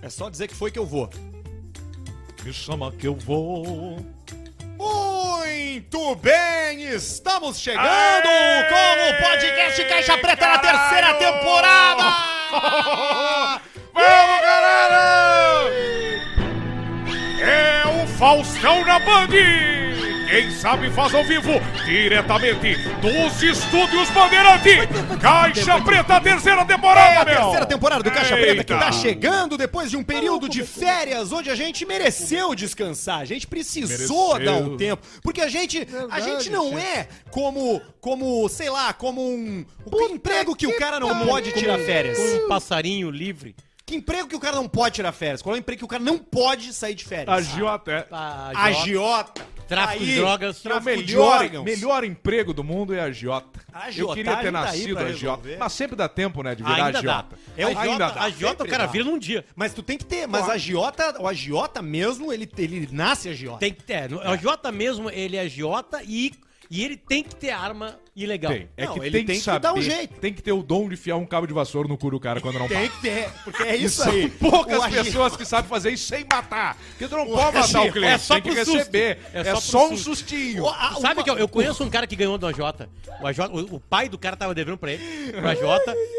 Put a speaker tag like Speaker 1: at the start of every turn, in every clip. Speaker 1: É só dizer que foi que eu vou.
Speaker 2: Me chama que eu vou.
Speaker 1: Muito bem, estamos chegando
Speaker 2: Aê!
Speaker 1: com o podcast Caixa Preta na terceira
Speaker 2: Caralho!
Speaker 1: temporada.
Speaker 2: Vamos, galera! É o Faustão na Band! Quem sabe faz ao vivo, diretamente dos estúdios Bandeirante! Caixa Preta, terceira
Speaker 1: É
Speaker 2: temporada,
Speaker 1: a
Speaker 2: meu!
Speaker 1: terceira temporada do Caixa Preta que
Speaker 2: Eita! Tá
Speaker 1: tá chegando depois de um período de férias onde a gente mereceu descansar, a gente precisou
Speaker 2: Mereceu.
Speaker 1: dar um tempo, porque a gente a gente não é como como, sei lá, como um, um emprego que o cara não pode tirar férias.
Speaker 3: Um passarinho livre.
Speaker 1: Que emprego que o cara não pode tirar férias? Qual é o emprego que o cara não pode sair de férias?
Speaker 2: Agiu até.
Speaker 1: Agiota.
Speaker 3: Tráfico de
Speaker 1: Aí,
Speaker 3: drogas.
Speaker 1: tráfico
Speaker 3: O
Speaker 1: de
Speaker 4: Melhor,
Speaker 1: órgãos.
Speaker 4: melhor emprego do mundo é a agiota.
Speaker 1: Agiotagem
Speaker 4: Eu queria ter
Speaker 1: tá aí
Speaker 4: nascido
Speaker 1: pra
Speaker 4: agiota.
Speaker 1: resolver.
Speaker 4: Mas sempre dá tempo, né, de virar
Speaker 3: Ainda dá.
Speaker 4: agiota.
Speaker 3: É o
Speaker 4: Ainda
Speaker 3: agiota,
Speaker 4: dá.
Speaker 3: agiota o cara vira num dia.
Speaker 1: Mas tu tem que ter, mas
Speaker 4: Claro.
Speaker 1: agiota, o agiota mesmo, ele, ele nasce agiota.
Speaker 3: Tem que ter. O agiota mesmo, ele é agiota e, e ele tem que ter arma ilegal.
Speaker 4: Tem. É
Speaker 1: Então, Não,
Speaker 4: que
Speaker 1: ele
Speaker 4: tem, que saber,
Speaker 1: dar um jeito.
Speaker 4: Tem que ter o dom de fiar um cabo de vassoura no cu do cara quando não
Speaker 1: Tem
Speaker 4: paga.
Speaker 1: que ter, porque é isso,
Speaker 4: São
Speaker 1: aí.
Speaker 4: poucas
Speaker 1: O agi-
Speaker 4: pessoas que sabem fazer isso sem matar. Porque tu não pode matar o
Speaker 3: agiota-
Speaker 4: cliente,
Speaker 3: é só
Speaker 4: tem que
Speaker 3: pro susto.
Speaker 4: receber.
Speaker 3: É
Speaker 4: É,
Speaker 3: só pro
Speaker 4: só, um
Speaker 3: susto.
Speaker 4: sustinho.
Speaker 1: O- a-
Speaker 3: Sabe
Speaker 1: uma-
Speaker 3: que eu, eu conheço um cara que ganhou do AJ. O, AJ, o, o pai do cara tava devendo pra ele, pro AJ,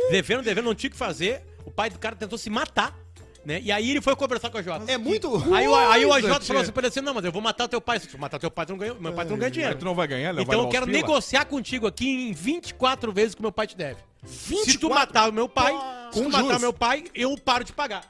Speaker 3: devendo, devendo, não tinha o que fazer. O pai do cara tentou se matar, né? E aí ele foi conversar com o AJ.
Speaker 1: É muito...
Speaker 3: Aí, o- aí o AJ
Speaker 4: Coisa,
Speaker 3: falou assim
Speaker 4: tia.
Speaker 3: pra ele assim, não, mas eu vou matar o teu pai. Se tu matar teu pai, tu não ganha, meu pai tu não ganha dinheiro.
Speaker 4: Tu não vai ganhar, não vai
Speaker 3: Então eu
Speaker 4: levar
Speaker 3: quero
Speaker 4: os pila.
Speaker 3: negociar contigo aqui em 24 vezes que meu pai te deve. Se tu
Speaker 1: 24?
Speaker 3: matar o meu pai, se
Speaker 1: Com
Speaker 3: tu matar
Speaker 1: juros.
Speaker 3: o meu pai, eu paro de pagar.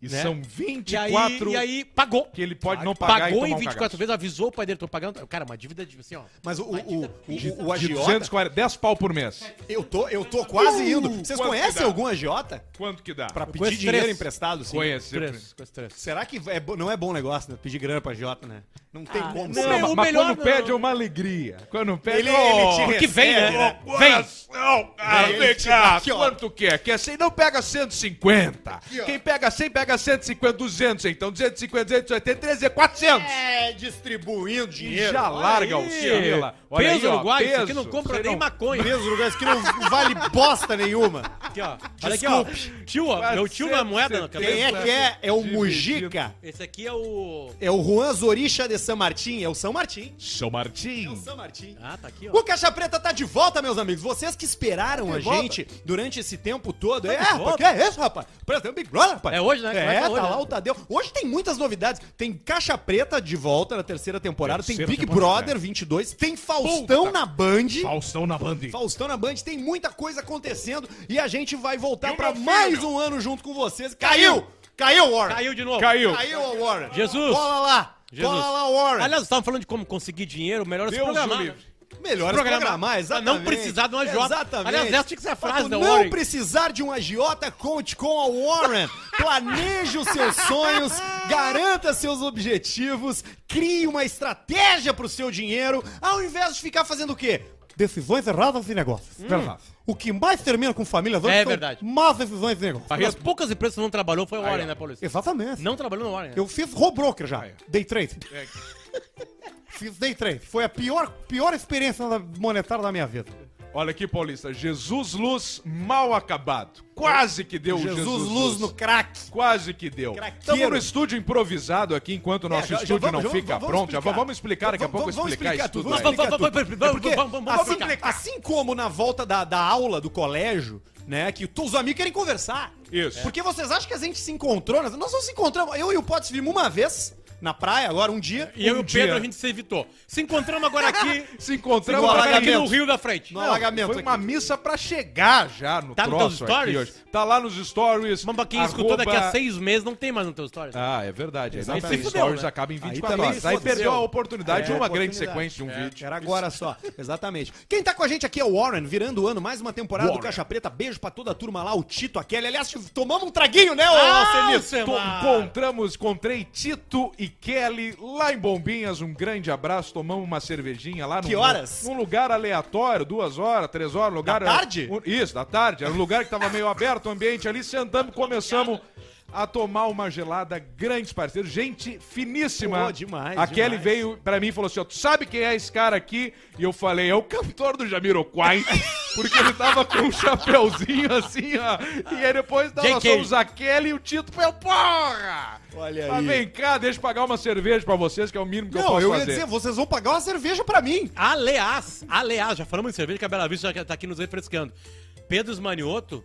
Speaker 4: E
Speaker 3: né?
Speaker 4: são
Speaker 3: E aí,
Speaker 4: 24
Speaker 3: e aí pagou.
Speaker 4: que ele pode não pagar e
Speaker 3: Pagou
Speaker 4: tomar
Speaker 3: em
Speaker 4: um
Speaker 3: 24
Speaker 4: cagaço.
Speaker 3: vezes, avisou o pai dele, tô pagando. Cara, uma dívida de assim, ó.
Speaker 1: Mas o, o, o, o, o
Speaker 4: De
Speaker 1: agiota,
Speaker 4: 240, 10 pau por mês.
Speaker 1: eu tô, eu tô quase indo. Vocês
Speaker 4: quanto Uh, que
Speaker 1: conhecem
Speaker 4: dá?
Speaker 1: algum agiota?
Speaker 4: Quanto que dá?
Speaker 1: Pra pedir
Speaker 3: conheço
Speaker 1: dinheiro
Speaker 3: três.
Speaker 1: emprestado, sim.
Speaker 4: conhecer.
Speaker 3: Três, com as três.
Speaker 1: Será que é bo- não é bom negócio, né? Pedir grana pra agiota, né? Não tem
Speaker 3: Ah,
Speaker 1: como.
Speaker 3: não,
Speaker 1: ser.
Speaker 4: Não, mas,
Speaker 3: o
Speaker 4: mas
Speaker 3: melhor
Speaker 4: quando
Speaker 3: não-
Speaker 4: pede é uma alegria. Quando pede,
Speaker 1: Ele-
Speaker 4: oh,
Speaker 1: ele te
Speaker 3: Porque vem, né?
Speaker 1: recebe, né?
Speaker 3: Vem.
Speaker 4: Coração, cara,
Speaker 1: Vem,
Speaker 4: vem
Speaker 1: te
Speaker 4: cá,
Speaker 1: dá aqui, ó.
Speaker 4: quanto é? quer? Quer 100? Não pega 150.
Speaker 1: ó.
Speaker 4: Quem pega 100, pega 150, 200. Então 250, 280, 300, 400.
Speaker 1: É distribuindo
Speaker 4: E
Speaker 1: dinheiro.
Speaker 4: já larga o Cirela. Olha aí,
Speaker 3: peso
Speaker 4: ó,
Speaker 3: Uruguai, isso
Speaker 4: peso.
Speaker 3: aqui não compra
Speaker 4: Você
Speaker 3: nem
Speaker 4: não-
Speaker 3: maconha.
Speaker 1: Preso lugares que não vale bosta nenhuma.
Speaker 3: Aqui, ó. Olha aqui, ó. Tio, ó, meu tio uma moeda na
Speaker 1: Quem
Speaker 3: cabeça.
Speaker 1: é que é? É o
Speaker 4: Dividido.
Speaker 1: Mujica.
Speaker 3: Esse aqui é o.
Speaker 1: É o Juan Zoricha de San Martín. É o São Martín.
Speaker 4: São
Speaker 1: É o
Speaker 4: Martim.
Speaker 1: São Martín.
Speaker 3: Ah, tá aqui, ó.
Speaker 1: O Caixa Preta tá de volta, meus amigos. Vocês que esperaram a
Speaker 4: volta.
Speaker 1: gente durante esse tempo todo. é,
Speaker 3: Tá de
Speaker 1: rapaz,
Speaker 3: volta.
Speaker 1: que é isso, rapaz? Presta Big Brother, rapaz.
Speaker 3: É hoje, né?
Speaker 1: É,
Speaker 3: Começa
Speaker 1: tá
Speaker 3: hoje,
Speaker 1: lá
Speaker 3: né?
Speaker 1: o Tadeu. Hoje tem muitas novidades. Tem Caixa Preta de volta na terceira temporada. tem
Speaker 4: Terceira
Speaker 1: Big
Speaker 4: temporada,
Speaker 1: Brother
Speaker 3: é.
Speaker 1: 22. Tem Faustão
Speaker 4: Puta.
Speaker 1: na Band.
Speaker 4: Faustão na Band.
Speaker 1: Faustão na Band, tem muita coisa acontecendo e a gente vai
Speaker 4: E
Speaker 1: voltar
Speaker 4: o
Speaker 1: pra
Speaker 4: meu
Speaker 1: mais
Speaker 4: filho?
Speaker 1: um ano junto com vocês. Caiu! Caiu, Warren!
Speaker 3: Caiu de novo.
Speaker 4: Caiu.
Speaker 1: Caiu a Warren!
Speaker 3: Jesus.
Speaker 1: Cola lá!
Speaker 3: Jesus.
Speaker 1: Cola lá, Warren!
Speaker 3: Aliás, estavam falando de como conseguir dinheiro, melhor é se
Speaker 4: Deus
Speaker 3: programar.
Speaker 4: o
Speaker 3: né?
Speaker 4: livre.
Speaker 1: Melhor é se
Speaker 3: programar.
Speaker 1: programar,
Speaker 3: Pra
Speaker 1: exatamente.
Speaker 3: não precisar de um agiota.
Speaker 1: Exatamente.
Speaker 3: Aliás, essa tinha que ser a
Speaker 1: Pra
Speaker 3: frase
Speaker 1: tu
Speaker 3: da
Speaker 1: não
Speaker 3: Warren.
Speaker 1: precisar de um agiota, conte com a Warren. Planeje os seus sonhos, garanta seus objetivos, crie uma estratégia pro seu dinheiro, ao invés de ficar fazendo o quê? Decisões erradas e negócios.
Speaker 4: Verdade.
Speaker 1: O que mais termina com famílias
Speaker 3: Hum. É são verdade.
Speaker 1: más decisões de negócio.
Speaker 3: Uma das poucas empresas que não trabalhou foi a Warren, né, Paulista?
Speaker 1: Exatamente.
Speaker 3: Não trabalhou na Warren. né?
Speaker 1: Eu fiz roll broker já. Day trade.
Speaker 4: É.
Speaker 1: Fiz day trade. Foi a pior, pior experiência da- monetária da minha vida.
Speaker 4: Olha aqui, Paulista. Jesus Luz mal acabado. Quase que deu o
Speaker 1: Jesus, luz, no
Speaker 4: carro.
Speaker 1: crack.
Speaker 4: Quase que deu.
Speaker 1: Craqueiro. É,
Speaker 4: Estamos no estúdio improvisado aqui, enquanto o nosso
Speaker 1: já- já
Speaker 4: estúdio
Speaker 1: vamos-
Speaker 4: não
Speaker 1: já
Speaker 4: fica
Speaker 1: vamos-
Speaker 4: pronto. Já
Speaker 1: vamos
Speaker 4: vamos explicar daqui a
Speaker 1: Vamos-
Speaker 4: pouco
Speaker 1: vamos
Speaker 4: explicar isso
Speaker 1: tudo,
Speaker 4: tudo.
Speaker 1: vamos
Speaker 4: aí.
Speaker 1: explicar
Speaker 3: Vamos- vamos-
Speaker 1: tudo.
Speaker 3: vamos-
Speaker 1: É porque
Speaker 3: vamos- vamos- vamos
Speaker 1: assim-
Speaker 3: explicar.
Speaker 1: Assim como na volta da, da aula do colégio, né, que todos os amigos querem conversar.
Speaker 4: Isso.
Speaker 1: Porque vocês acham que a gente se encontrou? Nós nós não se encontramos. Eu e o Potts vimos uma vez na praia, agora um dia.
Speaker 3: E eu e o
Speaker 4: dia.
Speaker 3: Pedro, a gente se evitou. Se encontramos agora aqui,
Speaker 4: Se encontramos
Speaker 3: se
Speaker 1: Igual
Speaker 3: encontramos
Speaker 4: agora
Speaker 3: aqui
Speaker 1: alagamento.
Speaker 3: no Rio da Frente.
Speaker 1: No
Speaker 4: Não,
Speaker 1: alagamento
Speaker 4: Foi
Speaker 1: aqui.
Speaker 4: uma missa pra chegar já no
Speaker 3: Tá nos
Speaker 4: troço
Speaker 3: teus
Speaker 4: aqui
Speaker 3: stories?
Speaker 4: hoje. Tá lá nos stories.
Speaker 3: Mamba, quem escutou
Speaker 4: arroba-
Speaker 3: daqui a seis meses não tem mais no teu stories.
Speaker 4: Ah, é verdade. Aí
Speaker 3: Exatamente.
Speaker 4: não tem
Speaker 3: Aí se
Speaker 4: stories
Speaker 3: fudeu, né?
Speaker 4: acaba em
Speaker 1: Aí
Speaker 4: 24
Speaker 1: também
Speaker 4: horas. Aí
Speaker 1: se
Speaker 4: perdeu
Speaker 1: fudeu.
Speaker 4: a oportunidade de
Speaker 1: É,
Speaker 4: uma grande
Speaker 1: oportunidade. É,
Speaker 4: sequência, um vídeo.
Speaker 1: Era agora só, exatamente. Quem tá com a gente aqui é o Warren, virando o ano, mais uma temporada do
Speaker 4: Warren.
Speaker 1: Caixa Preta. Beijo pra toda a turma lá, o Tito, a Kelly. Aliás, tomamos um traguinho, né, ô
Speaker 3: Ah,
Speaker 1: Alcemir?
Speaker 3: o Semar.
Speaker 4: To- Encontramos, encontrei Tito e Kelly lá em Bombinhas. Um grande abraço. Tomamos uma cervejinha lá. Num,
Speaker 1: Que horas?
Speaker 4: Num lugar aleatório, duas horas, três horas. Lugar
Speaker 1: Da tarde?
Speaker 4: um- isso, da tarde. Era um lugar que tava meio aberto o ambiente ali. Sentamos, começamos a tomar uma gelada, grandes parceiros, gente finíssima.
Speaker 1: Pô, demais,
Speaker 4: A Kelly
Speaker 1: demais.
Speaker 4: veio pra mim e falou assim: ó, tu sabe quem é esse cara aqui? E eu falei, é o cantor do Jamiroquai, porque ele tava com um chapéuzinho assim, ó. E aí depois tava
Speaker 3: J.K.
Speaker 4: só os a Kelly e o Tito eu, porra!
Speaker 1: Olha
Speaker 4: Ah,
Speaker 1: aí.
Speaker 4: vem cá, deixa eu pagar uma cerveja pra vocês, que é o mínimo que eu
Speaker 1: Não,
Speaker 4: posso
Speaker 1: eu ia
Speaker 4: fazer.
Speaker 1: dizer, vocês vão pagar uma cerveja pra mim.
Speaker 3: Aliás, aliás, já falamos de cerveja que a Bela Vista já tá aqui nos refrescando. Pedro Esmanioto,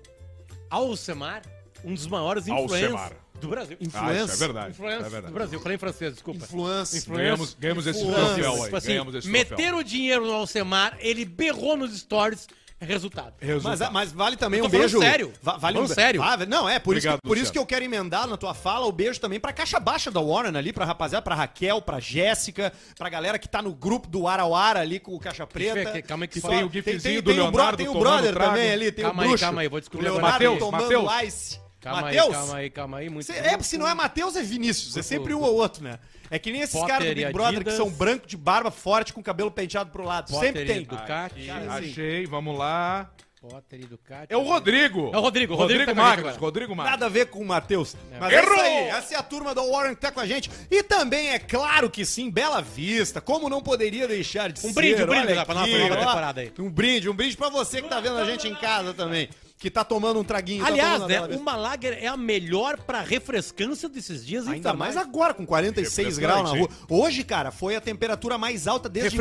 Speaker 3: Alcemar, um dos maiores influencers
Speaker 2: Alcemar.
Speaker 3: do Brasil.
Speaker 4: Ah, isso é
Speaker 1: Influencer.
Speaker 4: verdade. isso é
Speaker 3: Influencer do
Speaker 4: verdade.
Speaker 3: Brasil, falei em francês, desculpa.
Speaker 1: Influencer.
Speaker 4: Ganhamos, ganhamos esse
Speaker 1: Influencer.
Speaker 4: troféu aí.
Speaker 3: Tipo assim,
Speaker 4: ganhamos esse troféu.
Speaker 3: meteram o dinheiro no Alcemar, ele berrou nos stories, é resultado.
Speaker 4: Resultado.
Speaker 1: Mas, mas vale também
Speaker 3: Eu
Speaker 1: um
Speaker 3: tô falando
Speaker 1: beijo.
Speaker 3: sério.
Speaker 1: Va- vale
Speaker 3: Falando
Speaker 1: um
Speaker 3: sério.
Speaker 1: Ah, não, é, por, isso,
Speaker 4: Obrigado,
Speaker 1: que, por isso
Speaker 4: Luciano.
Speaker 1: que eu quero emendar na tua fala o beijo também pra caixa baixa da Warren ali, pra rapaziada, pra Raquel, pra Jéssica, pra galera que tá no grupo do Arauara ali com o Caixa
Speaker 3: Deixa eu ver
Speaker 1: Preta.
Speaker 3: aqui, calma aí que
Speaker 1: Só-
Speaker 3: fala.
Speaker 4: Tem o gifzinho
Speaker 1: tem,
Speaker 4: do
Speaker 1: tem, o, bro,
Speaker 4: Leonardo
Speaker 1: tem o
Speaker 4: tomando
Speaker 1: brother
Speaker 4: trago.
Speaker 1: também ali, tem
Speaker 3: Calma
Speaker 1: o
Speaker 3: aí,
Speaker 1: bruxo.
Speaker 3: calma aí, vou descobrir
Speaker 1: o
Speaker 3: agora.
Speaker 1: Leonardo
Speaker 4: Mateus,
Speaker 1: tomando
Speaker 4: Mateus.
Speaker 1: ice.
Speaker 3: Calma aí,
Speaker 1: Mateus?
Speaker 3: calma aí, calma aí. Muito
Speaker 1: Cê- é, se não é Matheus, é Vinícius. É sempre um ou outro, né? É que nem esses
Speaker 3: Potter
Speaker 1: caras do
Speaker 3: e
Speaker 1: Big Brother que
Speaker 3: Adidas.
Speaker 1: são branco de barba forte com cabelo penteado pro lado.
Speaker 3: Potter
Speaker 1: sempre
Speaker 3: e
Speaker 1: tem.
Speaker 3: Ducati.
Speaker 1: Cara, assim,
Speaker 4: Achei, vamos lá.
Speaker 3: Potter e Ducati.
Speaker 4: É o Rodrigo.
Speaker 3: É o Rodrigo, o Rodrigo
Speaker 4: Rodrigo,
Speaker 3: tá com a gente
Speaker 4: Marcos.
Speaker 3: agora.
Speaker 4: Rodrigo Marcos.
Speaker 1: Nada a ver com o Matheus. Mas
Speaker 4: Errou!
Speaker 1: é isso aí. Essa é a turma do Warren que tá com a gente. E também, é claro que sim, Bela Vista. Como não poderia deixar de
Speaker 3: Um
Speaker 1: ser.
Speaker 3: brinde, um brinde,
Speaker 1: olha
Speaker 3: Zé, pra nova-
Speaker 1: aqui,
Speaker 3: nova
Speaker 1: ó.
Speaker 3: temporada aí.
Speaker 1: Um brinde, um brinde pra você que tá vendo a gente em casa também. Que tá tomando um traguinho. tá
Speaker 3: Aliás,
Speaker 1: tomando a
Speaker 3: né,
Speaker 1: Bela Vista.
Speaker 3: uma lager é a melhor pra refrescância desses dias.
Speaker 1: Ainda mais
Speaker 3: infernais.
Speaker 1: agora, com 46 graus na rua. Hoje, cara, foi a temperatura mais alta desde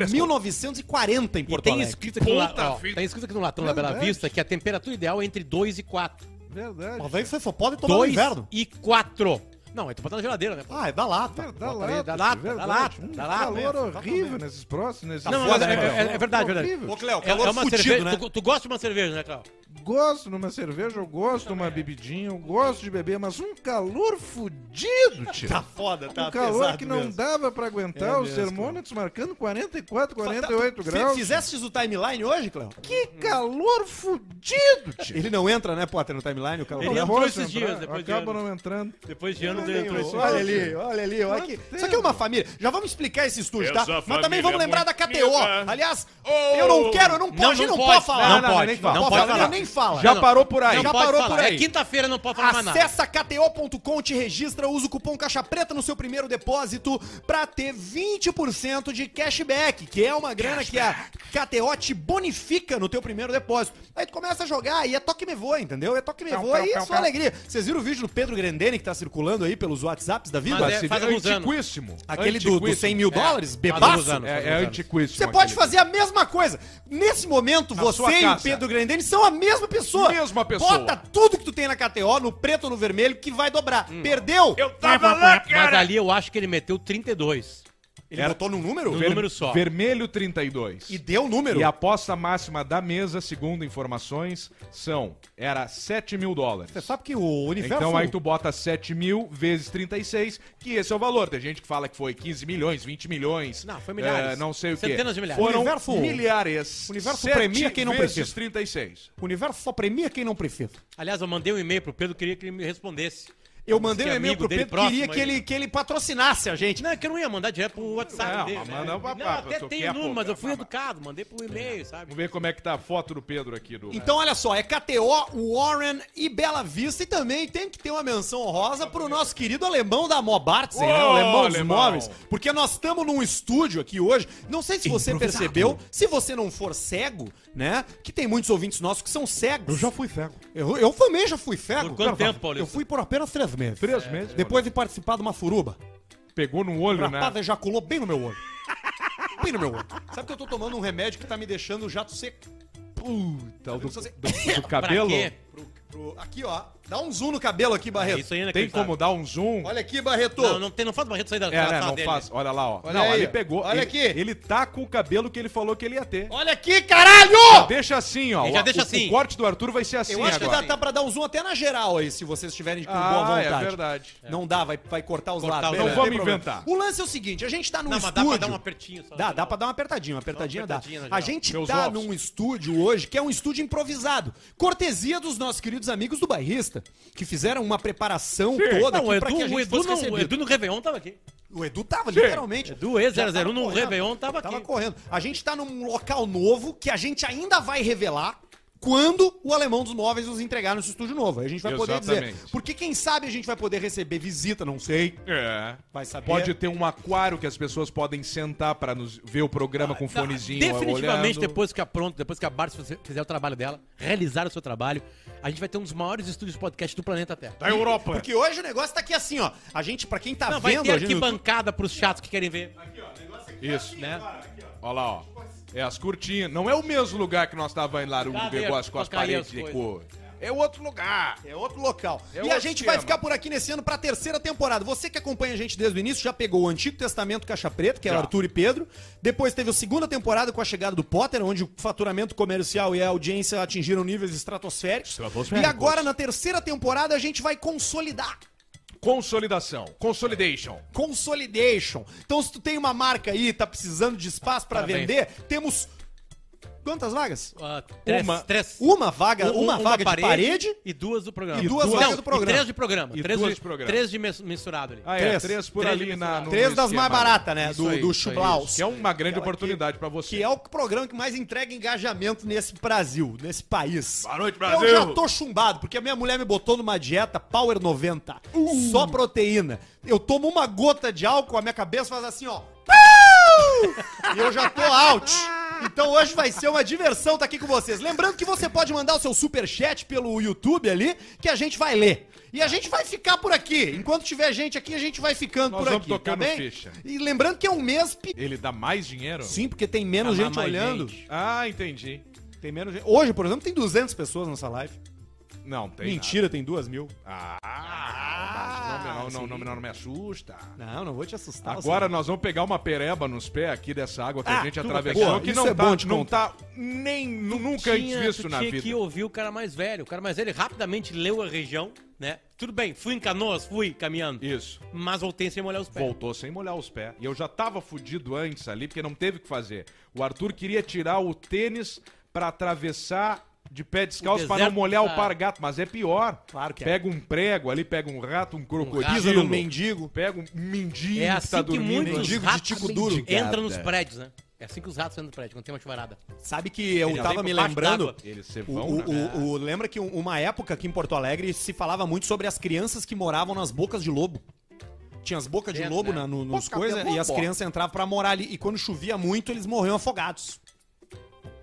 Speaker 1: 1940 em
Speaker 3: E
Speaker 1: Porto
Speaker 3: tem
Speaker 1: Alegre.
Speaker 3: escrito, aqui no, la-
Speaker 2: Puta
Speaker 3: ó,
Speaker 2: vida.
Speaker 3: tem escrito aqui no latão da Bela
Speaker 1: Verdade.
Speaker 3: Vista que a temperatura ideal é entre 2 e 4.
Speaker 1: Pô, velho, você só pode tomar no
Speaker 3: 2
Speaker 1: inverno.
Speaker 3: e 4. Não, aí tu bota na geladeira, né? pô?
Speaker 1: Ah, é da lata.
Speaker 5: Dá
Speaker 3: Bota ali,
Speaker 5: lata,
Speaker 3: dá lata, dá
Speaker 5: É verdade. um
Speaker 3: lata, dá lata,
Speaker 5: calor horrível né? nesses próximos. Nesses
Speaker 3: Não, não,
Speaker 1: foda,
Speaker 3: é,
Speaker 1: né,
Speaker 3: é- é verdade, verdade.
Speaker 5: Horrível.
Speaker 1: Ô, Cléo,
Speaker 3: É,
Speaker 1: calor
Speaker 3: é uma
Speaker 1: fudido,
Speaker 3: cerveja,
Speaker 1: né?
Speaker 3: tu, tu gosta de uma cerveja, né, Cláudio?
Speaker 5: Gosto numa cerveja, eu gosto de uma bebidinha, eu gosto de beber, mas um calor fudido, tio.
Speaker 1: Tá foda, tá
Speaker 5: um calor
Speaker 1: pesado
Speaker 5: que não
Speaker 1: mesmo.
Speaker 5: dava pra aguentar, os termômetros marcando 44,
Speaker 1: tá
Speaker 5: 48
Speaker 1: Fi-
Speaker 5: graus. Uhum.
Speaker 1: Fizestes o timeline hoje, Cléo?
Speaker 5: Que calor fudido, tio.
Speaker 1: Ele não entra, né, Potter, no timeline, o calor. tá
Speaker 3: Ele
Speaker 5: Não
Speaker 3: entrou
Speaker 5: posso
Speaker 3: esses
Speaker 5: entrar,
Speaker 3: dias, depois de
Speaker 5: é Acaba
Speaker 3: anos.
Speaker 5: não entrando.
Speaker 3: Depois de anos
Speaker 5: Não,
Speaker 3: ele entrou
Speaker 5: não,
Speaker 3: esse
Speaker 5: não.
Speaker 1: Olha ali, olha ali, olha aqui.
Speaker 5: Quanto
Speaker 1: Isso aqui é uma família. Já vamos explicar esse estúdio, tá?
Speaker 2: Essa
Speaker 1: Mas também
Speaker 2: família
Speaker 1: vamos
Speaker 2: é
Speaker 1: lembrar da
Speaker 2: muito
Speaker 1: KTO.
Speaker 2: amiga.
Speaker 1: Aliás,
Speaker 2: Oh!
Speaker 1: eu não quero, eu não posso,
Speaker 3: Não,
Speaker 1: a gente
Speaker 3: não
Speaker 1: não
Speaker 3: pode,
Speaker 1: pode falar.
Speaker 3: não
Speaker 1: Não,
Speaker 3: pode,
Speaker 1: nem fala.
Speaker 3: não
Speaker 1: Pode
Speaker 3: pode
Speaker 1: falar,
Speaker 3: falar.
Speaker 1: nem fala.
Speaker 4: Já
Speaker 3: Não,
Speaker 4: parou por aí.
Speaker 3: Não
Speaker 1: Já
Speaker 3: pode
Speaker 1: parou
Speaker 3: falar.
Speaker 1: por aí.
Speaker 3: É quinta-feira, não pode falar mais nada.
Speaker 1: Acessa kto.com, te registra, usa o cupom Caixa Preta no seu primeiro depósito pra ter 20% de cashback, que é uma grana que a KTO te bonifica no teu primeiro depósito. Aí tu começa a jogar e é toque me voa, entendeu? É toque me voa e é só alegria. Vocês viram o vídeo do Pedro Grendene que tá circulando aí pelos WhatsApps da vida?
Speaker 3: Mas é- faz alguns anos.
Speaker 4: antiquíssimo.
Speaker 1: Aquele do, do 100 mil dólares,
Speaker 3: alguns
Speaker 1: bebaço.
Speaker 3: anos.
Speaker 4: É, é antiquíssimo.
Speaker 1: Você pode
Speaker 4: aquele.
Speaker 1: fazer a mesma coisa. Nesse momento,
Speaker 4: Na sua
Speaker 1: você e o
Speaker 4: casa.
Speaker 1: Pedro Grandene são a mesma pessoa.
Speaker 4: Mesma pessoa.
Speaker 1: Bota tudo que tu tem na KTO, no preto ou no vermelho, que vai dobrar.
Speaker 4: Hum.
Speaker 1: Perdeu?
Speaker 2: Eu tava lá,
Speaker 3: Mas
Speaker 2: cara!
Speaker 3: ali eu acho que ele meteu 32.
Speaker 1: Ele botou num um número?
Speaker 3: Num número só.
Speaker 4: Vermelho 32.
Speaker 1: E deu o número.
Speaker 4: E a aposta máxima da mesa, segundo informações, são era 7 mil dólares.
Speaker 1: Você sabe que o universo...
Speaker 4: Então aí tu bota 7 mil vezes 36, que esse é o valor. Tem gente que fala que foi 15 milhões, 20 milhões.
Speaker 3: Não, foi milhares.
Speaker 4: eh, não sei o quê.
Speaker 3: Centenas de milhares.
Speaker 4: Foram
Speaker 1: O universo-
Speaker 4: milhares.
Speaker 1: o universo
Speaker 4: Sete
Speaker 1: premia quem não
Speaker 4: vezes
Speaker 1: precisa.
Speaker 4: 36.
Speaker 1: O universo só premia quem não precisa.
Speaker 3: Aliás, eu mandei um e-mail pro Pedro, queria que ele me respondesse.
Speaker 1: Eu mandei um
Speaker 3: que
Speaker 1: e-mail
Speaker 3: amigo
Speaker 1: pro
Speaker 3: dele
Speaker 1: Pedro, queria
Speaker 3: próximo
Speaker 1: que
Speaker 3: aí.
Speaker 1: ele, que ele patrocinasse a gente.
Speaker 3: Não, é que eu não ia mandar direto pro WhatsApp
Speaker 4: Não,
Speaker 3: dele.
Speaker 4: mas
Speaker 3: né?
Speaker 4: manda pra-
Speaker 3: não,
Speaker 4: pra-
Speaker 3: até
Speaker 4: tu
Speaker 3: tem
Speaker 4: quer,
Speaker 3: o
Speaker 4: pô,
Speaker 3: número, mas eu
Speaker 4: pra-
Speaker 3: fui
Speaker 4: pra-
Speaker 3: educado, mandei pro e-mail, sabe?
Speaker 4: Vamos ver como é que tá a foto do Pedro aqui do.
Speaker 1: Então, olha só, é KTO, Warren e Bela Vista. E também tem que ter uma menção honrosa pro nosso querido alemão da Mobartzen, né?
Speaker 4: Ô,
Speaker 1: Alemão dos
Speaker 4: alemão.
Speaker 1: móveis. Porque nós estamos num estúdio aqui hoje. Não sei se você percebeu, se você não for cego, né? Que tem muitos ouvintes nossos que são cegos. Eu já fui cego. Eu, também já fui cego.
Speaker 3: Por quanto tempo,
Speaker 1: Eu
Speaker 3: Paulista?
Speaker 1: fui por apenas três meses.
Speaker 4: Três meses.
Speaker 1: É. Depois de participar de uma furuba.
Speaker 4: Pegou no olho,
Speaker 1: O rapaz
Speaker 4: né?
Speaker 1: ejaculou bem no meu olho. Bem no meu olho. Sabe que eu tô tomando um remédio que tá me deixando jato seco.
Speaker 4: Puta, o Tá, do,
Speaker 1: Só se-
Speaker 4: do- do
Speaker 3: Pra
Speaker 4: cabelo.
Speaker 3: quê?
Speaker 1: Pro- pro- aqui, ó. Dá um zoom no cabelo aqui, Barreto.
Speaker 3: Isso aí é
Speaker 4: Tem
Speaker 3: inacreditável.
Speaker 4: como dar um zoom?
Speaker 1: Olha aqui, Barreto.
Speaker 3: Não, não, tem, não faz barreto sair da da
Speaker 4: É, né?
Speaker 3: sala
Speaker 4: Não
Speaker 3: dele.
Speaker 4: faz. Olha lá, ó.
Speaker 1: Olha
Speaker 4: não,
Speaker 1: aí,
Speaker 4: ele
Speaker 1: ó.
Speaker 4: pegou.
Speaker 1: Olha
Speaker 4: ele,
Speaker 1: aqui.
Speaker 4: Ele tá com o cabelo que ele falou que ele ia ter.
Speaker 1: Olha aqui, caralho!
Speaker 4: Deixa assim, ó.
Speaker 3: Ele já
Speaker 4: O-
Speaker 3: deixa
Speaker 4: o-
Speaker 3: assim.
Speaker 4: O corte do Arthur vai ser assim
Speaker 1: Eu acho que
Speaker 4: agora.
Speaker 1: dá tá pra dar um zoom até na geral aí, se vocês estiverem com boa
Speaker 4: Ah,
Speaker 1: vontade.
Speaker 4: é verdade.
Speaker 1: Não dá, vai, vai cortar os
Speaker 3: Cortar
Speaker 1: lados.
Speaker 3: os
Speaker 1: Não
Speaker 3: lados.
Speaker 1: tem
Speaker 4: Vamos
Speaker 1: problema.
Speaker 4: inventar.
Speaker 1: O lance é o seguinte, a gente tá num
Speaker 3: Não, mas dá
Speaker 1: estúdio...
Speaker 3: pra dar um apertinho só.
Speaker 1: Dá, dá pra dar uma apertadinha, uma apertadinha,
Speaker 3: Uma apertadinha na
Speaker 1: dá. A
Speaker 3: geral.
Speaker 1: gente
Speaker 4: Meus
Speaker 1: tá
Speaker 4: ovos.
Speaker 1: num estúdio hoje que é um estúdio improvisado. Cortesia dos nossos queridos amigos do Bairrista, que fizeram uma preparação toda
Speaker 3: Não, o
Speaker 1: aqui pra
Speaker 3: Edu,
Speaker 1: que a gente
Speaker 3: o, Edu
Speaker 1: fosse
Speaker 3: não, o
Speaker 1: recebido.
Speaker 3: Edu no Réveillon tava aqui.
Speaker 1: O Edu tava, literalmente.
Speaker 3: Edu, ex-
Speaker 1: Já
Speaker 3: 001 no
Speaker 1: correndo.
Speaker 3: Réveillon, tava aqui.
Speaker 1: correndo. A gente tá num local novo que a gente ainda vai revelar. quando o alemão dos móveis nos entregar no estúdio novo. Aí a gente vai poder dizer.
Speaker 4: Exatamente.
Speaker 1: Porque quem sabe a gente vai poder receber visita, não sei.
Speaker 4: É.
Speaker 1: Vai saber.
Speaker 4: Pode ter um aquário que as pessoas podem sentar pra nos ver o
Speaker 1: Ah,
Speaker 4: programa com
Speaker 1: tá.
Speaker 4: fonezinho.
Speaker 1: é,
Speaker 3: Definitivamente,
Speaker 4: olhando.
Speaker 3: depois que a Pronto, depois que a Barça fizer- fizer o trabalho dela, realizar o seu trabalho, a gente vai ter um dos maiores estúdios de podcast do planeta Terra.
Speaker 2: Da Europa.
Speaker 1: Porque hoje o negócio tá aqui assim, ó. A gente, pra quem tá
Speaker 3: Não, vai
Speaker 1: vendo,
Speaker 3: ter
Speaker 1: a gente.
Speaker 3: arquibancada pros chatos que querem ver.
Speaker 4: Isso.
Speaker 3: Né?
Speaker 4: Olha lá, ó. É as curtinhas. Não é o mesmo lugar que nós tava indo lá no
Speaker 3: Cadê?
Speaker 4: negócio com as
Speaker 3: Pra cair
Speaker 4: paredes
Speaker 3: as
Speaker 4: de
Speaker 3: coisas.
Speaker 4: cor. É outro lugar.
Speaker 1: É outro local.
Speaker 4: É
Speaker 1: e a
Speaker 4: outro
Speaker 1: gente
Speaker 4: esquema.
Speaker 1: vai ficar por aqui nesse ano pra terceira temporada. Você que acompanha a gente desde o início já pegou o Antigo Testamento Caixa Preta, que era
Speaker 4: Já.
Speaker 1: Arthur e Pedro. Depois teve a segunda temporada com a chegada do Potter, onde o faturamento comercial e a audiência atingiram níveis estratosféricos. E agora, na terceira temporada, a gente vai consolidar.
Speaker 4: Consolidação. Consolidation.
Speaker 1: Consolidation. Então, se tu tem uma marca aí e tá precisando de espaço pra
Speaker 3: Parabéns.
Speaker 1: vender, temos. Quantas vagas?
Speaker 3: Ah, três,
Speaker 4: Uma-
Speaker 3: três.
Speaker 1: Uma vaga,
Speaker 3: Um-
Speaker 1: uma, vaga de parede.
Speaker 3: e duas do programa.
Speaker 1: E duas vagas do programa.
Speaker 3: E três de programa.
Speaker 4: E
Speaker 3: três,
Speaker 4: duas
Speaker 3: de,
Speaker 4: de programa.
Speaker 3: três de mes- mensurado ali.
Speaker 4: Ah, é.
Speaker 1: Três.
Speaker 4: Três por
Speaker 3: Três
Speaker 4: ali na.
Speaker 3: dimensionais.
Speaker 4: no
Speaker 1: Três das
Speaker 4: esquema.
Speaker 1: mais baratas, né?
Speaker 3: é Isso
Speaker 1: do
Speaker 3: aí,
Speaker 1: do
Speaker 3: isso um aí.
Speaker 1: Chublaus.
Speaker 4: Que é uma grande oportunidade pra você.
Speaker 1: Que é o programa que mais entrega engajamento nesse Brasil, nesse país.
Speaker 2: Boa noite, Brasil!
Speaker 1: Eu já tô chumbado, porque a minha mulher me botou numa dieta Power 90. Só proteína. Eu tomo uma gota de álcool, a minha cabeça faz assim, ó. e eu já tô out. Então hoje vai ser uma diversão estar aqui com vocês. Lembrando que você pode mandar o seu superchat pelo YouTube ali, que a gente vai ler. E a gente vai ficar por aqui. Enquanto tiver gente aqui, a gente vai ficando
Speaker 4: Nós
Speaker 1: por
Speaker 4: vamos
Speaker 1: aqui, tá
Speaker 4: tocando
Speaker 1: bem?
Speaker 4: ficha.
Speaker 1: E lembrando que é um mês... pe-
Speaker 4: Ele dá mais dinheiro?
Speaker 1: Sim, porque tem menos
Speaker 3: Ah,
Speaker 1: gente
Speaker 3: mas,
Speaker 1: olhando.
Speaker 3: gente.
Speaker 4: Ah, entendi.
Speaker 1: Tem menos gente. Hoje, por exemplo, tem 200 pessoas nessa live.
Speaker 4: Não, tem.
Speaker 1: Mentira, tem duas mil.
Speaker 4: nada. Ah, não, não, não, não, não, não me assusta.
Speaker 1: Não, não vou te assustar.
Speaker 4: Agora nós vamos pegar uma pereba nos pés aqui dessa água que a
Speaker 1: Ah,
Speaker 4: gente
Speaker 1: tu vai
Speaker 4: atravessou,
Speaker 1: pegar.
Speaker 4: que
Speaker 1: Isso
Speaker 4: não,
Speaker 1: é
Speaker 4: tá,
Speaker 1: bom de
Speaker 4: não
Speaker 1: conta.
Speaker 4: tá nem nu- nunca
Speaker 3: Tinha,
Speaker 4: antes visto
Speaker 3: tu
Speaker 4: na
Speaker 3: tinha
Speaker 4: vida.
Speaker 3: que ouvir o cara mais velho. O cara mais velho ele rapidamente leu a região, né? Tudo bem, fui em canoas, fui caminhando.
Speaker 4: Isso.
Speaker 3: Mas voltei sem molhar os pés.
Speaker 4: Voltou sem molhar os pés. E eu já tava fudido antes ali, porque não teve o que fazer. O Arthur queria tirar o tênis pra atravessar de pé descalço pra não
Speaker 3: deserto tá.
Speaker 4: molhar
Speaker 3: da-
Speaker 4: o pargato, mas é pior.
Speaker 1: Claro que é.
Speaker 4: pega um prego ali, pega um rato, um
Speaker 1: Pisa no
Speaker 4: crocodilo,
Speaker 1: mendigo.
Speaker 4: pega um mendigo
Speaker 3: É
Speaker 4: que
Speaker 3: assim
Speaker 4: tá
Speaker 3: que
Speaker 4: dormindo.
Speaker 3: muitos
Speaker 1: mendigo de
Speaker 3: ratos
Speaker 1: tico duro.
Speaker 3: entram nos
Speaker 4: Gada.
Speaker 3: prédios, né? É assim que os ratos entram nos prédios, quando tem uma chuvarada.
Speaker 1: Sabe que eu
Speaker 3: já
Speaker 1: tava
Speaker 3: vem
Speaker 1: me
Speaker 3: por baixo
Speaker 1: lembrando.
Speaker 3: d'água.
Speaker 4: Eles se
Speaker 1: O,
Speaker 4: vão,
Speaker 1: o-
Speaker 4: né?
Speaker 1: o- o- lembra que um- uma época aqui em Porto Alegre se falava muito sobre as crianças que moravam nas bocas de lobo. Tinha as bocas de
Speaker 3: É,
Speaker 1: lobo
Speaker 3: né?
Speaker 1: na, no- nos
Speaker 4: Boca de
Speaker 1: coisas e
Speaker 4: lobo.
Speaker 1: as crianças entravam pra morar ali. E quando chovia muito, eles morriam afogados.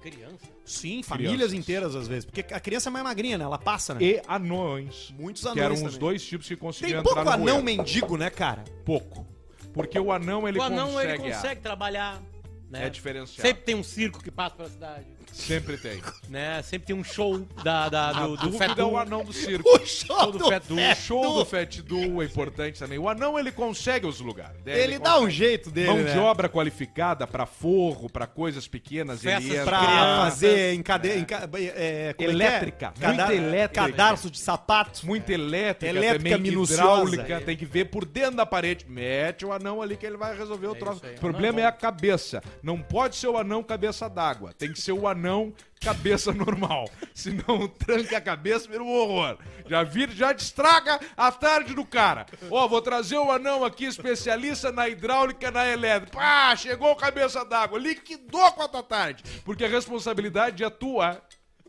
Speaker 3: Criança.
Speaker 1: Sim, famílias inteiras às vezes. Porque a criança é mais magrinha, né? Ela passa, né?
Speaker 4: E anões.
Speaker 1: Muitos
Speaker 4: Que
Speaker 1: anões
Speaker 4: eram os
Speaker 1: também.
Speaker 4: dois tipos que conseguiam
Speaker 1: Tem
Speaker 4: entrar
Speaker 1: pouco
Speaker 4: no
Speaker 1: anão
Speaker 4: moinho.
Speaker 1: mendigo, né, cara?
Speaker 4: pouco. Porque o anão, ele
Speaker 3: o anão,
Speaker 4: consegue.
Speaker 3: ele consegue trabalhar. Né?
Speaker 4: É diferenciado.
Speaker 3: Sempre tem um circo que passa pela cidade.
Speaker 4: ah, Sempre tem.
Speaker 3: né? Sempre tem um show da, da- do, do
Speaker 4: Dúvida é
Speaker 3: Fetu.
Speaker 4: o anão do circo.
Speaker 1: O show
Speaker 4: do Fat Duo, o show do Fat Duo é importante também. O anão, ele consegue os lugares. né?
Speaker 1: Ele dá um jeito dele,
Speaker 4: Mão
Speaker 1: né?
Speaker 4: de obra qualificada pra forro, pra coisas pequenas.
Speaker 3: Festas
Speaker 4: ele entra.
Speaker 1: pra
Speaker 3: Crianças.
Speaker 1: fazer em cade... em ca- é, como é que é?
Speaker 4: Elétrica, muita
Speaker 1: Cadar-
Speaker 4: elétrica.
Speaker 1: Cadarço de sapato.
Speaker 3: É.
Speaker 4: Muito elétrica,
Speaker 1: Elétrica
Speaker 4: também
Speaker 1: minuciosa.
Speaker 4: hidráulica, tem que ver por dentro da parede. Mete o anão ali que ele vai resolver o troço.
Speaker 3: isso aí,
Speaker 4: O
Speaker 3: anão
Speaker 4: problema
Speaker 3: é
Speaker 4: é,
Speaker 3: bom.
Speaker 4: a cabeça. Não pode ser o anão cabeça d'água. Tem que ser o anão cabeça normal. Senão tranca a cabeça, vira um horror. Já vira, já estraga a tarde do cara. Ó, vou trazer o anão aqui, especialista na hidráulica, na elétrica. Pá, chegou o cabeça d'água. Liquidou com a tua tarde. Porque a responsabilidade é tua.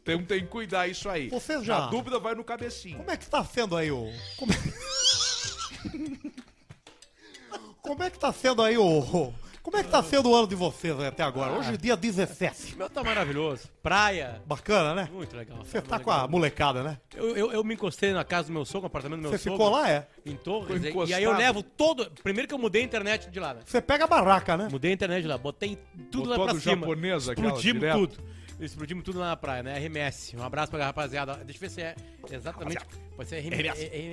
Speaker 4: Tem, tem que cuidar isso aí.
Speaker 1: Ô, Feijão.
Speaker 4: Na dúvida vai no cabecinho.
Speaker 1: Como é que tá sendo aí o... Como é, Como é que tá sendo aí o... Como é que tá sendo o ano de vocês aí até agora? Hoje é dia 17.
Speaker 3: O meu tá maravilhoso. Praia.
Speaker 1: Bacana, né?
Speaker 3: Muito legal.
Speaker 1: Você tá com a molecada, né?
Speaker 3: Eu, eu, eu me encostei na casa do meu sogro, no apartamento do meu
Speaker 1: Você
Speaker 3: sogro.
Speaker 1: ficou lá, é?
Speaker 3: Em Torres.
Speaker 4: Ficou
Speaker 3: E aí eu
Speaker 4: encostado.
Speaker 3: levo todo... Primeiro que eu mudei a internet de lá, né?
Speaker 1: Você pega a barraca, né?
Speaker 3: Mudei a internet lá, botei tudo
Speaker 4: Botou
Speaker 3: lá
Speaker 4: a
Speaker 3: pra
Speaker 4: do
Speaker 3: cima.
Speaker 4: japonês, aquela,
Speaker 3: Explodimos
Speaker 4: direto.
Speaker 3: tudo. Explodimos tudo lá na praia, né? RMS. Um abraço pra rapaziada. Deixa eu ver se é exatamente. Pode ser RM,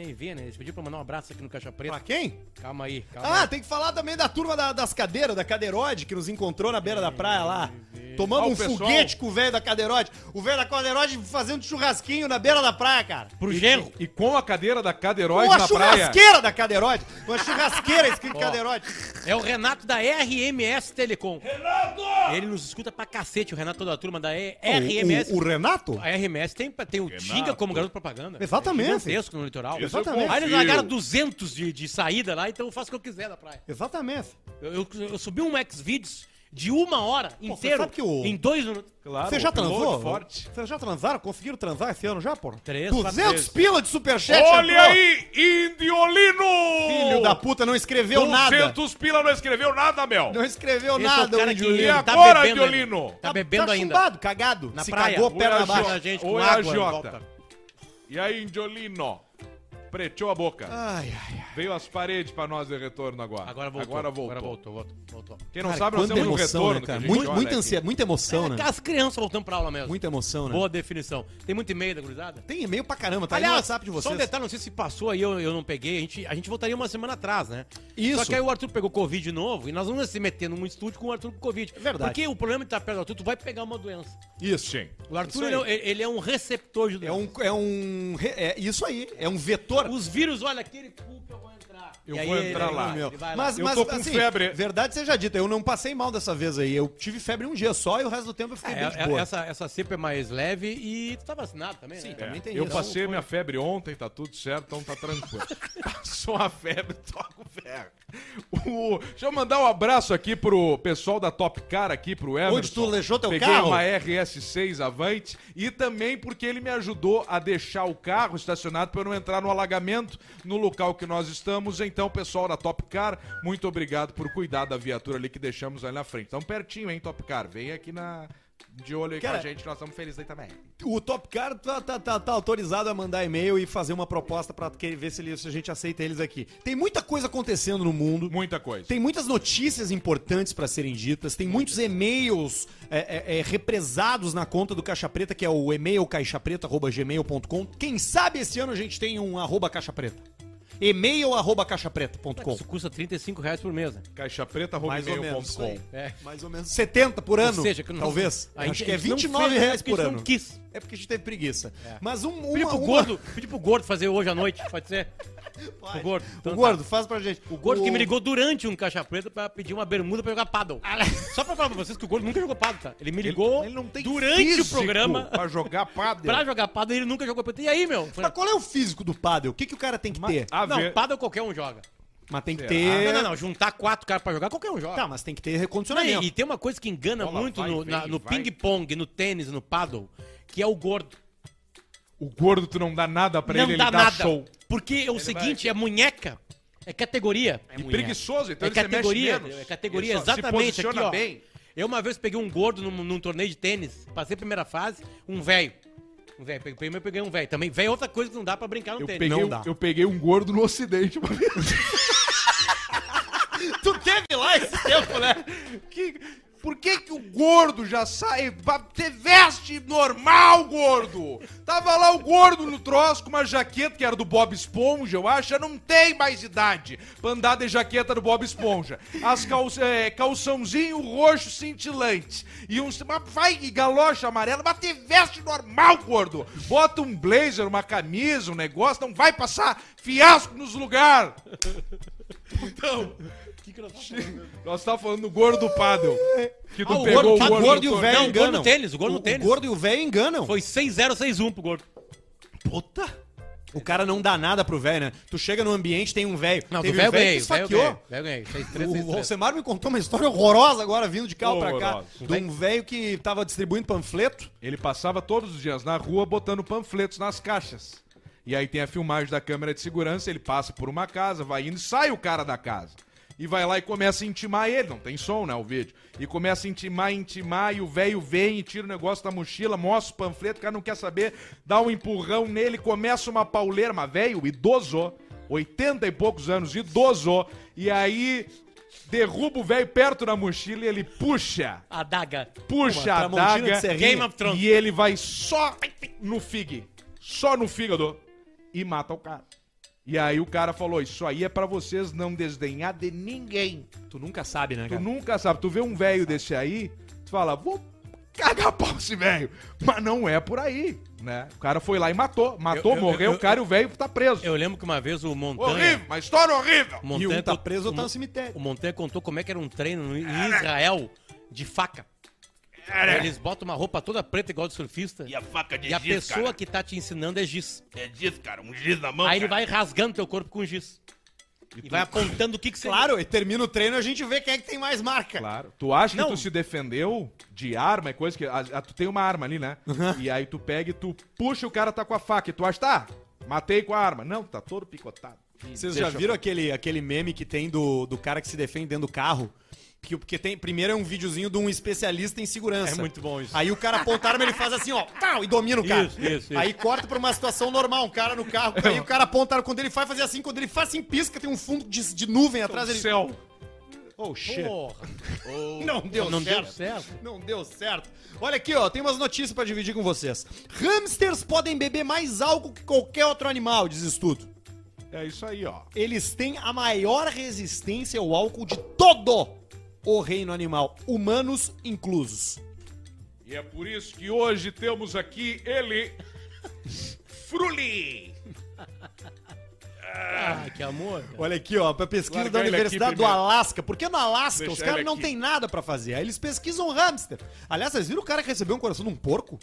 Speaker 3: RMV, né? Eles pediram pra mandar um abraço aqui no Caixa
Speaker 1: Pra
Speaker 3: Preta.
Speaker 1: quem?
Speaker 3: Calma aí, calma
Speaker 1: Ah,
Speaker 3: aí.
Speaker 1: tem que falar também da turma da- das cadeiras, da cadeirode, que nos encontrou na beira da praia lá. Tomando
Speaker 4: Ah, o
Speaker 1: um
Speaker 4: pessoal.
Speaker 1: foguete com o velho da cadeirode. O velho da cadeirode fazendo churrasquinho na beira da praia, cara.
Speaker 3: Pro genro.
Speaker 4: E com a cadeira da cadeiróide
Speaker 1: Uma
Speaker 4: na praia.
Speaker 1: churrasqueira da cadeirode. Uma churrasqueira escrito cadeirode.
Speaker 3: É o Renato da RMS Telecom. Renato! Ele nos escuta pra cacete, o Renato toda a turma da E-
Speaker 1: É
Speaker 3: RMS.
Speaker 1: O, o- o Renato?
Speaker 3: A RMS tem, tem o Tinga como garoto propaganda.
Speaker 1: Exatamente.
Speaker 3: É gigantesco no litoral.
Speaker 1: Isso eu Exatamente.
Speaker 3: Aí eles
Speaker 2: confio.
Speaker 3: largaram 200 de, de saída lá, então eu faço o que eu quiser da praia.
Speaker 1: Exatamente.
Speaker 3: Eu, eu- eu subi um Xvideos de uma hora inteiro
Speaker 1: sabe que o-
Speaker 3: em dois minutos.
Speaker 4: Claro.
Speaker 1: Você já
Speaker 4: o piloto
Speaker 1: transou?
Speaker 4: Forte.
Speaker 1: Vocês já transaram? Conseguiram transar esse ano já, porra?
Speaker 3: Três, quatro
Speaker 1: 200
Speaker 3: vezes.
Speaker 1: pila de superchat.
Speaker 2: Olha
Speaker 1: entrou.
Speaker 2: aí, Indiolino!
Speaker 1: Filho da puta, não escreveu nada.
Speaker 2: 200 pila não escreveu nada, Mel.
Speaker 1: Não escreveu
Speaker 3: Esse é o
Speaker 1: nada,
Speaker 3: cara
Speaker 1: o
Speaker 3: que-
Speaker 1: Índio
Speaker 2: E
Speaker 1: Lino.
Speaker 3: tá
Speaker 2: agora,
Speaker 3: bebendo
Speaker 2: Indiolino?
Speaker 3: Tá bebendo ainda.
Speaker 1: chumbado, cagado.
Speaker 3: Na
Speaker 1: Se
Speaker 3: praia.
Speaker 1: cagou, perna
Speaker 4: Ou é a
Speaker 1: abaixo.
Speaker 4: Jota.
Speaker 3: A gente com
Speaker 4: Ou é a
Speaker 3: água,
Speaker 4: Jota.
Speaker 3: volta.
Speaker 4: E aí, Indiolino? Preteou a boca.
Speaker 1: Ai, ai, ai.
Speaker 4: Veio as paredes pra nós de retorno agora.
Speaker 3: Agora voltou.
Speaker 4: Agora voltou.
Speaker 3: Agora voltou, voltou, voltou.
Speaker 4: Quem não
Speaker 1: Cara,
Speaker 4: sabe, nós
Speaker 1: quanta
Speaker 4: temos um
Speaker 1: emoção,
Speaker 4: retorno.
Speaker 1: né,
Speaker 4: que a
Speaker 1: cara?
Speaker 4: gente
Speaker 1: Muito,
Speaker 4: olha
Speaker 1: muita,
Speaker 4: aqui.
Speaker 1: ansia, muita emoção, né?
Speaker 3: É, As crianças voltando pra aula mesmo.
Speaker 1: Muita emoção, né?
Speaker 3: Boa definição. Tem muito e-mail da gurizada?
Speaker 1: Tem e-mail pra caramba, tá aí no
Speaker 3: Aliás,
Speaker 1: WhatsApp de vocês.
Speaker 3: só um detalhe, não sei se passou aí, eu, eu não peguei. A gente, a gente voltaria uma semana atrás, né?
Speaker 1: Isso.
Speaker 3: Só que aí o Arthur pegou Covid de novo e nós vamos se meter num estúdio com o Arthur com Covid.
Speaker 1: Verdade.
Speaker 3: Porque o problema de estar perto do Arthur, tu vai pegar uma doença.
Speaker 1: Isso.
Speaker 4: Sim.
Speaker 3: O Arthur,
Speaker 1: Isso
Speaker 3: ele,
Speaker 1: aí.
Speaker 3: é- ele é um receptor de
Speaker 1: É
Speaker 3: doença.
Speaker 1: um, é um. re- É isso aí. É um vetor.
Speaker 3: Os vírus, olha, aquele culpa eu vou entrar.
Speaker 4: Eu
Speaker 3: E
Speaker 4: vou
Speaker 3: ele-
Speaker 4: entrar
Speaker 3: ele-
Speaker 4: lá.
Speaker 3: ele
Speaker 1: Meu.
Speaker 3: vai
Speaker 1: Mas,
Speaker 3: lá.
Speaker 4: Eu
Speaker 1: mas
Speaker 4: tô com
Speaker 1: assim,
Speaker 4: febre.
Speaker 1: verdade seja dita, eu não passei mal dessa vez aí. Eu tive febre um dia só e o resto do tempo eu fiquei bem de
Speaker 3: É, é-
Speaker 1: boa.
Speaker 3: essa, essa cepa é mais leve e tu tá vacinado também, né?
Speaker 1: também tem
Speaker 4: É. Eu
Speaker 1: isso.
Speaker 4: passei minha febre ontem, tá tudo certo, então tá tranquilo. Passou a febre, toca o ferro. O- Deixa eu mandar um abraço aqui pro pessoal da Top Car aqui, pro Emerson.
Speaker 1: tu deixou teu
Speaker 4: Peguei
Speaker 1: carro?
Speaker 4: uma RS6 Avante e também porque ele me ajudou a deixar o carro estacionado para eu não entrar no alagamento no local que nós estamos. Então, pessoal da Top Car, muito obrigado por cuidar da viatura ali que deixamos ali na frente. Então, pertinho, hein, Top Car? Vem aqui na... De olho aí
Speaker 1: Cara,
Speaker 4: com a gente, nós estamos felizes aí também.
Speaker 1: O Top Car tá, tá- tá- tá autorizado a mandar e-mail e fazer uma proposta pra que- ver se, ele- se a gente aceita eles aqui. Tem muita coisa acontecendo no mundo.
Speaker 4: Muita coisa.
Speaker 1: Tem muitas notícias importantes para serem ditas, tem muitos e-mails é, é, é, represados na conta do Caixa Preta, que é o e-mail caixapreta.gmail.com. Quem sabe esse ano a gente tem um arroba caixa preta. E-mail arroba caixapreta.com.
Speaker 3: Isso custa 35 reais por mês, né?
Speaker 4: Caixa preta,
Speaker 1: Mais ou menos. isso aí.
Speaker 3: É.
Speaker 1: Mais ou menos 70 por ano.
Speaker 3: Ou seja, que não-
Speaker 1: talvez.
Speaker 3: a gente-
Speaker 1: Acho que é
Speaker 3: a gente não
Speaker 1: 29
Speaker 3: fez,
Speaker 1: reais
Speaker 3: porque
Speaker 1: por
Speaker 3: a gente não
Speaker 1: ano.
Speaker 3: quis.
Speaker 1: É porque a gente teve preguiça. Mas um, uma,
Speaker 3: Pedi É. pro,
Speaker 1: uma-
Speaker 3: gordo, pedi pro gordo fazer hoje à noite, pode ser?
Speaker 1: Pode.
Speaker 3: O gordo. Então tá.
Speaker 1: O gordo, faz pra gente.
Speaker 3: O gordo que me ligou durante um caixa preta pra pedir uma bermuda pra jogar paddle. Só pra falar pra vocês que o gordo nunca jogou paddle, tá? Ele me ligou
Speaker 4: ele não tem
Speaker 3: durante o
Speaker 4: físico
Speaker 3: programa
Speaker 4: Pra jogar padre.
Speaker 3: pra jogar paddle e ele nunca jogou paddle. E aí, meu? Falei,
Speaker 1: Mas qual é o físico do padel? O que, que o cara tem que ter?
Speaker 4: Ah,
Speaker 3: não,
Speaker 4: vê-
Speaker 3: paddle qualquer um joga. Ah,
Speaker 1: Mas tem que
Speaker 3: Não,
Speaker 1: ter.
Speaker 3: não, não. Juntar quatro caras pra jogar, qualquer um joga.
Speaker 1: Tá, mas tem que ter
Speaker 3: Não,
Speaker 1: recondicionamento.
Speaker 3: e, e tem uma coisa que engana
Speaker 4: Bola
Speaker 3: muito
Speaker 4: vai,
Speaker 3: no,
Speaker 4: vem,
Speaker 3: na- no
Speaker 4: vai.
Speaker 3: ping-pong, no tênis, no paddle, que é o gordo.
Speaker 4: O gordo, tu não dá nada pra
Speaker 3: não
Speaker 4: ele,
Speaker 3: dá
Speaker 4: ele dá
Speaker 3: nada.
Speaker 4: show.
Speaker 3: Porque é o seguinte, é munheca. É categoria.
Speaker 4: E preguiçoso, então
Speaker 3: é
Speaker 4: ele se mexe
Speaker 3: categoria,
Speaker 4: menos.
Speaker 3: é categoria,
Speaker 4: Ele só se
Speaker 3: exatamente aqui,
Speaker 4: posiciona
Speaker 3: ó.
Speaker 4: bem.
Speaker 3: Eu uma vez peguei um gordo num, num torneio de tênis, passei a primeira fase, um velho. Um velho, peguei- primeiro eu peguei um velho. Também velho é outra coisa que não dá pra brincar no
Speaker 4: Eu
Speaker 3: tênis.
Speaker 4: peguei,
Speaker 1: Não
Speaker 4: um-
Speaker 1: dá.
Speaker 4: eu peguei um gordo no ocidente uma vez.
Speaker 1: tu teve lá esse tempo, né?
Speaker 4: Que- Por que que o gordo já sai... ba- Você veste normal, gordo! Tava lá o gordo no troço com uma jaqueta que era do Bob Esponja, eu acho. Já não tem mais idade pra andar de jaqueta do Bob Esponja. As cal... é, calçãozinho roxo cintilante. E uns... Mas vai, e galocha amarela, mas te veste normal, gordo! Bota um blazer, uma camisa, um negócio, não vai passar fiasco nos lugares! Então... Nós tava falando do gordo do Padel. Que tu
Speaker 3: Ah, o
Speaker 4: pegou
Speaker 3: gordo-
Speaker 4: o
Speaker 3: tá,
Speaker 4: gordo,
Speaker 1: o gordo e o
Speaker 4: no
Speaker 1: velho
Speaker 3: Não, o gordo
Speaker 1: enganam.
Speaker 3: no tênis, o gordo no
Speaker 1: o,
Speaker 3: tênis.
Speaker 1: O gordo e o velho enganam.
Speaker 3: Foi 6-0, 6-1 pro gordo.
Speaker 1: Puta. O cara não dá nada pro velho, né? Tu chega no ambiente, tem um velho.
Speaker 3: Não,
Speaker 1: Teve
Speaker 3: do é
Speaker 1: um
Speaker 3: velho
Speaker 1: velho que
Speaker 3: ganhei. Velho
Speaker 1: esfaqueou.
Speaker 3: ganhei. Velho ganhei. 6-3,
Speaker 1: O
Speaker 3: 6-3.
Speaker 1: Alcemar me contou uma história horrorosa agora, vindo de carro pra cá.
Speaker 4: Horrorosa.
Speaker 1: De um velho que tava distribuindo panfleto.
Speaker 4: Ele passava todos os dias na rua botando panfletos nas caixas. E aí tem a filmagem da câmera de segurança, ele passa por uma casa, vai indo e sai o cara da casa. E vai lá e começa a intimar ele, não tem som, né, o vídeo. E começa a intimar, intimar, e o velho vem e tira o negócio da mochila, mostra o panfleto, o cara não quer saber, dá um empurrão nele, começa uma pauleira, mas velho, idoso, 80 e poucos anos, idoso. E aí derruba o velho perto da mochila e ele puxa
Speaker 3: A daga.
Speaker 4: puxa
Speaker 3: tá
Speaker 1: Uma
Speaker 4: a
Speaker 1: Tramontina de
Speaker 4: daga
Speaker 1: serrinha.
Speaker 3: Game of Thrones.
Speaker 4: e ele vai só no fig, só no fígado e mata o cara. E aí o cara falou, isso aí é pra vocês não desdenhar de ninguém.
Speaker 1: Tu nunca sabe, né,
Speaker 4: Tu
Speaker 1: cara?
Speaker 4: nunca sabe, tu vê um velho desse aí, tu fala, vou cagar pau esse velho. Mas não é por aí, né? O cara foi lá e matou, matou,
Speaker 3: Eu- eu-
Speaker 4: morreu
Speaker 3: eu-
Speaker 4: o cara e o velho tá preso.
Speaker 3: Eu lembro que uma vez o Montanha...
Speaker 4: horrível, uma história horrível.
Speaker 3: o
Speaker 1: E
Speaker 3: Montanha
Speaker 1: um tá
Speaker 3: cont-
Speaker 1: preso
Speaker 3: o
Speaker 1: ou tá
Speaker 3: Mon-
Speaker 1: no cemitério.
Speaker 3: O Montanha contou como é que era um treino no- em Israel de faca. Eles botam uma roupa toda preta igual de surfista.
Speaker 6: E a faca de
Speaker 3: E a
Speaker 6: giz,
Speaker 3: pessoa
Speaker 6: cara.
Speaker 3: que tá te ensinando é giz.
Speaker 6: É giz, cara. Um giz na mão,
Speaker 3: Aí ele
Speaker 6: cara.
Speaker 3: vai rasgando teu corpo com giz. E vai apontando o que que você...
Speaker 1: Claro, e termina o treino e a gente vê quem é que tem mais marca.
Speaker 4: Claro. Tu acha
Speaker 3: Não.
Speaker 4: que tu se defendeu de arma, é coisa que. a- a- tu tem uma arma ali, né? E aí tu pega e tu puxa o cara tá com a faca. E tu acha, tá, matei com a arma. Não, tá todo picotado. E
Speaker 1: Vocês já
Speaker 4: deixa-
Speaker 1: viram aquele, aquele meme que tem do, do cara que se defende dentro do carro? Porque, porque tem, primeiro é um videozinho de um especialista em segurança.
Speaker 3: É muito bom isso.
Speaker 1: Aí o cara aponta a arma, ele faz assim, ó, pau, e domina o cara.
Speaker 3: Isso, isso, isso.
Speaker 1: Aí corta pra uma situação normal, um cara no carro, aí o cara aponta a arma, quando ele faz fazer assim, quando ele faz assim, pisca, tem um fundo de, de nuvem atrás, ele...
Speaker 4: Céu.
Speaker 1: Oh, shit.
Speaker 3: Porra.
Speaker 1: Não deu
Speaker 3: Não
Speaker 1: certo.
Speaker 3: deu certo.
Speaker 1: Não deu certo. Olha aqui, ó, tem umas notícias pra dividir com vocês. Hamsters podem beber mais álcool que qualquer outro animal, diz estudo.
Speaker 4: É isso aí, ó.
Speaker 1: Eles têm a maior resistência ao álcool de todo o reino animal, humanos inclusos.
Speaker 4: E é por isso que hoje temos aqui ele. Fruli!
Speaker 3: Ah, que amor. cara.
Speaker 1: Olha aqui, ó, pra pesquisa
Speaker 4: Larga
Speaker 1: da
Speaker 4: ele aqui
Speaker 1: Universidade do
Speaker 4: primeiro.
Speaker 1: Alasca. Porque no Alasca
Speaker 4: Deixa
Speaker 1: os caras
Speaker 4: ele
Speaker 1: não
Speaker 4: aqui.
Speaker 1: têm nada pra fazer. Aí eles pesquisam hamster. Aliás, vocês viram o cara que recebeu um coração de um porco?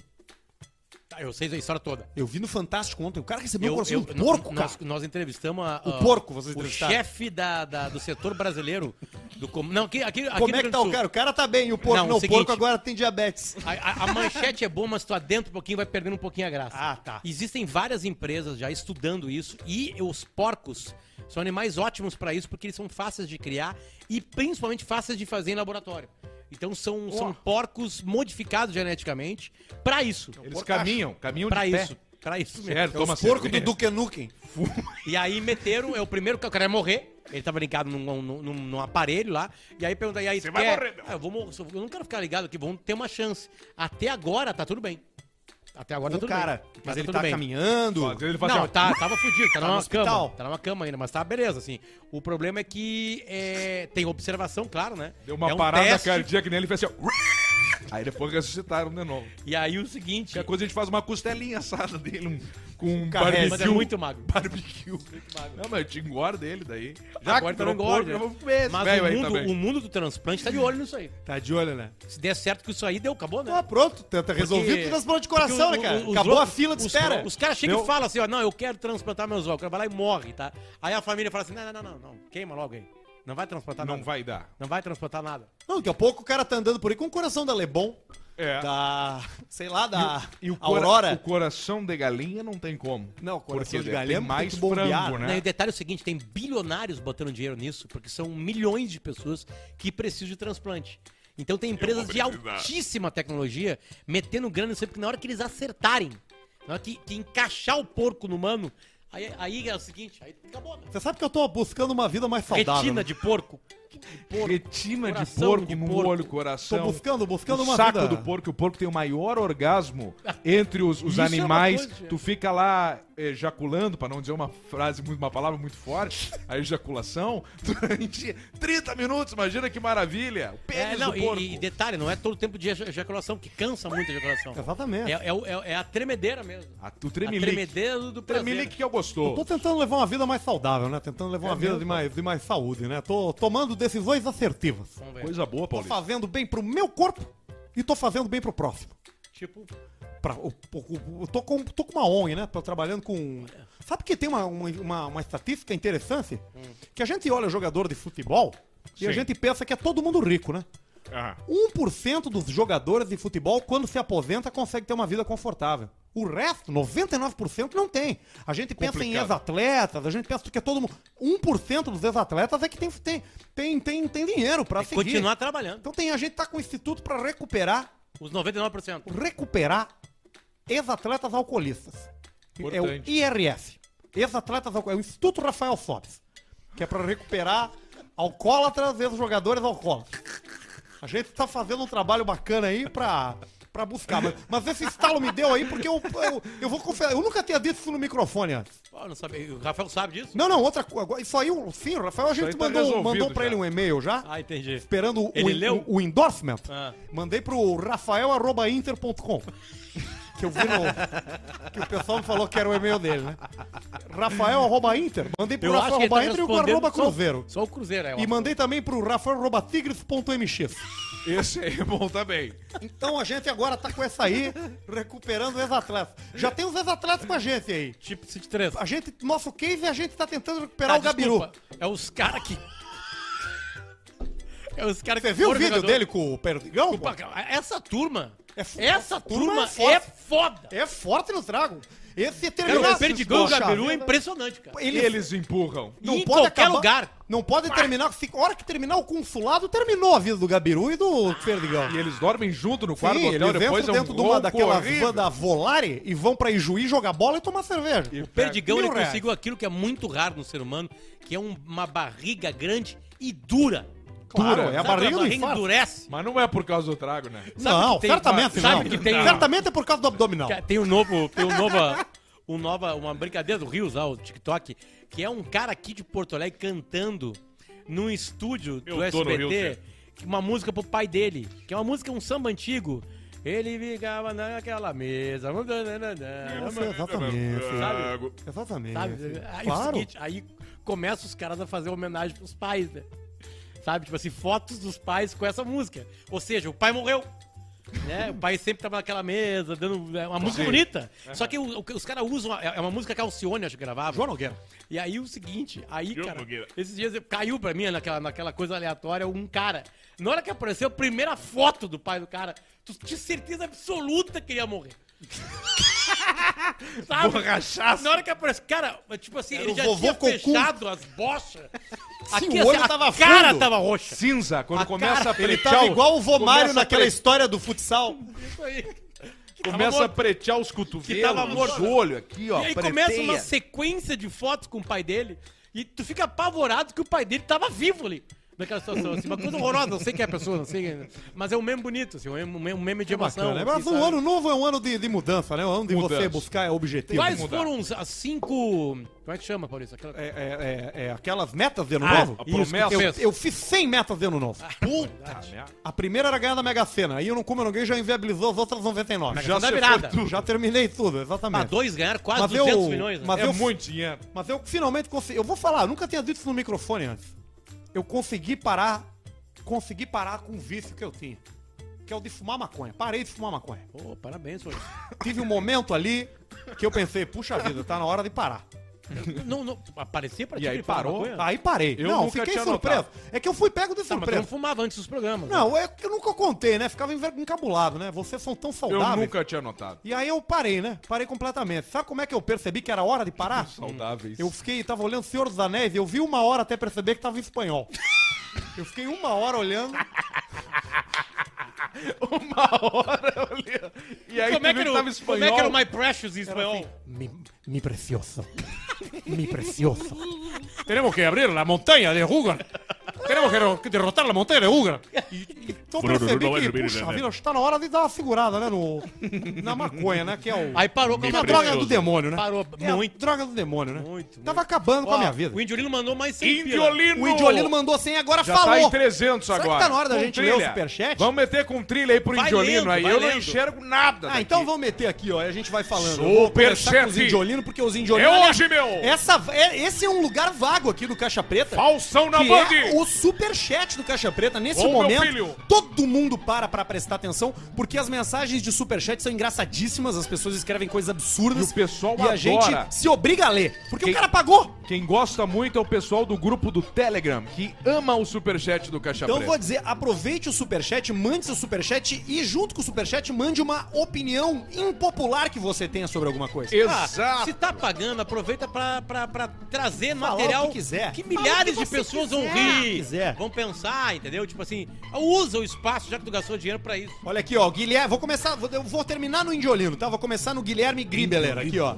Speaker 3: Tá, Eu sei a história toda.
Speaker 1: Eu vi no Fantástico ontem. O cara recebeu um
Speaker 3: Eu-
Speaker 1: coração
Speaker 3: eu-
Speaker 1: de um porco, cara.
Speaker 3: nós, nós entrevistamos a-
Speaker 1: O
Speaker 3: a-
Speaker 1: porco, vocês
Speaker 3: o
Speaker 1: entrevistaram.
Speaker 3: chefe da, da- do setor brasileiro. Do, com- não, aqui, aqui,
Speaker 1: Como é
Speaker 3: aqui no Rio
Speaker 1: que
Speaker 3: Grande
Speaker 1: tá
Speaker 3: do
Speaker 1: o
Speaker 3: Sul.
Speaker 1: cara? O cara tá bem, e o porco
Speaker 3: Não,
Speaker 1: não.
Speaker 3: o
Speaker 1: o
Speaker 3: seguinte-
Speaker 1: porco agora tem diabetes.
Speaker 3: A, a- a manchete é boa, mas tu adentra um pouquinho vai perdendo um pouquinho a graça.
Speaker 1: Ah, tá.
Speaker 3: Existem várias empresas já estudando isso e os porcos são animais ótimos para isso porque eles são fáceis de criar e principalmente fáceis de fazer em laboratório. Então são, são porcos modificados geneticamente para isso.
Speaker 4: Eles caminham, caminham
Speaker 3: Para
Speaker 4: de pé.
Speaker 3: isso. É Pra isso mesmo.
Speaker 4: Sério, toma
Speaker 1: Os porco do
Speaker 4: cerveja.
Speaker 1: Duke Nukem.
Speaker 3: Tá E aí meteram, é o primeiro que o cara ia morrer. Ele tava ligado num, num- num- num aparelho lá. E aí pergunta, e aí
Speaker 2: Você
Speaker 3: tu
Speaker 2: vai
Speaker 3: quer?
Speaker 2: morrer, meu.
Speaker 3: Ah, eu, vou, mor- eu não quero ficar ligado aqui, vamos ter uma chance. Até agora tá tudo bem. Até agora tá
Speaker 1: O
Speaker 3: tudo
Speaker 1: cara,
Speaker 3: bem.
Speaker 1: mas
Speaker 3: tá
Speaker 1: ele
Speaker 3: tudo
Speaker 1: tá
Speaker 3: bem.
Speaker 1: caminhando.
Speaker 4: Às vezes ele faz
Speaker 3: Não,
Speaker 4: assim, ó.
Speaker 3: tá, tava fudido, tá,
Speaker 1: no
Speaker 3: numa
Speaker 1: hospital.
Speaker 3: cama. Tá numa cama ainda, mas tá beleza, assim. O problema é que é, tem observação, claro, né?
Speaker 4: Deu uma
Speaker 3: é um
Speaker 4: parada
Speaker 3: teste,
Speaker 4: cardíaca nele e fez assim, ó. Aí depois ressuscitaram de novo.
Speaker 3: E aí o seguinte.
Speaker 4: Que a coisa a gente faz uma costelinha assada dele, um, com um
Speaker 1: Carrega,
Speaker 4: barbecue.
Speaker 3: Mas é muito magro.
Speaker 4: Barbecue. Não, mas eu te engorda ele daí. Ah, Já
Speaker 3: Agora
Speaker 4: que
Speaker 3: tá no
Speaker 4: virou porco,
Speaker 3: engorde.
Speaker 4: eu vou comer esse
Speaker 3: Mas
Speaker 4: velho
Speaker 3: o
Speaker 4: aí
Speaker 3: mundo,
Speaker 4: também.
Speaker 3: o mundo do transplante tá de olho nisso aí.
Speaker 1: Tá de olho, né?
Speaker 3: Se der certo com isso aí, deu, acabou, né?
Speaker 1: Ah, pronto, tá, tá resolvido, transplante de coração, né,
Speaker 3: Porque o-
Speaker 1: cara?
Speaker 3: o- os
Speaker 1: Acabou a
Speaker 3: loucos-
Speaker 1: fila de
Speaker 3: os-
Speaker 1: espera.
Speaker 3: Os caras chegam
Speaker 4: Meu-
Speaker 3: e falam assim, ó, não, eu quero transplantar meus ovos. O cara vai lá e morre, tá? Aí a família fala assim, não, não, não, não, não, queima logo aí. Não vai transplantar
Speaker 4: Não
Speaker 3: nada.
Speaker 4: vai dar.
Speaker 3: Não vai transplantar nada.
Speaker 1: Não, daqui a pouco o cara tá andando por aí com o coração da Lebon,
Speaker 4: É.
Speaker 1: da. sei lá, da.
Speaker 4: E o, cora- o
Speaker 1: Aurora.
Speaker 4: coração de galinha não tem como.
Speaker 1: Não, o coração
Speaker 4: Porque
Speaker 1: de
Speaker 4: tem
Speaker 1: galinha tem
Speaker 4: mais
Speaker 1: que bombear,
Speaker 4: frango,
Speaker 3: Não, e o
Speaker 4: né?
Speaker 3: detalhe é o seguinte, tem bilionários botando dinheiro nisso, porque são milhões de pessoas que precisam de transplante. Então tem empresas de altíssima tecnologia metendo grana nisso aí, porque na hora que eles acertarem, na hora que, que encaixar o porco no humano, aí, aí é o seguinte, aí acabou, né?
Speaker 1: Você sabe que eu tô buscando uma vida mais saudável.
Speaker 3: Retina
Speaker 1: né?
Speaker 3: de porco.
Speaker 4: Retina de
Speaker 3: Coração
Speaker 4: porco
Speaker 3: de
Speaker 4: no
Speaker 3: porco.
Speaker 4: olho,
Speaker 1: Tô
Speaker 4: coração.
Speaker 1: buscando, buscando
Speaker 4: o
Speaker 1: uma
Speaker 4: saco
Speaker 1: vida.
Speaker 4: do porco, o porco tem o maior orgasmo entre os, os
Speaker 3: Isso é uma
Speaker 4: animais.
Speaker 3: coisa.
Speaker 4: tu fica lá eh, ejaculando, pra não dizer uma frase, muito- uma palavra muito forte, a ejaculação, durante 30 minutos. Imagina que maravilha! O pênis
Speaker 3: É, não,
Speaker 4: do porco.
Speaker 3: e, e detalhe, não é todo tempo de eja- ejaculação, que cansa muito a ejaculação.
Speaker 1: Exatamente.
Speaker 3: É, é o- é- é a tremedeira mesmo.
Speaker 4: A, o
Speaker 3: A
Speaker 4: Ah, tremelique.
Speaker 3: tremedeira do do
Speaker 4: O tremelique
Speaker 3: prazer.
Speaker 4: que eu
Speaker 1: Eu tô
Speaker 4: gostou.
Speaker 1: tentando levar uma vida mais saudável, né? Tentando levar uma vida
Speaker 4: mesmo,
Speaker 1: de mais, de mais saúde, né? Tô tomando decisões assertivas.
Speaker 3: Vamos ver.
Speaker 4: Coisa boa,
Speaker 1: Tô
Speaker 4: Paulinho.
Speaker 1: fazendo bem pro meu corpo e tô fazendo bem pro próximo.
Speaker 3: Tipo,
Speaker 1: Pra, o- o- o- tô, com, tô com uma ONG, né? Tô trabalhando com. Sabe que tem uma, uma, uma- uma estatística interessante? Que a gente olha jogador de futebol e a
Speaker 4: Sim.
Speaker 1: gente pensa que é todo mundo rico, né?
Speaker 4: Ah,
Speaker 1: 1% dos jogadores de futebol, quando se aposenta, consegue ter uma vida confortável. O resto, 99%, não tem. A gente pensa em
Speaker 4: Complicado.
Speaker 1: ex-atletas, a gente pensa que é todo mundo. 1% dos ex-atletas é que tem, tem, tem, tem, tem dinheiro pra seguir.
Speaker 3: continuar trabalhando.
Speaker 1: Então tem, a gente tá com o instituto pra recuperar
Speaker 3: Os 99%.
Speaker 1: recuperar ex-atletas alcoolistas. É o
Speaker 4: Importante.
Speaker 1: IRS. Ex-atletas alcoolistas. É o Instituto Rafael Sobes. Que é pra recuperar alcoólatras, ex-jogadores alcoólatras. A gente tá fazendo um trabalho bacana aí pra, pra buscar. Mas, mas esse estalo me deu aí porque eu, eu, eu vou confessar. Eu nunca tinha dito isso no microfone antes.
Speaker 3: Pô, não sabe, o Rafael sabe disso?
Speaker 1: Não, não, outra coisa. Isso aí, o- sim, o Rafael, a gente
Speaker 4: aí tá
Speaker 1: mandou,
Speaker 4: resolvido
Speaker 1: mandou pra
Speaker 4: já.
Speaker 1: ele um e-mail já
Speaker 3: Ah, entendi.
Speaker 1: esperando o,
Speaker 3: Ele leu?
Speaker 1: o, o endorsement.
Speaker 3: Ah.
Speaker 1: Mandei pro rafael.inter.com. Que eu vi no. Que o pessoal me falou que era o e-mail dele, né? Rafael.inter. Mandei pro
Speaker 3: Eu acho que ele tá
Speaker 1: rafael.inter e o
Speaker 3: respondendo
Speaker 1: arroba
Speaker 3: só,
Speaker 1: cruzeiro.
Speaker 3: só o Cruzeiro. É,
Speaker 1: E mandei também pro rafael.tigres.mx.
Speaker 4: Esse aí é bom também.
Speaker 1: Então a gente agora tá com essa aí, recuperando os ex-atletas. Já tem os ex-atletas com a gente aí.
Speaker 3: Tipo City 3.
Speaker 1: A gente, nosso case, a gente tá tentando recuperar o Gabiru.
Speaker 3: É os caras que. É os caras que.
Speaker 1: Você viu o
Speaker 3: foram
Speaker 1: vídeo
Speaker 3: jogador-
Speaker 1: dele com o Perdigão? pô?
Speaker 3: Opa, Essa turma.
Speaker 1: É fo-
Speaker 3: Essa turma,
Speaker 1: turma é foda.
Speaker 3: é foda.
Speaker 1: É forte no trago. Esse é
Speaker 3: Cara,
Speaker 1: terminar...
Speaker 3: o Perdigão e o
Speaker 1: Poxa
Speaker 3: Gabiru é
Speaker 1: vida.
Speaker 3: impressionante, cara.
Speaker 1: Ele-
Speaker 4: Eles empurram.
Speaker 1: não
Speaker 3: em
Speaker 1: pode
Speaker 3: qualquer
Speaker 1: acabar-
Speaker 3: lugar.
Speaker 1: Não pode terminar. Se, a hora que terminar o consulado, terminou a vida do Gabiru e do Perdigão.
Speaker 4: E eles dormem junto no quarto
Speaker 1: Sim,
Speaker 4: do hotel,
Speaker 1: eles
Speaker 4: depois é
Speaker 1: entram
Speaker 4: um
Speaker 1: dentro de uma
Speaker 4: ronco
Speaker 1: daquelas
Speaker 4: horrível.
Speaker 1: bandas Volare e vão pra Ijuí jogar bola e tomar cerveja.
Speaker 3: O Perdigão
Speaker 1: É, Mil
Speaker 3: ele
Speaker 1: reais.
Speaker 3: conseguiu aquilo que é muito raro no ser humano, que é um- uma barriga grande e dura.
Speaker 1: Claro,
Speaker 4: Dura.
Speaker 1: é a
Speaker 3: Sabe,
Speaker 1: barriga
Speaker 3: a
Speaker 1: do
Speaker 3: barriga
Speaker 1: infarto.
Speaker 3: endurece.
Speaker 4: Mas não é por causa do trago, né?
Speaker 1: não,
Speaker 3: que tem-
Speaker 1: certamente
Speaker 3: sabe
Speaker 1: não.
Speaker 3: que tem-
Speaker 1: Certamente é por causa do abdominal.
Speaker 3: Cara, Tem um novo, tem um nova, um nova, uma brincadeira do Rios lá, o TikTok, que é um cara aqui de Porto Alegre cantando num estúdio
Speaker 2: Meu
Speaker 3: do
Speaker 2: dono
Speaker 3: SBT
Speaker 2: Hilton.
Speaker 3: que uma música pro pai dele, que é uma música, um samba antigo. Ele ficava naquela mesa.
Speaker 1: Nossa, exatamente.
Speaker 2: Trago.
Speaker 1: Exatamente.
Speaker 3: Sabe? Aí, o
Speaker 1: claro.
Speaker 3: seguinte, aí começa os caras a fazer homenagem pros pais, né? Sabe? Tipo assim, fotos dos pais com essa música. Ou seja, o pai morreu. Né? O pai sempre tava naquela mesa, dando é uma música bonita. Só que o- o- os caras usam. É é uma música que a Alcione, acho que gravava.
Speaker 1: João Nogueira.
Speaker 3: E aí o seguinte, aí,
Speaker 2: João
Speaker 3: cara,
Speaker 2: Nogueira.
Speaker 3: esses dias eu- caiu pra mim né, naquela, naquela coisa aleatória um cara. Na hora que apareceu a primeira foto do pai do cara, tu tinha certeza absoluta que ele ia morrer. Sabe? Na hora que apareceu, cara, tipo assim,
Speaker 1: Era
Speaker 3: ele
Speaker 1: o
Speaker 3: já
Speaker 1: vovô
Speaker 3: tinha
Speaker 1: Cocum.
Speaker 3: fechado as bochas. assim,
Speaker 1: Sim, o olho
Speaker 3: a
Speaker 1: tava
Speaker 3: cara
Speaker 1: fundo.
Speaker 3: tava roxa.
Speaker 4: Cinza, quando
Speaker 3: A
Speaker 4: começa
Speaker 3: cara-
Speaker 4: a
Speaker 1: Ele
Speaker 4: pretear,
Speaker 1: tava
Speaker 4: o-
Speaker 1: igual o Vomário
Speaker 4: começa a
Speaker 1: naquela
Speaker 4: pre-
Speaker 1: história do futsal.
Speaker 3: Isso aí. Que tava
Speaker 4: Começa a
Speaker 3: morto.
Speaker 4: pretear os
Speaker 3: Que tava
Speaker 4: cotovelos, os
Speaker 3: morto.
Speaker 4: olhos aqui, ó.
Speaker 3: E aí começa
Speaker 4: preteia.
Speaker 3: uma sequência de fotos com o pai dele e tu fica apavorado que o pai dele tava vivo ali. Naquela situação, assim, uma coisa horrorosa, não sei quem é a pessoa, não sei quem é. Mas é um meme bonito, assim, um meme, um meme- um meme de emoção.
Speaker 1: Bacana.
Speaker 3: assim,
Speaker 1: Mas um
Speaker 3: sabe?
Speaker 1: ano novo é um ano de, de mudança, né? Um ano de você
Speaker 4: Mudança.
Speaker 1: buscar objetivos.
Speaker 3: Quais
Speaker 1: Mudar.
Speaker 3: foram os- as cinco. Como é que chama, Paulista? Aquela...
Speaker 1: É, é, é, é aquelas metas de ano
Speaker 3: Ah,
Speaker 1: novo?
Speaker 4: a
Speaker 1: Isso,
Speaker 4: promessa.
Speaker 1: que eu,
Speaker 3: Fez.
Speaker 1: eu fiz 100 metas de ano novo. Puta! A primeira era ganhar da Mega Sena. Aí eu não como ninguém já inviabilizou as outras 99.
Speaker 3: Já
Speaker 1: Já,
Speaker 3: da
Speaker 4: se
Speaker 3: virada.
Speaker 4: foi tudo.
Speaker 1: já terminei tudo,
Speaker 3: Ah,
Speaker 1: exatamente.
Speaker 3: dois ganharam quase
Speaker 1: Mas eu-
Speaker 3: 200 milhões. né?
Speaker 1: mas
Speaker 4: É
Speaker 1: eu-
Speaker 4: muito dinheiro.
Speaker 1: Mas eu finalmente consegui. Eu vou falar, eu nunca tinha dito isso no microfone antes. Eu consegui parar. Consegui parar com o vício que eu tinha. Que é o de fumar maconha. Parei de fumar maconha.
Speaker 3: Pô, parabéns, Paulista.
Speaker 1: Tive um momento ali que eu pensei, puxa vida, tá na hora de parar.
Speaker 3: Não, não, aparecia pra
Speaker 4: E
Speaker 3: ti
Speaker 4: aí
Speaker 3: que ele fumava
Speaker 4: parou,
Speaker 3: maconha?
Speaker 1: Aí parei.
Speaker 4: Eu
Speaker 1: não,
Speaker 4: nunca
Speaker 1: fiquei
Speaker 4: tinha
Speaker 1: surpreso.
Speaker 4: notado.
Speaker 1: É que eu fui pego de
Speaker 3: Tá, mas tu não
Speaker 1: surpresa.
Speaker 3: fumava antes dos programas. né?
Speaker 1: Não, é que eu nunca contei, né? Ficava enver- encabulado, né? Vocês são tão
Speaker 4: Eu
Speaker 1: saudáveis.
Speaker 4: nunca tinha notado.
Speaker 1: E aí eu parei, né? Parei completamente. Sabe como é que eu percebi que era hora de parar?
Speaker 4: Saudáveis.
Speaker 1: Hum. Eu fiquei, tava olhando Senhor dos Anéis e eu vi uma hora até perceber que tava em espanhol. Eu fiquei uma hora olhando.
Speaker 4: Uma hora eu li. E aí
Speaker 3: Como é, que
Speaker 4: tu viu
Speaker 3: era,
Speaker 4: tava
Speaker 3: o- como é que era
Speaker 4: espanhol.
Speaker 3: o My Precious em espanhol?
Speaker 1: Mi, mi precioso. Mi precioso.
Speaker 2: Tenemos que abrir la montaña de Hugan. Tenemos que derrotar la montaña de Hugan.
Speaker 1: Então eu percebi
Speaker 2: Bruno,
Speaker 1: que,
Speaker 2: Bruno,
Speaker 1: puxa
Speaker 2: Bruno,
Speaker 1: vida, acho que tá na hora de dar uma segurada, né? No, na maconha, né? Que é o.
Speaker 3: Aí parou com
Speaker 1: que é a
Speaker 3: uma
Speaker 1: droga
Speaker 2: precioso.
Speaker 1: do demônio, né?
Speaker 3: Parou
Speaker 1: É a
Speaker 3: muito.
Speaker 1: droga do demônio, né?
Speaker 3: Muito,
Speaker 1: Tava acabando com a minha vida.
Speaker 3: O Indiolino mandou mais 100 pila.
Speaker 2: Indiolino.
Speaker 1: O Indiolino mandou 100 agora
Speaker 4: Já
Speaker 1: falou.
Speaker 4: tá em 300
Speaker 1: Será que
Speaker 4: agora.
Speaker 1: tá na hora da
Speaker 4: Com
Speaker 1: gente ler o superchat?
Speaker 4: Vamos meter com trilha aí pro
Speaker 3: Vai
Speaker 4: Indiolino
Speaker 3: lendo,
Speaker 4: aí.
Speaker 3: vai
Speaker 4: Eu não
Speaker 3: lendo.
Speaker 4: enxergo nada.
Speaker 1: Ah,
Speaker 4: daqui.
Speaker 1: então vamos meter aqui, ó. e A gente vai falando.
Speaker 4: Super
Speaker 1: Eu vou conversar com os
Speaker 4: chefe.
Speaker 1: indiolinos, porque os
Speaker 2: É
Speaker 1: indiolinos.
Speaker 2: hoje, meu.
Speaker 1: Essa, é- esse é um lugar vago aqui do Caixa Preta.
Speaker 2: Falsão na
Speaker 1: que é
Speaker 2: Band.
Speaker 1: o superchat do Caixa Preta. Nesse
Speaker 2: Ô, meu
Speaker 1: momento,
Speaker 2: filho.
Speaker 1: todo mundo para pra prestar atenção, porque as mensagens de superchat são engraçadíssimas, as pessoas escrevem coisas absurdas.
Speaker 4: E o pessoal
Speaker 1: E a
Speaker 4: adora.
Speaker 1: gente se obriga a ler, porque
Speaker 4: Quem-
Speaker 1: o cara pagou.
Speaker 4: Quem gosta muito é o pessoal do grupo do Telegram, que ama o superchat do Caixa
Speaker 1: Então eu
Speaker 4: Preta.
Speaker 1: vou dizer, aproveite o superchat, mande seu superchat e junto com o superchat mande uma opinião impopular que você tenha sobre alguma coisa.
Speaker 3: Ah,
Speaker 4: Exato.
Speaker 3: se tá pagando, aproveita pra, pra, pra trazer
Speaker 1: Falar o
Speaker 3: material
Speaker 1: que quiser. Fala o
Speaker 3: milhares
Speaker 1: que
Speaker 3: de
Speaker 1: você
Speaker 3: pessoas vão
Speaker 1: quiser.
Speaker 3: rir,
Speaker 1: Quiser.
Speaker 3: vão pensar, entendeu? Tipo assim, usa o espaço já que tu gastou dinheiro pra isso.
Speaker 1: Olha aqui, ó, Guilherme, vou começar, vou, eu vou terminar no Indiolino, tá? Vou começar no Guilherme Gribeler aqui, ó.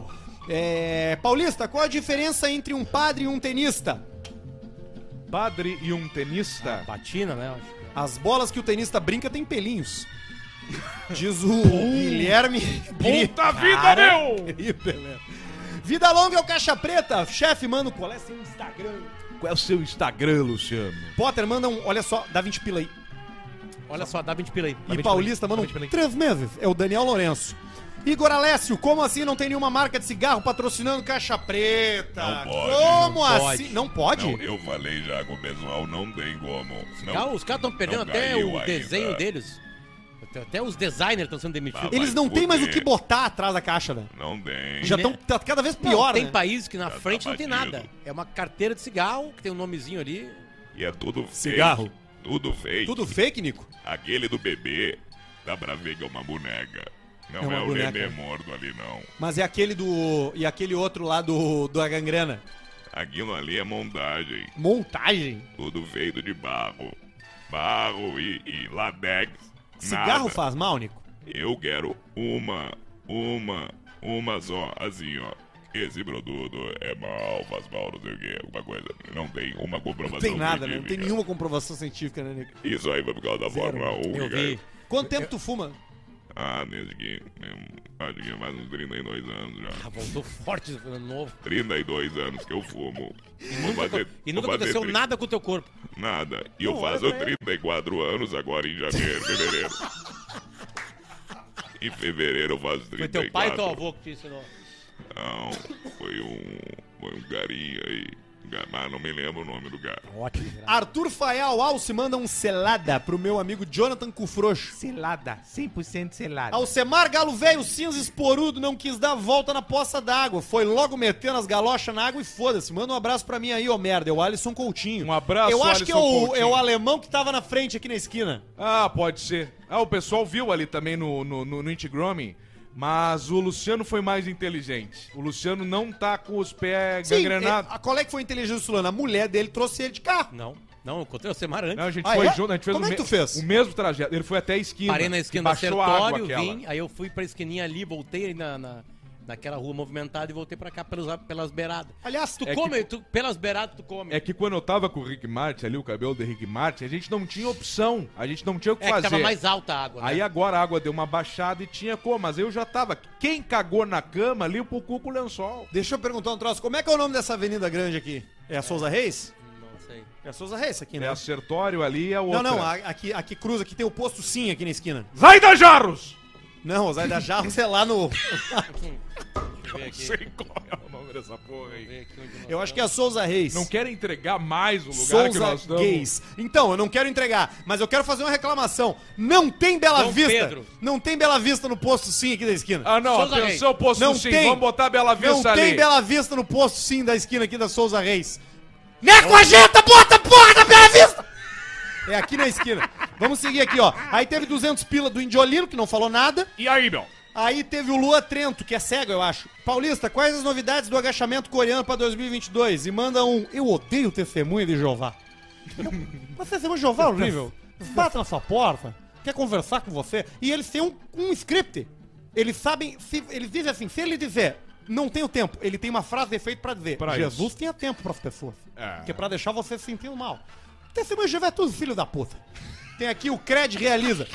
Speaker 1: É, Paulista, qual a diferença entre um padre e um tenista?
Speaker 4: Padre e um tenista.
Speaker 3: Patina, né?
Speaker 1: As bolas que o tenista brinca têm pelinhos. Diz o Guilherme Gri-
Speaker 2: Puta vida,
Speaker 1: Cara,
Speaker 2: meu.
Speaker 1: Gribeler. Vida longa é o Caixa Preta. Chefe, mano, qual é seu Instagram?
Speaker 4: Qual é o seu Instagram, Luciano?
Speaker 1: Potter, manda um, olha só, dá 20 pila aí.
Speaker 3: Olha só, dá 20 pila aí. Dá 20
Speaker 1: E
Speaker 3: pila aí.
Speaker 1: Paulista
Speaker 3: Dá
Speaker 1: manda um
Speaker 3: 20 pila aí.
Speaker 1: três meses. É o Daniel Lourenço. Igor Alessio, como assim não tem nenhuma marca de cigarro patrocinando caixa preta?
Speaker 6: Não pode,
Speaker 1: como
Speaker 3: não pode.
Speaker 1: assim? Não pode?
Speaker 6: Não, Tipo, eu falei já com o pessoal, não tem como. Não,
Speaker 3: Cara, os caras estão perdendo
Speaker 6: não
Speaker 3: até
Speaker 6: caiu
Speaker 3: o
Speaker 6: ainda.
Speaker 3: desenho deles. Até, até os designers estão sendo demitidos.
Speaker 6: Ah,
Speaker 1: Eles
Speaker 6: vai
Speaker 1: não têm mais o
Speaker 6: foder.
Speaker 1: que botar atrás da caixa, velho.
Speaker 6: Não tem.
Speaker 1: Já estão tá cada vez
Speaker 3: Não,
Speaker 1: pior,
Speaker 3: tem
Speaker 1: né?
Speaker 3: países que na
Speaker 6: tá
Speaker 3: frente não tem
Speaker 6: batido.
Speaker 3: nada. É uma carteira de cigarro que tem um nomezinho ali.
Speaker 6: E é tudo fake.
Speaker 1: Cigarro.
Speaker 6: Tudo fake.
Speaker 1: Tudo fake, Nico?
Speaker 6: Aquele do bebê, dá pra ver que é uma boneca. Não
Speaker 1: É
Speaker 6: é,
Speaker 1: uma
Speaker 6: o
Speaker 1: boneca.
Speaker 6: neném morto ali, não.
Speaker 1: Mas é aquele do. E aquele outro lá do. Da gangrena.
Speaker 6: Aquilo ali é montagem.
Speaker 1: Montagem?
Speaker 6: Tudo feito de barro. Barro e, e ladex.
Speaker 1: Cigarro
Speaker 6: nada.
Speaker 1: faz mal, Nico?
Speaker 6: Eu quero uma, uma, uma só, assim, ó. Esse produto é mal, faz mal, não sei o quê, alguma coisa. Não tem uma
Speaker 1: Não
Speaker 6: comprovação.
Speaker 1: tem nada, né? Não tem
Speaker 6: científica.
Speaker 1: nenhuma comprovação científica, né, Nico?
Speaker 6: Isso aí foi por causa da Fórmula 1.
Speaker 3: Eu
Speaker 6: cara.
Speaker 3: vi.
Speaker 1: Quanto tempo tu fuma?
Speaker 6: Ah, desde que. hum, Acho que mais uns 32 anos já.
Speaker 3: Ah, voltou forte esse ano novo.
Speaker 6: 32 anos que eu fumo. Vou fazer-
Speaker 3: E
Speaker 6: vou
Speaker 3: nunca
Speaker 6: fazer
Speaker 3: aconteceu
Speaker 6: tri-
Speaker 3: nada com o teu corpo.
Speaker 6: Nada. E eu faço 34 anos agora em janeiro, fevereiro. em fevereiro eu faço 34.
Speaker 3: Foi teu pai e teu avô que te ensinou.
Speaker 6: Não, foi um. Foi um carinha aí. Ga- Mas não me lembro o nome do cara.
Speaker 1: Arthur Faial Alce manda um selada pro meu amigo Jonathan Cufroxo.
Speaker 5: Selada, 100% selada.
Speaker 1: Alcemar Galo Velho Cinza Esporudo não quis dar volta na poça d'água. Foi logo metendo as galochas na água e foda-se. Manda um abraço pra mim aí, ô merda. É o Alisson Coutinho.
Speaker 4: Um abraço,
Speaker 1: Eu acho que é
Speaker 4: Alisson
Speaker 1: o,
Speaker 4: Coutinho.
Speaker 1: é o alemão que tava na frente aqui na esquina.
Speaker 4: Ah, pode ser. Ah, o pessoal viu ali também no, no, no, no Intigromi, mas o Luciano foi mais inteligente. O Luciano não tá com os pés
Speaker 1: Sim,
Speaker 4: gangrenados.
Speaker 1: é- a, qual é que foi a inteligência do Sulano? A mulher dele trouxe ele de carro.
Speaker 3: Não, não, eu encontrei o Semar antes.
Speaker 4: Não, a gente
Speaker 1: Ah,
Speaker 4: foi
Speaker 1: é?
Speaker 4: junto, a gente fez,
Speaker 1: Como
Speaker 4: o
Speaker 1: é que tu fez?
Speaker 4: o mesmo trajeto. Ele foi até a esquina.
Speaker 3: Parei na
Speaker 4: que
Speaker 3: esquina do
Speaker 4: baixou a água
Speaker 3: Sertório,
Speaker 4: aquela.
Speaker 3: vim, aí eu fui pra esquininha ali, voltei na, na, naquela rua movimentada e voltei pra cá pelos, pelas beiradas.
Speaker 1: Aliás, tu
Speaker 3: Tu come, tu, pelas beiradas tu come.
Speaker 4: É que quando eu tava com o Rick Martin ali, o cabelo do Rick Martin, a gente não tinha opção. A gente não tinha o que
Speaker 3: É que
Speaker 4: fazer.
Speaker 3: tava mais alta a água. né?
Speaker 4: Aí agora a água deu uma baixada e tinha como, mas eu já tava. Quem cagou na cama, limpa o cu com o lençol.
Speaker 1: Deixa eu perguntar um troço. Como é que é o nome dessa avenida grande aqui? É a Souza Reis?
Speaker 3: Não sei.
Speaker 1: É a Souza Reis aqui,
Speaker 4: É
Speaker 1: né?
Speaker 4: a Sertório ali é a outra.
Speaker 1: não, não, a, aqui, aqui cruza, aqui tem o posto Sim aqui na esquina.
Speaker 4: Vai da Jarros!
Speaker 1: Não, o Zé da Jarros é lá no...
Speaker 3: Deixa eu ver aqui.
Speaker 4: Sei qual é o nome dessa porra aí.
Speaker 3: ver aqui onde nós
Speaker 1: Eu acho que é a Souza Reis.
Speaker 4: Não quer entregar mais o lugar que
Speaker 1: Souza
Speaker 4: nós estamos.
Speaker 1: Gays. Então, eu não quero entregar, mas eu quero fazer uma reclamação. Não tem Bela
Speaker 3: Dom
Speaker 1: Vista.
Speaker 3: Pedro.
Speaker 1: Não tem Bela Vista no posto Sim aqui da esquina.
Speaker 4: Ah, não,
Speaker 3: Souza
Speaker 4: atenção, posto
Speaker 1: Não
Speaker 4: sim.
Speaker 1: tem.
Speaker 4: Vamos botar Bela Vista
Speaker 1: não
Speaker 4: ali.
Speaker 1: tem Bela Vista no posto Sim da esquina aqui da Souza Reis. Né com a gente, bota a porra da Bela Vista! É aqui na esquina. Vamos seguir aqui, ó. Aí teve 200 pila do Indiolino, que não falou nada.
Speaker 2: E aí, meu?
Speaker 1: Aí teve o Lua Trento, que é cego, eu acho. Paulista, quais as novidades do agachamento coreano pra 2022? E manda um, eu odeio testemunha de Jeová. Mas testemunha de Jeová é horrível. Eles batem na sua porta, quer conversar com você, e eles têm um, um script. Eles sabem, se- eles dizem assim, se ele dizer, não tenho tempo, ele tem uma frase de efeito pra dizer,
Speaker 4: Pra
Speaker 1: Jesus
Speaker 4: isso.
Speaker 1: tinha tempo pras pessoas. Que é pra deixar você se sentindo mal. Testemunha de Jeová é tudo filho da puta. Tem aqui o Cred Realiza.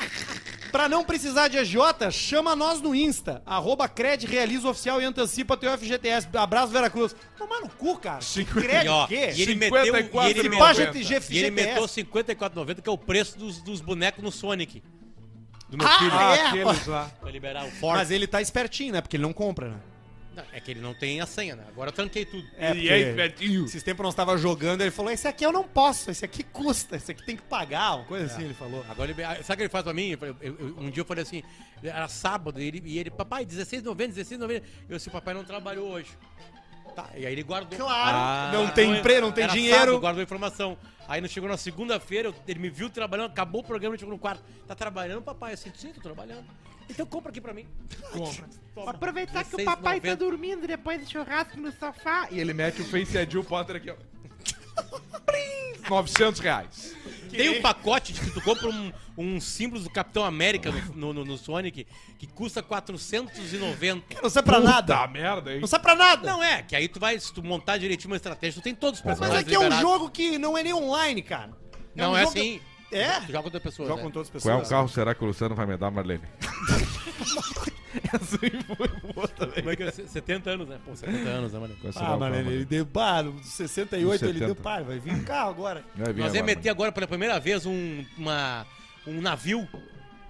Speaker 1: Pra não precisar de agiota, chama nós no Insta. Arroba Cred Realiza Oficial e antecipa teu FGTS. Abraço, Veracruz. Tomar no cu, cara. Cred
Speaker 3: E, ó,
Speaker 1: o quê?
Speaker 3: e ele
Speaker 4: 54,90.
Speaker 3: meteu, e ele
Speaker 1: Se
Speaker 3: meteu,
Speaker 1: pá,
Speaker 4: aguenta.
Speaker 1: GT,
Speaker 3: e ele meteu
Speaker 1: FGTS.
Speaker 3: 54,90, que é o preço dos, dos bonecos no Sonic.
Speaker 4: Do meu
Speaker 1: Ah,
Speaker 4: filho.
Speaker 1: é,
Speaker 4: aqueles lá.
Speaker 3: Pra liberar o forte.
Speaker 1: Mas ele tá espertinho, né? Porque ele não compra, né?
Speaker 3: É que ele não tem a senha, né? Agora eu tranquei tudo.
Speaker 1: É,
Speaker 4: E aí,
Speaker 1: porque
Speaker 4: Betinho?
Speaker 1: esses tempos nós tava jogando, ele falou, esse aqui eu não posso, esse aqui custa, esse aqui tem que pagar, uma coisa assim, ele falou.
Speaker 3: Agora ele, ah, sabe o que ele faz pra mim? Eu- eu- eu- um dia eu falei assim, era sábado, e ele, e ele papai, 16,90, 16,90. Eu disse, papai não trabalhou hoje. Tá, e aí ele guardou.
Speaker 1: Claro,
Speaker 4: Ah,
Speaker 1: não tem emprego, não tem
Speaker 3: é- Era
Speaker 1: dinheiro.
Speaker 3: sábado, guardou informação. Aí não chegou na segunda-feira, eu- ele me viu trabalhando, acabou o programa, ele chegou no quarto. Tá trabalhando, papai? Eu disse, sim, tô trabalhando. Então compra aqui pra mim. Compra.
Speaker 7: Aproveitar que o
Speaker 3: 16,90.
Speaker 7: papai tá dormindo depois do churrasco no sofá.
Speaker 4: E ele mete o Face ID o Potter aqui, ó. Plim! 900 reais.
Speaker 3: Tem um pacote de que tu compra um, um símbolo do Capitão América no, no- no- no Sonic que custa 490.
Speaker 1: Não serve pra
Speaker 4: Tá
Speaker 1: nada.
Speaker 4: merda, hein?
Speaker 1: Não serve pra nada.
Speaker 3: Não é, que aí tu vai, se tu montar direitinho uma estratégia, tu tem todos os
Speaker 1: Mas
Speaker 3: personagens
Speaker 1: aqui é um
Speaker 3: liberados.
Speaker 1: jogo que não é nem online, cara.
Speaker 3: Não,
Speaker 1: um
Speaker 3: é
Speaker 1: jogo
Speaker 3: assim.
Speaker 1: que- É?
Speaker 3: Tu joga com outra pessoa.
Speaker 1: Joga
Speaker 3: né?
Speaker 1: com todas as pessoas.
Speaker 5: Qual é o carro será que o Luciano vai me dar, Marlene?
Speaker 3: Como é que é? Se- 70 anos, né? Pô, 70 anos, né, mano?
Speaker 5: Qual será
Speaker 1: Ah,
Speaker 5: o
Speaker 1: mano,
Speaker 5: carro,
Speaker 1: ele, ele deu pá, no 68 ele deu
Speaker 5: 70.
Speaker 1: pá, vai vir um carro agora.
Speaker 5: Vai vir
Speaker 3: Nós ia
Speaker 5: agora,
Speaker 3: meter agora pela primeira vez um, uma, um navio,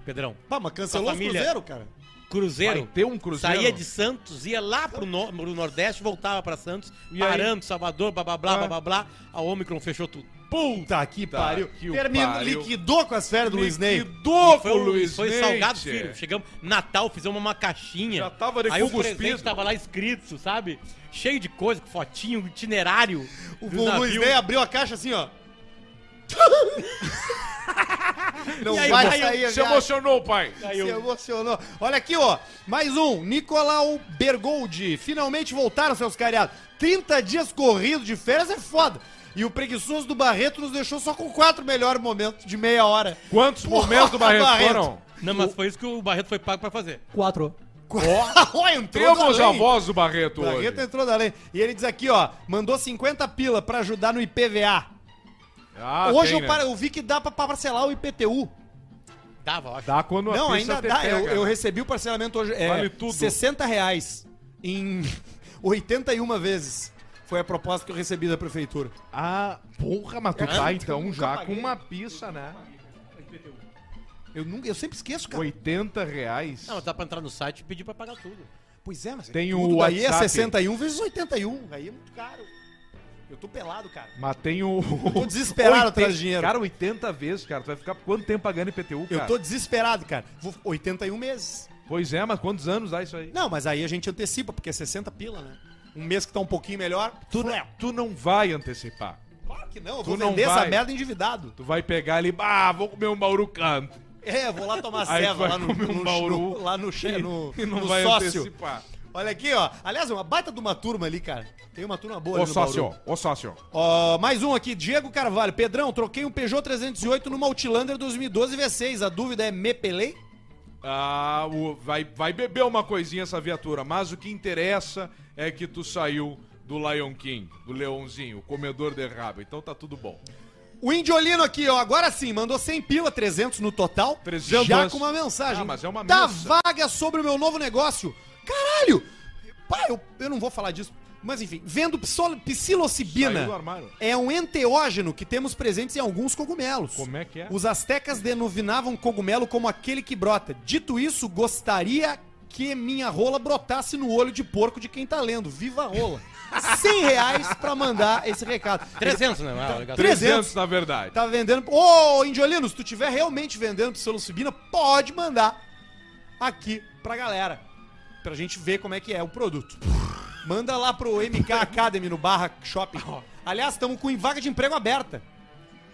Speaker 3: Pedrão.
Speaker 1: Pá, mas cancelou
Speaker 3: Sua
Speaker 1: os
Speaker 3: família.
Speaker 1: cruzeiros, cara.
Speaker 3: Cruzeiro.
Speaker 4: Vai ter um cruzeiro?
Speaker 3: Saía de Santos, ia lá pro, no- pro Nordeste, voltava pra Santos,
Speaker 4: E aí? Ah.
Speaker 3: parando, Salvador, blá blá blá, blá blá blá. A Omicron fechou tudo.
Speaker 1: Puta que pariu.
Speaker 4: que o
Speaker 1: Termina,
Speaker 4: pariu.
Speaker 1: liquidou com as férias do Luiz Ney.
Speaker 4: Liquidou
Speaker 3: Foi, um-
Speaker 4: com o Luiz
Speaker 3: foi
Speaker 4: Neite.
Speaker 3: salgado, filho. Chegamos, Natal, fizemos uma caixinha.
Speaker 4: Já tava de
Speaker 3: Aí o
Speaker 4: cugos
Speaker 3: presente
Speaker 4: pisos.
Speaker 3: tava lá escrito, sabe? Cheio de coisa, com fotinho, itinerário.
Speaker 1: O,
Speaker 3: do
Speaker 1: o Luiz
Speaker 3: navio.
Speaker 1: Ney abriu a caixa assim, ó. Não
Speaker 3: E aí,
Speaker 1: vai
Speaker 3: vai,
Speaker 1: sair a
Speaker 4: Se
Speaker 1: viagem.
Speaker 4: emocionou, pai.
Speaker 1: Se emocionou. Olha aqui, ó. Mais um. Nicolau Bergoldi. Finalmente voltaram, seus cariados. 30 dias corrido de férias é foda. E o preguiçoso do Barreto nos deixou só com quatro melhores momentos de meia hora.
Speaker 4: Quantos
Speaker 1: Porra,
Speaker 4: momentos do Barreto,
Speaker 1: Barreto.
Speaker 4: foram?
Speaker 3: Não, mas foi isso que o Barreto foi pago pra fazer.
Speaker 8: Quatro.
Speaker 1: Ó, entrou
Speaker 4: Temos
Speaker 1: da
Speaker 4: a
Speaker 1: lei.
Speaker 4: voz do Barreto,
Speaker 1: O Barreto
Speaker 4: hoje.
Speaker 1: entrou da lei. E ele diz aqui, ó. Mandou 50 pila pra ajudar no IPVA.
Speaker 4: Ah,
Speaker 1: é- Hoje
Speaker 4: tem,
Speaker 1: eu,
Speaker 4: né?
Speaker 1: par- eu vi que dá pra parcelar o IPTU.
Speaker 3: Dava, eu acho.
Speaker 4: Dá quando a
Speaker 1: Não,
Speaker 4: pizza
Speaker 1: ainda
Speaker 4: te
Speaker 1: dá.
Speaker 4: pega,
Speaker 1: Eu, eu
Speaker 4: né?
Speaker 1: recebi o parcelamento hoje. É,
Speaker 4: Vale tudo.
Speaker 1: 60 reais em 81 vezes. Foi a proposta que eu recebi da prefeitura.
Speaker 4: Ah, porra, mas tu tá então já com
Speaker 1: paguei.
Speaker 4: uma pizza, né?
Speaker 1: Eu, nunca, eu sempre esqueço, cara.
Speaker 4: 80 reais.
Speaker 3: Não, mas dá pra entrar no site e pedir pra pagar tudo.
Speaker 1: Pois é, mas é
Speaker 4: Tem
Speaker 1: tudo
Speaker 4: o
Speaker 1: daí é
Speaker 4: WhatsApp.
Speaker 1: 61 vezes 81. Aí é muito caro. Eu tô pelado, cara.
Speaker 4: Mas tem o.
Speaker 1: tô desesperado atrás de dinheiro.
Speaker 4: Cara, 80 vezes, cara. Tu vai ficar quanto tempo pagando IPTU, cara?
Speaker 1: Eu tô desesperado, cara. Vou- 81 meses.
Speaker 4: Pois é, mas quantos anos dá isso aí?
Speaker 1: Não, mas aí a gente antecipa, porque é 60 pila, né? Um mês que tá um pouquinho melhor.
Speaker 4: Tu, não- tu não vai antecipar.
Speaker 1: Claro que não, eu
Speaker 4: Tu
Speaker 1: vou
Speaker 4: não
Speaker 1: vender essa
Speaker 4: vai.
Speaker 1: merda endividado.
Speaker 4: Tu vai pegar ali, ah, vou comer um bauru canto.
Speaker 1: É, vou lá tomar
Speaker 4: Aí
Speaker 1: ceva
Speaker 4: vai
Speaker 1: lá no,
Speaker 4: comer um
Speaker 1: no-
Speaker 4: bauru.
Speaker 1: no- lá no, che- É, no,
Speaker 4: e não
Speaker 1: no
Speaker 4: vai
Speaker 1: sócio.
Speaker 4: antecipar.
Speaker 1: Olha aqui, ó. Aliás, é uma baita de uma turma ali, cara. Tem uma turma boa
Speaker 4: Ô
Speaker 1: ali no
Speaker 4: sócio,
Speaker 1: Bauru.
Speaker 4: ó, ô sócio.
Speaker 1: Ó, mais um aqui, Diego Carvalho. Pedrão, troquei um Peugeot 308 numa Outlander 2012 V6. A dúvida é me pelei?
Speaker 4: Ah, o- vai, vai beber uma coisinha essa viatura, mas o que interessa é que tu saiu do Lion King, do leãozinho, o comedor de rabo. Então tá tudo bom.
Speaker 1: O Indiolino aqui, ó, agora sim, mandou 100 pila, 300 no total.
Speaker 4: 300.
Speaker 1: Já com uma mensagem.
Speaker 4: Ah, mas é uma
Speaker 1: Da
Speaker 4: mensa.
Speaker 1: vaga sobre o meu novo negócio. Caralho! Pá, eu, eu não vou falar disso. Mas enfim, vendo psol-
Speaker 4: Saiu
Speaker 1: psilocibina.
Speaker 4: do armário.
Speaker 1: É um enteógeno que temos presentes em alguns cogumelos.
Speaker 4: Como é que é?
Speaker 1: Os astecas denominavam cogumelo como aquele que brota. Dito isso, gostaria que minha rola brotasse no olho de porco de quem tá lendo. Viva a rola! 100 reais pra mandar esse recado.
Speaker 3: 300, né? Ah, legal.
Speaker 1: 300.
Speaker 4: na verdade.
Speaker 1: Tá vendendo... Ô, Indiolino, se tu tiver realmente vendendo psilocibina, pode mandar aqui pra galera. Pra gente ver como é que é o produto. Manda lá pro MK Academy no Barra Shopping. Aliás, estamos com vaga de emprego aberta.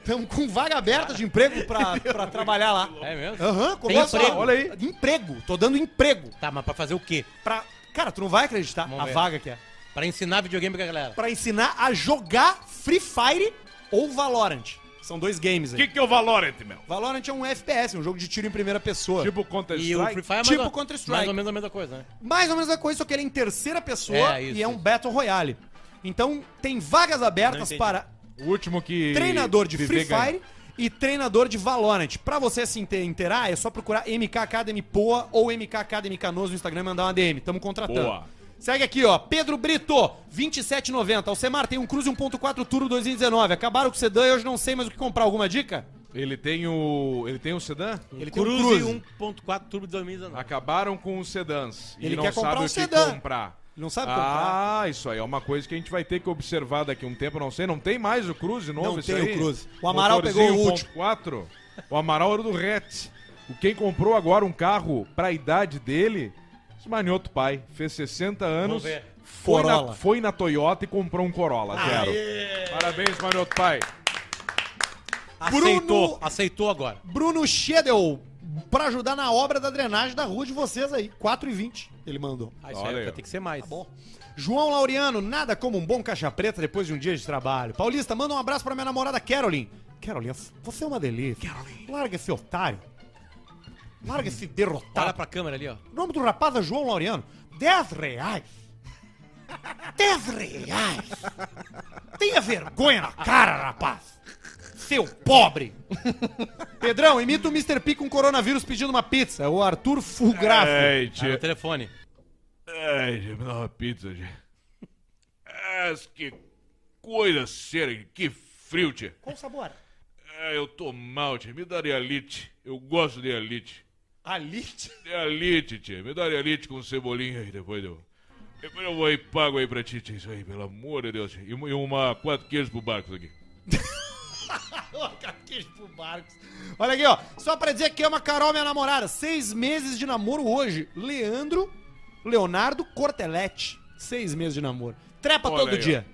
Speaker 1: Estamos com vaga aberta de emprego pra, pra trabalhar lá.
Speaker 3: É mesmo?
Speaker 1: Aham,
Speaker 3: Tem
Speaker 1: começa
Speaker 3: emprego.
Speaker 1: lá, olha aí. Emprego, tô dando emprego.
Speaker 3: Tá, mas pra fazer o quê?
Speaker 1: Pra... Cara, tu não vai acreditar
Speaker 3: Vamos
Speaker 1: a
Speaker 3: ver.
Speaker 1: vaga que é.
Speaker 3: Pra ensinar videogame pra galera.
Speaker 1: Pra ensinar a jogar Free Fire ou Valorant. São dois games
Speaker 2: O
Speaker 1: aí.
Speaker 2: que, que é o Valorant, meu?
Speaker 1: Valorant é um FPS, um jogo de tiro em primeira pessoa.
Speaker 4: Tipo Counter
Speaker 3: E o Free
Speaker 4: Strike.
Speaker 3: Fire é mais
Speaker 1: Tipo
Speaker 3: ou-
Speaker 1: Counter-Strike.
Speaker 3: Mais ou menos a mesma coisa, né?
Speaker 1: Mais ou menos a coisa, só que ele é em terceira pessoa
Speaker 3: É, isso,
Speaker 1: e é um
Speaker 3: isso.
Speaker 1: Battle Royale. Então, tem vagas abertas para
Speaker 4: O último que.
Speaker 1: treinador de
Speaker 4: viver
Speaker 1: Free
Speaker 4: ganha.
Speaker 1: Fire e treinador de Valorant. Pra você se inte- inteirar, é só procurar MK Academy Poa ou MK Academy Canoas no Instagram e mandar uma DM. Tamo contratando.
Speaker 4: Boa.
Speaker 1: Segue aqui, ó. Pedro Brito, 27,90. Alcemar tem um Cruze 1.4 Turbo 2019. Acabaram com o sedã e hoje não sei mais o que comprar. Alguma dica?
Speaker 4: Ele tem o. Ele tem o sedã?
Speaker 3: Ele
Speaker 1: tem um
Speaker 3: Cruze
Speaker 1: Cruze.
Speaker 3: 1.4 Turbo de 2019.
Speaker 4: Acabaram com os sedãs.
Speaker 1: Ele
Speaker 4: e não
Speaker 1: quer comprar
Speaker 4: sabe
Speaker 1: um
Speaker 4: o que
Speaker 1: sedã.
Speaker 4: comprar.
Speaker 1: Ele não sabe comprar.
Speaker 4: ah, isso aí é uma coisa que a gente vai ter que observar daqui a um tempo, não sei. Não tem mais o Cruze novo
Speaker 1: Não
Speaker 4: isso
Speaker 1: tem o
Speaker 4: aí?
Speaker 1: Cruze. O Amaral
Speaker 4: Motorzinho
Speaker 1: pegou o último.
Speaker 4: 1.4. O Amaral era do Ret. O quem comprou agora um carro pra idade dele, esmanhou o pai. Fez 60 anos.
Speaker 3: Vamos ver.
Speaker 4: Foi na,
Speaker 1: Corolla.
Speaker 4: foi na Toyota e comprou um Corolla, zero. Parabéns, Manioto Pai.
Speaker 3: Aceitou,
Speaker 1: Bruno-
Speaker 3: aceitou agora.
Speaker 1: Bruno Schedel, pra ajudar na obra da drenagem da rua de vocês aí. 4,20 ele mandou.
Speaker 3: Ah, isso
Speaker 4: Olha
Speaker 3: aí
Speaker 4: aí,
Speaker 3: vai
Speaker 4: ó.
Speaker 3: ter que ser mais. Tá bom.
Speaker 1: João Laureano, nada como um bom caixa preta depois de um dia de trabalho. Paulista, manda um abraço pra minha namorada Carolyn. Carolyn, você é uma delícia. Carolyn. Larga esse otário. Larga esse
Speaker 3: Olha
Speaker 1: derrotado.
Speaker 3: pra câmera ali, ó. Tá
Speaker 1: O nome do rapaz é João Laureano. 10 reais. 10 reais. Tenha vergonha na cara, rapaz. Seu pobre. Pedrão, imita o Mr. P com coronavírus pedindo uma pizza. O Arthur Fulgrafo.
Speaker 4: Ei,
Speaker 3: Ah, no
Speaker 4: tia.
Speaker 3: telefone.
Speaker 4: Ei, tia, me dá uma pizza, tia.
Speaker 2: Mas que coisa séria, que frio, É, tia.
Speaker 1: Qual o sabor?
Speaker 2: Ah, eu tô mal, tia. Me dá de alite. Eu gosto de alite.
Speaker 1: Alite.
Speaker 2: É Alite, tia. Me dá Alite com cebolinha aí, depois eu... Depois eu vou aí, pago aí pra ti, tia. Isso aí, pelo amor de Deus. tia. E uma- e uma quatro queijos pro barco isso aqui.
Speaker 1: Queijo pro Marcos. Olha aqui, ó. Só pra dizer que ama a Carol, minha namorada. Seis meses de namoro hoje. Leandro Leonardo Cortelete. Seis meses de namoro. Trepa
Speaker 2: Olha
Speaker 1: todo
Speaker 2: aí, ó.
Speaker 1: dia.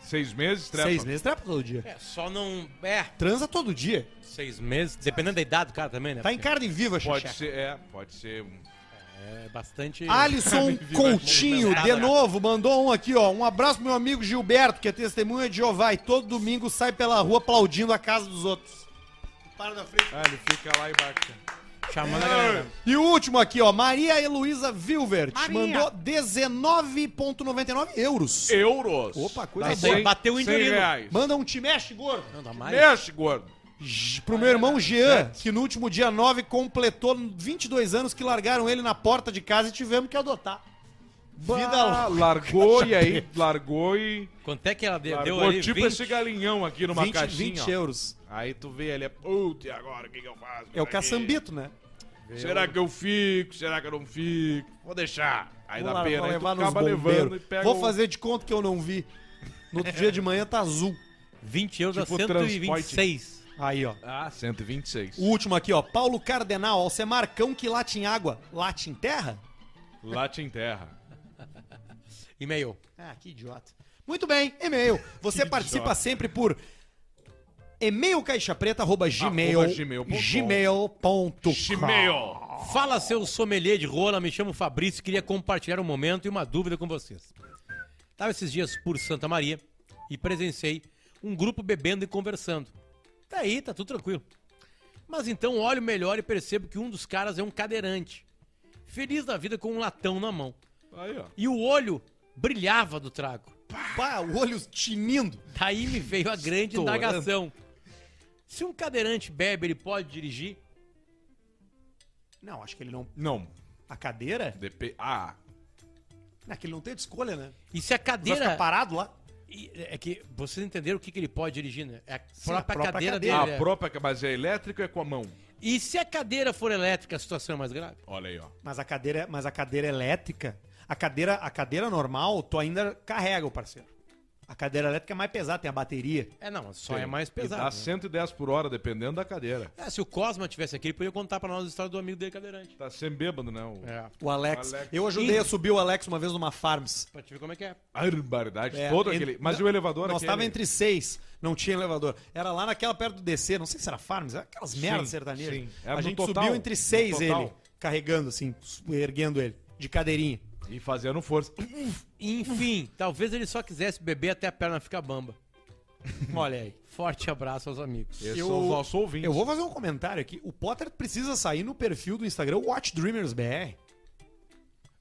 Speaker 2: Seis meses, trepa.
Speaker 1: Seis meses, trepa todo dia.
Speaker 3: É, só não. É,
Speaker 1: Transa todo dia.
Speaker 3: seis meses, dependendo da idade do cara também, né?
Speaker 1: Tá em carne viva,
Speaker 2: Pode
Speaker 1: Xixi.
Speaker 2: ser, é, pode ser. um-
Speaker 3: É bastante.
Speaker 1: Alisson Coutinho, de novo, mandou um aqui, ó. Um abraço pro meu amigo Gilberto, que é testemunha de Jeová e todo domingo sai pela rua aplaudindo a casa dos outros. Para da frente.
Speaker 4: Ah, ele fica lá e bate.
Speaker 2: Ah,
Speaker 4: Tá
Speaker 3: Chamando a galera. né?
Speaker 1: E o último aqui, ó. Maria Heloísa Vilvert
Speaker 7: Maria.
Speaker 1: mandou 19,99 euros.
Speaker 4: Euros.
Speaker 1: Opa,
Speaker 3: Tá
Speaker 1: coisa boa.
Speaker 3: bom, bateu o
Speaker 4: Cem
Speaker 3: indurino.
Speaker 4: reais.
Speaker 1: Manda um te mexe, gordo.
Speaker 3: Não dá mais.
Speaker 4: Mexe, gordo.
Speaker 1: J- Pro meu irmão Jean, que no último dia 9 completou 22 anos que largaram ele na porta de casa e tivemos que adotar. Vida
Speaker 4: Ah,
Speaker 1: louca.
Speaker 4: largou e aí, largou e...
Speaker 3: Quanto é que ela deu, deu
Speaker 4: Largou
Speaker 3: ali?
Speaker 4: tipo
Speaker 3: 20?
Speaker 4: esse galinhão aqui numa
Speaker 1: 20,
Speaker 4: caixinha.
Speaker 1: 20
Speaker 4: ó.
Speaker 1: euros.
Speaker 4: Aí tu vê ali, é, puta, e agora, o que, que eu faço?
Speaker 1: É o
Speaker 4: Pra quê?
Speaker 1: caçambito, né?
Speaker 4: Será que eu fico? Será que eu não fico? Vou deixar. Aí
Speaker 1: Vou
Speaker 4: dá
Speaker 1: lá,
Speaker 4: pena,
Speaker 1: vou
Speaker 4: É aí tu
Speaker 1: levar nos
Speaker 4: acaba levando e
Speaker 1: bombeiros.
Speaker 4: pega
Speaker 1: Vou
Speaker 4: o-
Speaker 1: fazer de conta que eu não vi. No outro dia de manhã tá azul.
Speaker 3: 20 euros
Speaker 4: Tipo
Speaker 3: a 126.
Speaker 1: Aí, ó.
Speaker 4: Ah, 126.
Speaker 1: O último aqui, ó. Paulo Cardenal, Alcemarcão que late em água, late em terra?
Speaker 4: Lá te enterra.
Speaker 3: E-mail.
Speaker 1: Ah, que idiota. Muito bem, e-mail. Você participa sempre por e-mailcaixapreta.gmail
Speaker 4: Arroba gmail.com.
Speaker 1: gmail.com
Speaker 4: Chimeio.
Speaker 3: Fala, seu sommelier de rola. Me chamo Fabrício. Queria compartilhar um momento e uma dúvida com vocês. Estava esses dias por Santa Maria e presenciei um grupo bebendo e conversando. Tá aí, tá tudo tranquilo. Mas então olho melhor e percebo que um dos caras é um cadeirante. Feliz da vida com um latão na mão.
Speaker 4: Aí, ó.
Speaker 3: E o olho brilhava do trago.
Speaker 1: Pá, o olho tinindo.
Speaker 3: Daí me veio a grande
Speaker 1: Estourando.
Speaker 3: indagação. Se um cadeirante bebe, ele pode dirigir?
Speaker 1: Não, acho que ele não...
Speaker 4: Não.
Speaker 1: A cadeira?
Speaker 4: DP... Ah,
Speaker 1: Não, é que ele não tem de escolha, né?
Speaker 3: E se a
Speaker 1: Ele vai ficar
Speaker 3: cadeira...
Speaker 1: parado lá?
Speaker 3: E É que vocês entenderam o que, que ele pode dirigir, né? É a própria,
Speaker 1: a própria
Speaker 3: cadeira,
Speaker 1: cadeira. Ah,
Speaker 3: dele.
Speaker 4: a
Speaker 3: é.
Speaker 4: própria, mas é elétrico é com a mão.
Speaker 3: E se a cadeira for elétrica, a situação é mais grave?
Speaker 4: Olha aí, ó.
Speaker 1: Mas a cadeira, mas a cadeira elétrica, a cadeira, a cadeira normal, tu ainda carrega o parceiro. A cadeira elétrica é mais pesada, tem a bateria.
Speaker 3: É, não, só é mais
Speaker 4: E dá
Speaker 3: pesado. né?
Speaker 4: 110 por hora, dependendo da cadeira.
Speaker 3: É, se o Cosma tivesse aqui, ele podia contar pra nós a história do amigo dele cadeirante.
Speaker 4: Tá sem bêbado, né? O...
Speaker 3: É,
Speaker 1: O Alex.
Speaker 4: Alex.
Speaker 1: Eu ajudei a subir o Alex uma vez numa Farms.
Speaker 3: pra te ver como é que é.
Speaker 4: Barbaridade.
Speaker 1: É,
Speaker 4: todo
Speaker 1: en-
Speaker 4: aquele... Mas
Speaker 1: não,
Speaker 4: e o elevador
Speaker 1: Nós
Speaker 4: aquele?
Speaker 1: estávamos entre seis, não tinha elevador. Era lá naquela perto do DC, não sei se era Farms, era aquelas merdas sertanejas.
Speaker 4: sim. Era
Speaker 1: A
Speaker 4: no
Speaker 1: gente
Speaker 4: total,
Speaker 1: subiu entre seis
Speaker 4: no total.
Speaker 1: ele, carregando assim, su- erguendo ele, de cadeirinha.
Speaker 4: E fazendo força.
Speaker 3: Enfim, talvez ele só quisesse beber até a perna ficar bamba.
Speaker 1: Olha aí.
Speaker 3: Forte abraço aos amigos.
Speaker 4: Esses
Speaker 1: Eu-
Speaker 4: são os nossos ouvintes.
Speaker 1: Eu vou fazer um comentário aqui. O Potter precisa sair no perfil do Instagram Watch Dreamers BR.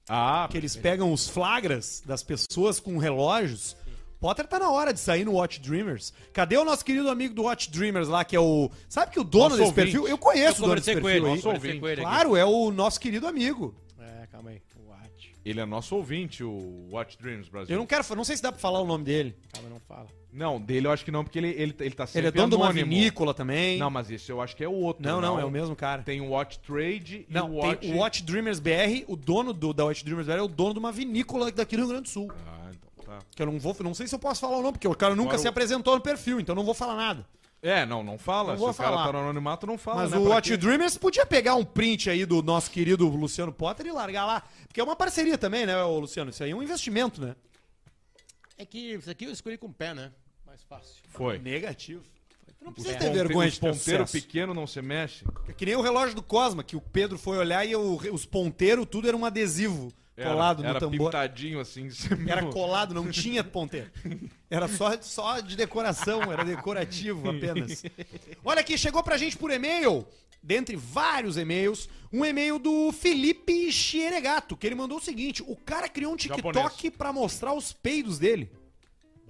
Speaker 4: Ah,
Speaker 1: que eles pegam os flagras das pessoas com relógios. Potter tá na hora de sair no Watch Dreamers. Cadê o nosso querido amigo do Watch Dreamers lá, que é o. Sabe que o dono
Speaker 4: Nosso
Speaker 1: desse
Speaker 4: ouvinte.
Speaker 1: perfil? Eu conheço
Speaker 3: Eu
Speaker 1: o dono desse
Speaker 3: conversei com ele,
Speaker 1: perfil aí.
Speaker 3: nosso ouvinte. com ele aqui.
Speaker 1: Claro, é o nosso querido amigo.
Speaker 3: É, calma aí. What?
Speaker 4: ele é nosso ouvinte, o Watch Dreams Brasil.
Speaker 1: Eu não quero. fa- Não sei se dá pra falar o nome dele.
Speaker 3: Calma, não fala.
Speaker 4: Não, dele eu acho que não, porque ele, ele, ele tá
Speaker 1: ele
Speaker 4: sempre
Speaker 1: é dono de uma
Speaker 4: anônimo.
Speaker 1: vinícola também.
Speaker 4: Não,
Speaker 1: Não,
Speaker 4: mas esse eu acho que é o outro.
Speaker 1: não, é o mesmo cara.
Speaker 4: Tem o Watch Trade
Speaker 1: não,
Speaker 4: e o Watch...
Speaker 1: tem o Watch Dreamers BR, o dono do, da Watch Dreamers BR é o dono de uma vinícola daqui do Rio Grande do Sul.
Speaker 4: Ah, então tá.
Speaker 1: Que eu não vou. Não sei se eu posso falar o nome, porque o cara nunca
Speaker 4: Agora
Speaker 1: se
Speaker 4: o-
Speaker 1: apresentou no perfil, então eu não vou falar nada.
Speaker 4: É, não, não fala.
Speaker 1: Não
Speaker 4: Se
Speaker 1: vou
Speaker 4: o cara
Speaker 1: falar.
Speaker 4: tá no anonimato, não fala,
Speaker 1: Mas
Speaker 4: né?
Speaker 1: o
Speaker 4: Pra
Speaker 1: Watch
Speaker 4: quê?
Speaker 1: Dreamers podia pegar um print aí do nosso querido Luciano Potter e largar lá. Porque é uma parceria também, né, ô Luciano? Isso aí é um investimento, né?
Speaker 3: É que isso aqui eu escolhi com o pé, né? Mais fácil.
Speaker 4: Foi.
Speaker 1: Negativo. Tu não
Speaker 4: Os
Speaker 1: precisa ter
Speaker 4: ponte-
Speaker 1: é vergonha
Speaker 4: os
Speaker 1: de
Speaker 4: ponteiro
Speaker 1: ponteiro
Speaker 4: pequeno não se mexe.
Speaker 1: É que nem o relógio do Cosma, que o Pedro foi olhar e o- os ponteiros, tudo era um adesivo colado
Speaker 4: era
Speaker 1: no tambor.
Speaker 4: pintadinho assim.
Speaker 1: Era colado, não tinha ponteiro. Era só, só de decoração, era decorativo apenas. Olha aqui, chegou pra gente por e-mail, dentre vários e-mails, um e-mail do Felipe Xieregato, que ele mandou o seguinte: o cara criou um TikTok
Speaker 4: Japonês.
Speaker 1: pra mostrar os peidos dele.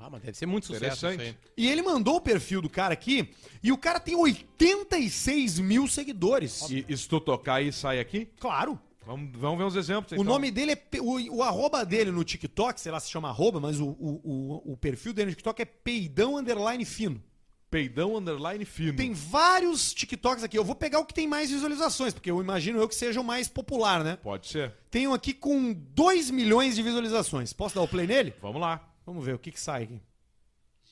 Speaker 3: Ah, mas deve ser muito sucesso
Speaker 4: Interessante.
Speaker 3: isso aí.
Speaker 1: E ele mandou o perfil do cara aqui, e o cara tem 86 mil seguidores.
Speaker 4: E, e se tu tocar e sai aqui?
Speaker 1: Claro.
Speaker 4: Vamos, vamos ver uns exemplos.
Speaker 1: O
Speaker 4: então.
Speaker 1: nome dele é. Pe- O, o arroba dele no TikTok, sei lá se chama arroba, mas o, o, o, o perfil dele no TikTok é peidão underline fino.
Speaker 4: Peidão underline fino.
Speaker 1: Tem vários TikToks aqui. Eu vou pegar o que tem mais visualizações, porque eu imagino eu que seja o mais popular, né?
Speaker 4: Pode ser?
Speaker 1: Tem um aqui com 2 milhões de visualizações. Posso dar o play nele?
Speaker 4: Vamos lá.
Speaker 1: Vamos ver o que, que sai aqui.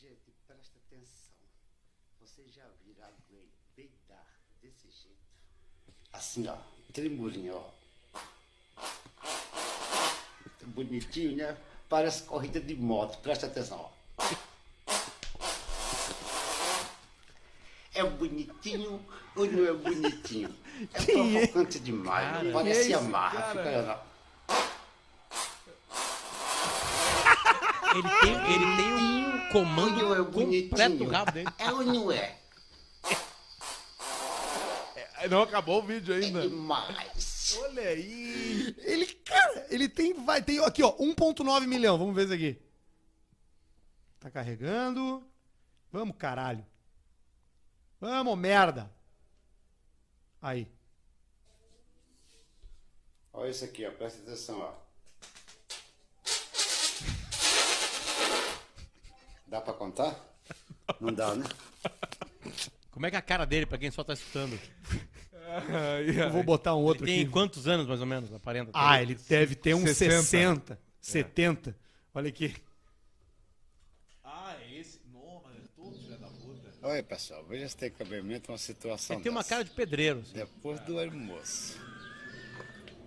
Speaker 8: Gente, presta atenção. Vocês já viram alguém deitar desse jeito? Assim, ó. Tremurinho, ó. Bonitinho, né? Parece corrida de moto. Presta atenção, ó. É bonitinho ou não é bonitinho? É provocante demais. Parece amarra. Fica olhando, ó.
Speaker 3: Ele tem, ele tem um comando
Speaker 8: Olha, é bonitinho.
Speaker 3: completo do rabo dele.
Speaker 8: É ou não é?
Speaker 4: Não acabou o vídeo
Speaker 8: É
Speaker 4: ainda.
Speaker 8: demais.
Speaker 4: Olha aí.
Speaker 1: Ele, cara, ele tem. Vai, tem aqui, ó, 1,9 milhão. Vamos ver isso aqui. Tá carregando. Vamos, caralho. Vamos, merda. Aí.
Speaker 8: Olha isso aqui, ó. Presta atenção, ó. Dá pra contar? Não dá, né?
Speaker 3: Como é que é a cara dele, pra quem só tá escutando?
Speaker 1: Eu vou botar um outro
Speaker 3: Ele tem
Speaker 1: aqui.
Speaker 3: quantos anos, mais ou menos? Aparenta.
Speaker 1: Ah, ele deve ter uns
Speaker 4: 60.
Speaker 1: 60, 70. Olha aqui.
Speaker 8: Olha, pessoal. Veja se tem cabimento uma situação
Speaker 3: Ele É tem uma
Speaker 8: dessa.
Speaker 3: cara de pedreiro. assim.
Speaker 8: Depois do almoço,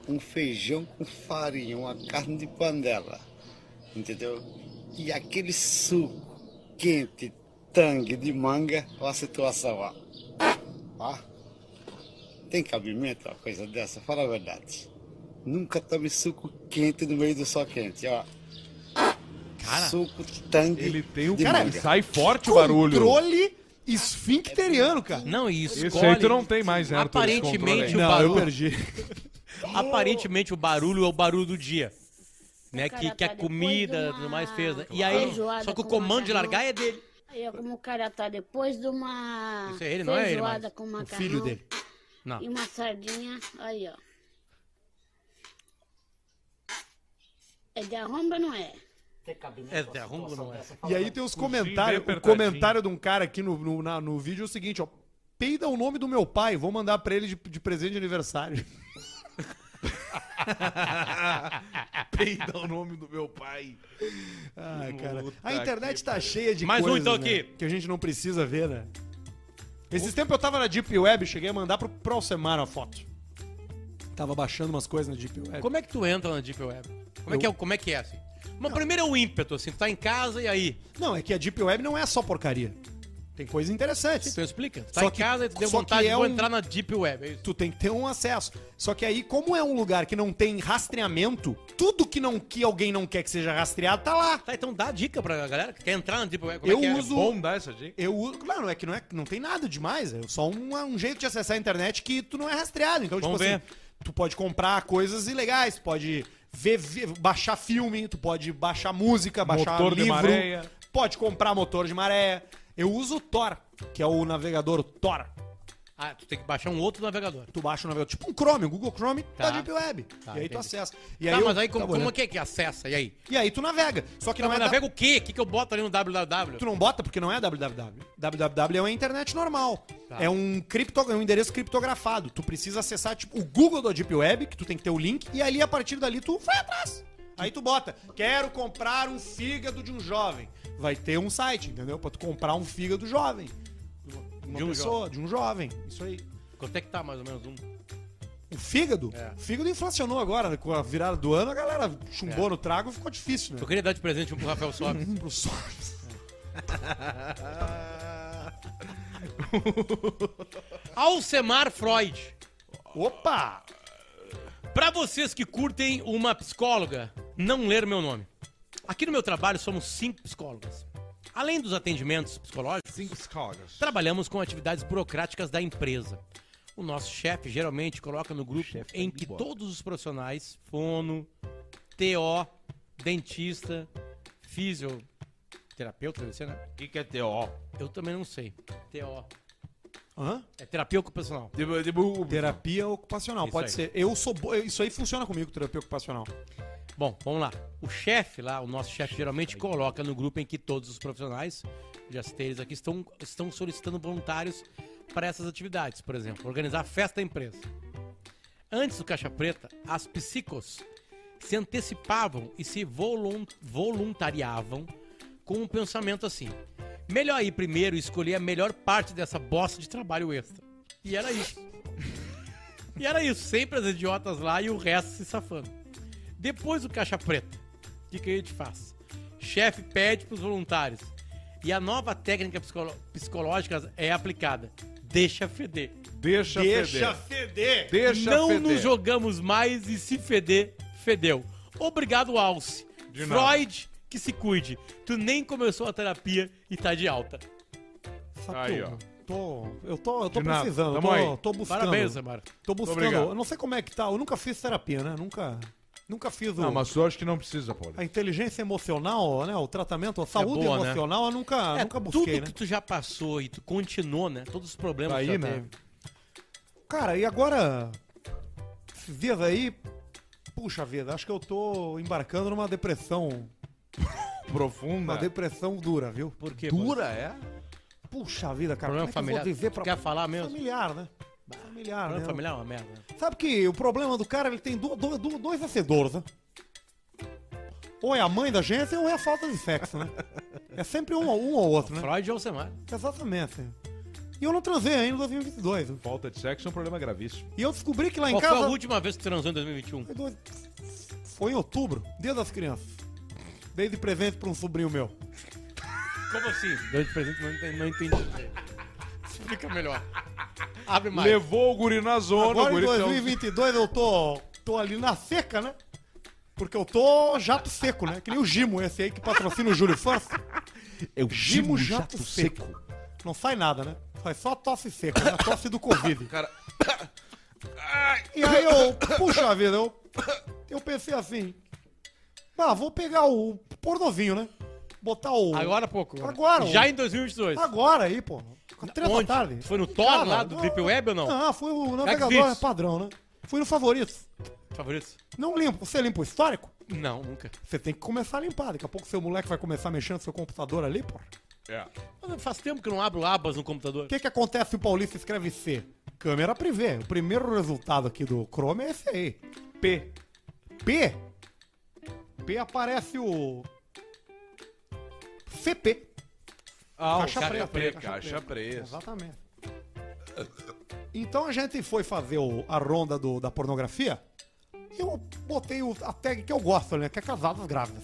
Speaker 8: um feijão com farinha, uma carne de panela, entendeu? E aquele suco quente, tangue de manga, olha a situação, ó. Ó. Tem cabimento uma coisa dessa? Fala a verdade. Nunca tome suco quente no meio do sol quente, ó. suco tangue
Speaker 4: Ele tem um
Speaker 8: de
Speaker 4: cara.
Speaker 8: manga.
Speaker 4: Sai forte o barulho.
Speaker 1: Controle esfincteriano, cara.
Speaker 3: Não, e escolhe...
Speaker 4: Esse aí tu não tem mais, né? Arthur, esse controle aí.
Speaker 3: Aparentemente o,
Speaker 1: Não, eu
Speaker 3: barulho,
Speaker 1: perdi.
Speaker 3: aparentemente o barulho é o barulho do dia. Né,
Speaker 9: O cara
Speaker 3: que, que a
Speaker 9: tá depois
Speaker 3: comida
Speaker 9: de
Speaker 3: e
Speaker 9: uma
Speaker 3: tudo mais fez. né? E aí,
Speaker 9: feijoada
Speaker 3: só que o
Speaker 9: com
Speaker 3: comando de
Speaker 9: macarrão.
Speaker 3: largar é dele.
Speaker 9: Aí, ó, como o cara tá depois de uma
Speaker 3: Isso é ele, não é ele
Speaker 9: feijoada
Speaker 3: mais.
Speaker 9: com
Speaker 1: O
Speaker 9: macarrão
Speaker 1: filho dele.
Speaker 3: Não.
Speaker 9: e uma sardinha, aí, ó. É de arromba, não é?
Speaker 3: É, derrumba não é?
Speaker 1: E aí tem os
Speaker 4: Cozinha
Speaker 1: comentários.
Speaker 4: bem
Speaker 1: O comentário de um cara aqui no, no, na- no vídeo é o seguinte, ó. Peida o nome do meu pai, vou mandar pra ele de, de presente de aniversário.
Speaker 4: Peida o nome do meu pai.
Speaker 1: Ah, cara.
Speaker 4: Puta
Speaker 1: A internet tá cheia de
Speaker 3: Mais um,
Speaker 1: coisas,
Speaker 3: então,
Speaker 1: né,
Speaker 3: aqui.
Speaker 1: Que a gente não precisa ver, né? Esses tempos eu tava na Deep Web, cheguei a mandar pro, pro Alcemar uma foto. Tava baixando umas coisas na Deep Web.
Speaker 3: Como é que tu entra na Deep Web? Como é que é, como é, que é assim? Uma primeira é o ímpeto, assim, tu tá em casa e aí.
Speaker 1: Não, é que a Deep Web não é só porcaria. Tem coisa interessante.
Speaker 3: Então explica. Tu tá
Speaker 1: Só
Speaker 3: em
Speaker 1: que-
Speaker 3: casa e tu deu
Speaker 1: só que
Speaker 3: vontade de
Speaker 1: é
Speaker 3: vou
Speaker 1: um-
Speaker 3: entrar na Deep Web. É isso.
Speaker 1: tu tem que ter um acesso. Só que aí, como é um lugar que não tem rastreamento, tudo que não que alguém não quer que seja rastreado tá lá.
Speaker 3: Tá, então dá a dica pra galera que quer entrar na Deep Web. Como é
Speaker 1: Eu
Speaker 3: que é?
Speaker 1: uso.
Speaker 4: Bom dar essa dica.
Speaker 1: Eu uso. Claro, é que não, é, não tem nada demais. É só um, um jeito de acessar a internet que tu não é rastreado. Então,
Speaker 3: Vamos
Speaker 1: tipo
Speaker 3: ver.
Speaker 1: assim, tu pode comprar coisas ilegais, tu pode ver, ver- baixar filme, tu pode baixar música, baixar
Speaker 4: Motor de
Speaker 1: livro.
Speaker 4: maré.
Speaker 1: Pode comprar motor de maré. Eu uso o Tor, que é o navegador Tor.
Speaker 3: Ah, tu tem que baixar um outro navegador.
Speaker 1: Tu baixa o navegador, tipo um Chrome, o Google Chrome
Speaker 3: Tá.
Speaker 1: da Deep Web.
Speaker 3: Tá,
Speaker 1: e aí
Speaker 3: entendi.
Speaker 1: tu acessa. E
Speaker 3: tá,
Speaker 1: eu-
Speaker 3: mas aí como,
Speaker 1: Tá
Speaker 3: como
Speaker 1: olhando.
Speaker 3: é que é que acessa? E aí?
Speaker 1: E aí tu navega. Só que
Speaker 3: Tá,
Speaker 1: não é
Speaker 3: mas
Speaker 1: da-
Speaker 3: navega o quê? O que, que eu boto ali no www?
Speaker 1: Tu não bota porque não é www. www é uma internet normal.
Speaker 3: Tá.
Speaker 1: É um cripto... é um endereço criptografado. Tu precisa acessar tipo o Google da Deep Web, que tu tem que ter o link e ali a partir dali tu vai atrás. Aí tu bota: "Quero comprar um fígado de um jovem". Vai ter um site, entendeu? Pra tu comprar um fígado jovem. Uma
Speaker 3: De um
Speaker 1: pessoa, de um jovem. Isso aí.
Speaker 3: Quanto é que tá mais ou menos um?
Speaker 1: O fígado?
Speaker 3: É.
Speaker 1: O fígado inflacionou agora, né? com a virada do ano, a galera chumbou no trago, ficou difícil, né?
Speaker 3: Eu queria dar de presente um pro Rafael Sobes.
Speaker 1: Pro Sobs.
Speaker 3: Alcemar Freud.
Speaker 1: Opa!
Speaker 3: Pra vocês que curtem uma psicóloga, não ler meu nome. Aqui no meu trabalho somos cinco psicólogas. Além dos atendimentos psicológicos,
Speaker 4: Cinco escolas.
Speaker 3: trabalhamos com atividades burocráticas da empresa. O nosso chefe geralmente coloca no grupo
Speaker 4: tá
Speaker 3: em que todos os profissionais, fono, TO, dentista, fisioterapeuta, deve ser, né?
Speaker 4: O que, que é TO?
Speaker 3: Eu também não sei. TO.
Speaker 1: Hã?
Speaker 3: É terapia ocupacional.
Speaker 4: Tipo, tipo,
Speaker 1: Terapia ocupacional,
Speaker 3: Isso
Speaker 1: pode
Speaker 3: aí.
Speaker 1: ser. Eu sou bo... Isso aí funciona comigo, terapia ocupacional.
Speaker 3: Bom, vamos lá. O chefe lá, o nosso chefe geralmente coloca no grupo em que todos os profissionais, já citei eles aqui, estão, estão solicitando voluntários para essas atividades. Por exemplo, organizar a festa da empresa. Antes do Caixa Preta, as psicos se antecipavam e se volun- voluntariavam com um pensamento assim. Melhor ir primeiro e escolher a melhor parte dessa bosta de trabalho extra. E era isso. E era isso, sempre as idiotas lá e o resto se safando. Depois do caixa preta, o que, que a gente faz? Chefe pede pros voluntários. E a nova técnica psicolo- psicológica é aplicada. Deixa feder.
Speaker 4: Deixa,
Speaker 1: Deixa
Speaker 4: feder.
Speaker 1: feder.
Speaker 4: Deixa
Speaker 3: Não
Speaker 4: feder.
Speaker 3: nos jogamos mais e se feder, fedeu. Obrigado, Alce.
Speaker 4: De nada.
Speaker 3: Freud, que se cuide. Tu nem começou a terapia e tá de alta.
Speaker 4: Aí,
Speaker 1: Saturno.
Speaker 4: ó.
Speaker 1: Tô, eu tô, eu tô
Speaker 4: De nada.
Speaker 1: precisando, eu
Speaker 4: Tamo
Speaker 1: tô,
Speaker 4: aí.
Speaker 1: tô buscando.
Speaker 3: Parabéns, Amaro.
Speaker 1: Tô buscando.
Speaker 4: Obrigado.
Speaker 1: Eu não sei como é que tá. Eu nunca fiz terapia, né? Nunca, nunca fiz o,
Speaker 4: Não, mas eu acho que não precisa, Paulo.
Speaker 1: a inteligência emocional, né? O tratamento, a saúde
Speaker 3: boa, né?
Speaker 1: emocional, eu nunca,
Speaker 3: É,
Speaker 1: nunca busquei,
Speaker 3: tudo
Speaker 1: né?
Speaker 3: que tu já passou e tu continuou, né? Todos os problemas
Speaker 4: Aí,
Speaker 3: que tu já
Speaker 4: né?
Speaker 3: teve.
Speaker 1: Cara, e agora? Esses dias aí, puxa vida, acho que eu tô embarcando numa depressão. Uma
Speaker 4: Profunda.
Speaker 1: depressão dura, viu?
Speaker 3: Por quê?
Speaker 4: Dura, é?
Speaker 1: Puxa vida, cara. como é que
Speaker 3: Problema
Speaker 1: eu vou
Speaker 3: familiar?
Speaker 1: dizer
Speaker 3: Tu
Speaker 1: pra-
Speaker 3: quer falar mesmo?
Speaker 1: Familiar, né? Familiar,
Speaker 3: Problema
Speaker 1: né?
Speaker 3: familiar é uma merda. né?
Speaker 1: Sabe que o problema do cara, ele tem do, do- do- dois acedores, né? Ou é a mãe da gente ou é a falta de sexo, né? É sempre um, ou- um ou outro, né?
Speaker 3: Freud ou Alcemar.
Speaker 1: Exatamente. E eu não transei ainda em 2022.
Speaker 4: Falta de sexo é um problema gravíssimo.
Speaker 1: E eu descobri que lá em
Speaker 3: Qual
Speaker 1: casa...
Speaker 3: foi a última vez que tu transou em 2021?
Speaker 1: Foi dois- Foi em outubro, dia das crianças. Dei de presente pra um sobrinho meu.
Speaker 3: Como assim? Deu de presente, não entendi. Não entendi. Explica melhor. Abre mais.
Speaker 4: Levou o guri na zona. o
Speaker 1: Agora em
Speaker 4: guri tá-
Speaker 1: 2022 eu tô, tô ali na seca, né? Porque eu tô jato seco, né? Que nem o Gimo, esse aí que patrocina o Júlio Santos.
Speaker 4: Eu
Speaker 1: É Gimo jato, seco. Não sai nada, né? Sai só tosse seca, né? A tosse do Covid.
Speaker 4: Cara.
Speaker 1: E aí eu, puxa vida, eu, eu pensei assim, ah, vou pegar o pornovinho, né? Botar o...
Speaker 3: Agora há pouco.
Speaker 1: Agora,
Speaker 3: Já
Speaker 1: o-
Speaker 3: em 2022.
Speaker 1: Agora aí, pô. Com Três
Speaker 3: Onde?
Speaker 1: da tarde.
Speaker 3: Foi no Thor lá do Deep Web ou não?
Speaker 1: Ah, foi o navegador
Speaker 3: Xvideos.
Speaker 1: padrão, né? Fui no favorito.
Speaker 3: Favoritos?
Speaker 1: Não limpo. Você limpa o histórico?
Speaker 3: Não, nunca.
Speaker 1: Você tem que começar a limpar. Daqui a pouco seu moleque vai começar mexendo no seu computador ali, pô.
Speaker 4: É.
Speaker 3: Mas Faz tempo que eu não abro abas no computador.
Speaker 1: O que que acontece se o Paulista escreve C? Câmera prevê. O primeiro resultado aqui do Chrome é esse aí.
Speaker 4: P.
Speaker 1: P. P aparece o... CP.
Speaker 4: Ah,
Speaker 1: Caixa preta,
Speaker 4: Caixa preta.
Speaker 1: Exatamente. Então a gente foi fazer o- a ronda do- da pornografia e eu botei o- a tag que eu gosto, né? Que é casadas grávidas.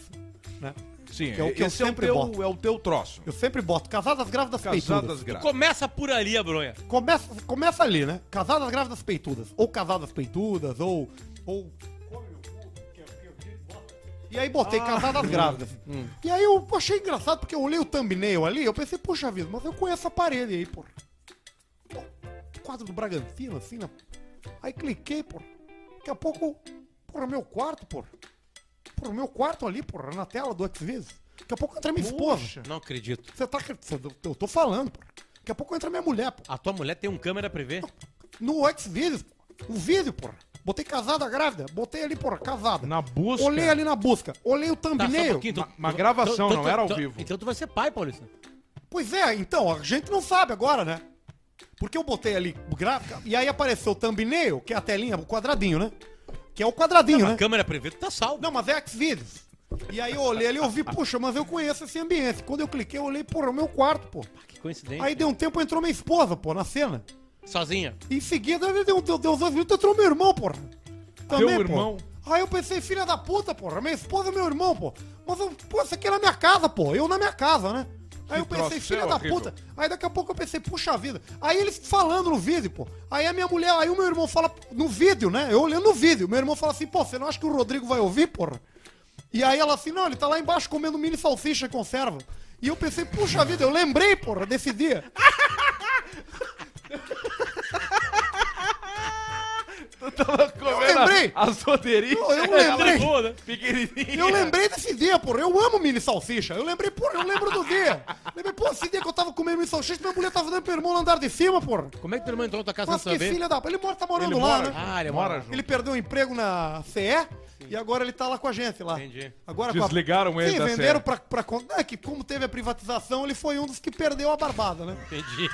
Speaker 1: Né?
Speaker 4: Sim,
Speaker 1: Que é o que eu
Speaker 4: esse é o
Speaker 1: sempre boto.
Speaker 4: teu, é o teu troço.
Speaker 1: Eu sempre boto casadas grávidas
Speaker 4: Casadas
Speaker 1: peitudas.
Speaker 4: grávidas.
Speaker 3: Começa por ali, Abronha.
Speaker 1: Começa, começa ali, né? Casadas grávidas peitudas. Ou casadas peitudas, ou. ou... é E aí botei casadas grávidas. E aí eu achei engraçado porque eu olhei o thumbnail ali, eu pensei, puxa vida, mas eu conheço a parede aí, porra. Pô, quadro do Bragantino, assim, né? Aí cliquei, porra. Daqui a pouco, porra, meu quarto, porra. Porra, meu quarto ali, porra, na tela do Xvideos. Daqui a pouco entra minha esposa.
Speaker 3: Não acredito.
Speaker 1: Você tá. cê- Eu tô falando, porra. Daqui a pouco entra minha mulher, porra.
Speaker 3: A tua mulher tem um câmera prevê?
Speaker 1: No Xvideos, o vídeo, porra. Botei casada grávida, botei ali, porra, casada.
Speaker 4: Na busca.
Speaker 1: Olhei ali na busca, olhei o
Speaker 3: um Tá,
Speaker 1: thumbnail.
Speaker 4: Ma- uma gravação, não era ao
Speaker 3: tu-
Speaker 4: vivo.
Speaker 3: Então tu vai ser pai, Paulista.
Speaker 1: pois é, então, a gente não sabe agora, né? Porque eu botei ali gráfica e aí apareceu o thumbnail, que é a telinha, o quadradinho, né? Que é o quadradinho,
Speaker 3: A
Speaker 1: né?
Speaker 3: câmera prevê, tu tá salvo.
Speaker 1: Não, mas é Xvideos. E aí eu olhei ali, eu vi, puxa, mas eu conheço esse ambiente. Quando eu cliquei, eu olhei, porra, é o meu quarto, pô.
Speaker 3: Que coincidência.
Speaker 1: Aí deu um tempo, entrou minha esposa, pô, na cena.
Speaker 3: Sozinha.
Speaker 1: Em seguida, ele deu, um deu, deu os dois minutos, entrou meu irmão, porra.
Speaker 4: Teu
Speaker 1: pô.
Speaker 4: irmão?
Speaker 1: Aí eu pensei, filha da puta, porra, minha esposa e meu irmão, pô. Mas, eu, pô, isso aqui é na minha casa, pô, eu na minha casa, né? Aí eu
Speaker 4: Que
Speaker 1: pensei,
Speaker 4: troço,
Speaker 1: filha
Speaker 4: é
Speaker 1: da
Speaker 4: horrível.
Speaker 1: puta. Aí daqui a pouco eu pensei, puxa vida. Aí eles falando no vídeo, pô. Aí a minha mulher, aí o meu irmão fala no vídeo, né? Eu olhando no vídeo. Meu irmão fala assim, pô, você não acha que o Rodrigo vai ouvir, porra? E aí ela assim, não, ele tá lá embaixo comendo mini salsicha e conserva. E eu pensei, puxa vida, eu lembrei, porra, desse dia. Eu lembrei!
Speaker 4: As roderias.
Speaker 1: Eu, eu lembrei!
Speaker 3: Foda.
Speaker 4: Pequenininha.
Speaker 1: Eu lembrei desse dia, porra. Eu amo mini salsicha. Eu lembrei, porra, eu lembro do dia. Lembrei, porra, esse dia que eu tava comendo mini salsicha, minha mulher tava dando pro irmão no andar de cima, porra.
Speaker 3: Como é que teu irmão entrou na tua casa
Speaker 1: Mas
Speaker 3: sem
Speaker 1: que
Speaker 3: saber?
Speaker 1: filha da. Ele mora, tá morando
Speaker 4: Ele
Speaker 1: lá,
Speaker 4: mora
Speaker 1: né?
Speaker 3: Ah, ele
Speaker 4: Mora
Speaker 3: mora
Speaker 4: junto.
Speaker 1: Ele perdeu o emprego na CE E agora ele tá lá com a gente lá.
Speaker 3: Entendi.
Speaker 1: Agora com a-
Speaker 4: Desligaram ele tá
Speaker 1: Sim,
Speaker 4: da
Speaker 1: venderam pra, pra. con- É que como teve a privatização, ele foi um dos que perdeu a barbada, né?
Speaker 3: Entendi.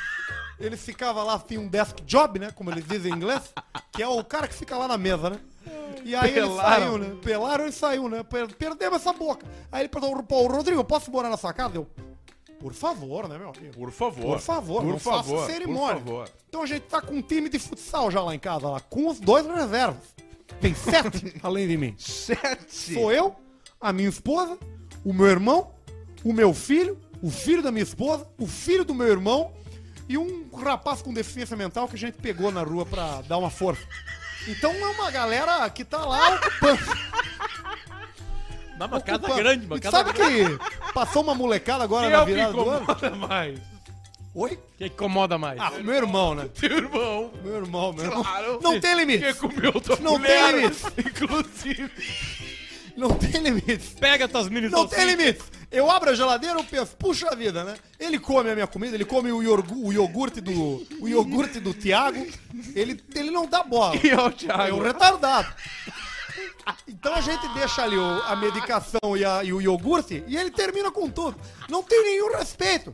Speaker 1: Ele ficava lá, tinha um desk job, né? Como eles dizem em inglês, que é o cara que fica lá na mesa, né? E aí
Speaker 4: Pelaram.
Speaker 1: ele saiu, né? Pelaram e saiu, né? Per- Perdemos essa boca. Aí ele perguntou, pô, Rodrigo, eu posso morar na sua casa? Eu, por favor, né, meu amigo?
Speaker 4: Por favor.
Speaker 1: Por favor,
Speaker 4: por
Speaker 1: não
Speaker 4: favor,
Speaker 1: faça cerimônia.
Speaker 4: Por favor.
Speaker 1: Então a gente tá com um time de futsal já lá em casa, lá, com os dois na reserva. Tem sete além de mim.
Speaker 4: Sete.
Speaker 1: Sou eu, a minha esposa, o meu irmão, o meu filho, o filho da minha esposa, o filho do meu irmão e um rapaz com deficiência mental que a gente pegou na rua pra dar uma força. Então é uma galera que tá lá ocupando.
Speaker 3: Dá uma casa
Speaker 1: ocupando.
Speaker 3: grande, uma
Speaker 1: E
Speaker 3: casa
Speaker 1: sabe
Speaker 3: grande.
Speaker 1: que passou uma molecada agora
Speaker 4: Quem é
Speaker 1: na
Speaker 4: o que
Speaker 1: virada do ano?
Speaker 4: incomoda mais?
Speaker 1: Oi?
Speaker 3: Que incomoda mais.
Speaker 1: Ah, meu irmão, né?
Speaker 4: Teu irmão.
Speaker 1: Meu irmão, meu irmão.
Speaker 4: Claro.
Speaker 1: Não tem limite.
Speaker 4: Que comeu tua
Speaker 1: Não tem
Speaker 4: mulher,
Speaker 1: limite.
Speaker 4: Inclusive.
Speaker 1: Não tem limite.
Speaker 3: Pega tuas mini
Speaker 1: Não tem
Speaker 3: salsichas.
Speaker 1: limite. Eu abro a geladeira, eu penso, puxa vida, né? Ele come a minha comida, ele come o, iorgu- o iogurte do o iogurte do Tiago. Ele, ele não dá bola.
Speaker 4: E é o
Speaker 1: É um
Speaker 4: Thiago.
Speaker 1: retardado. Então a gente deixa ali o- a medicação e, a- e o iogurte e ele termina com tudo. Não tem nenhum respeito.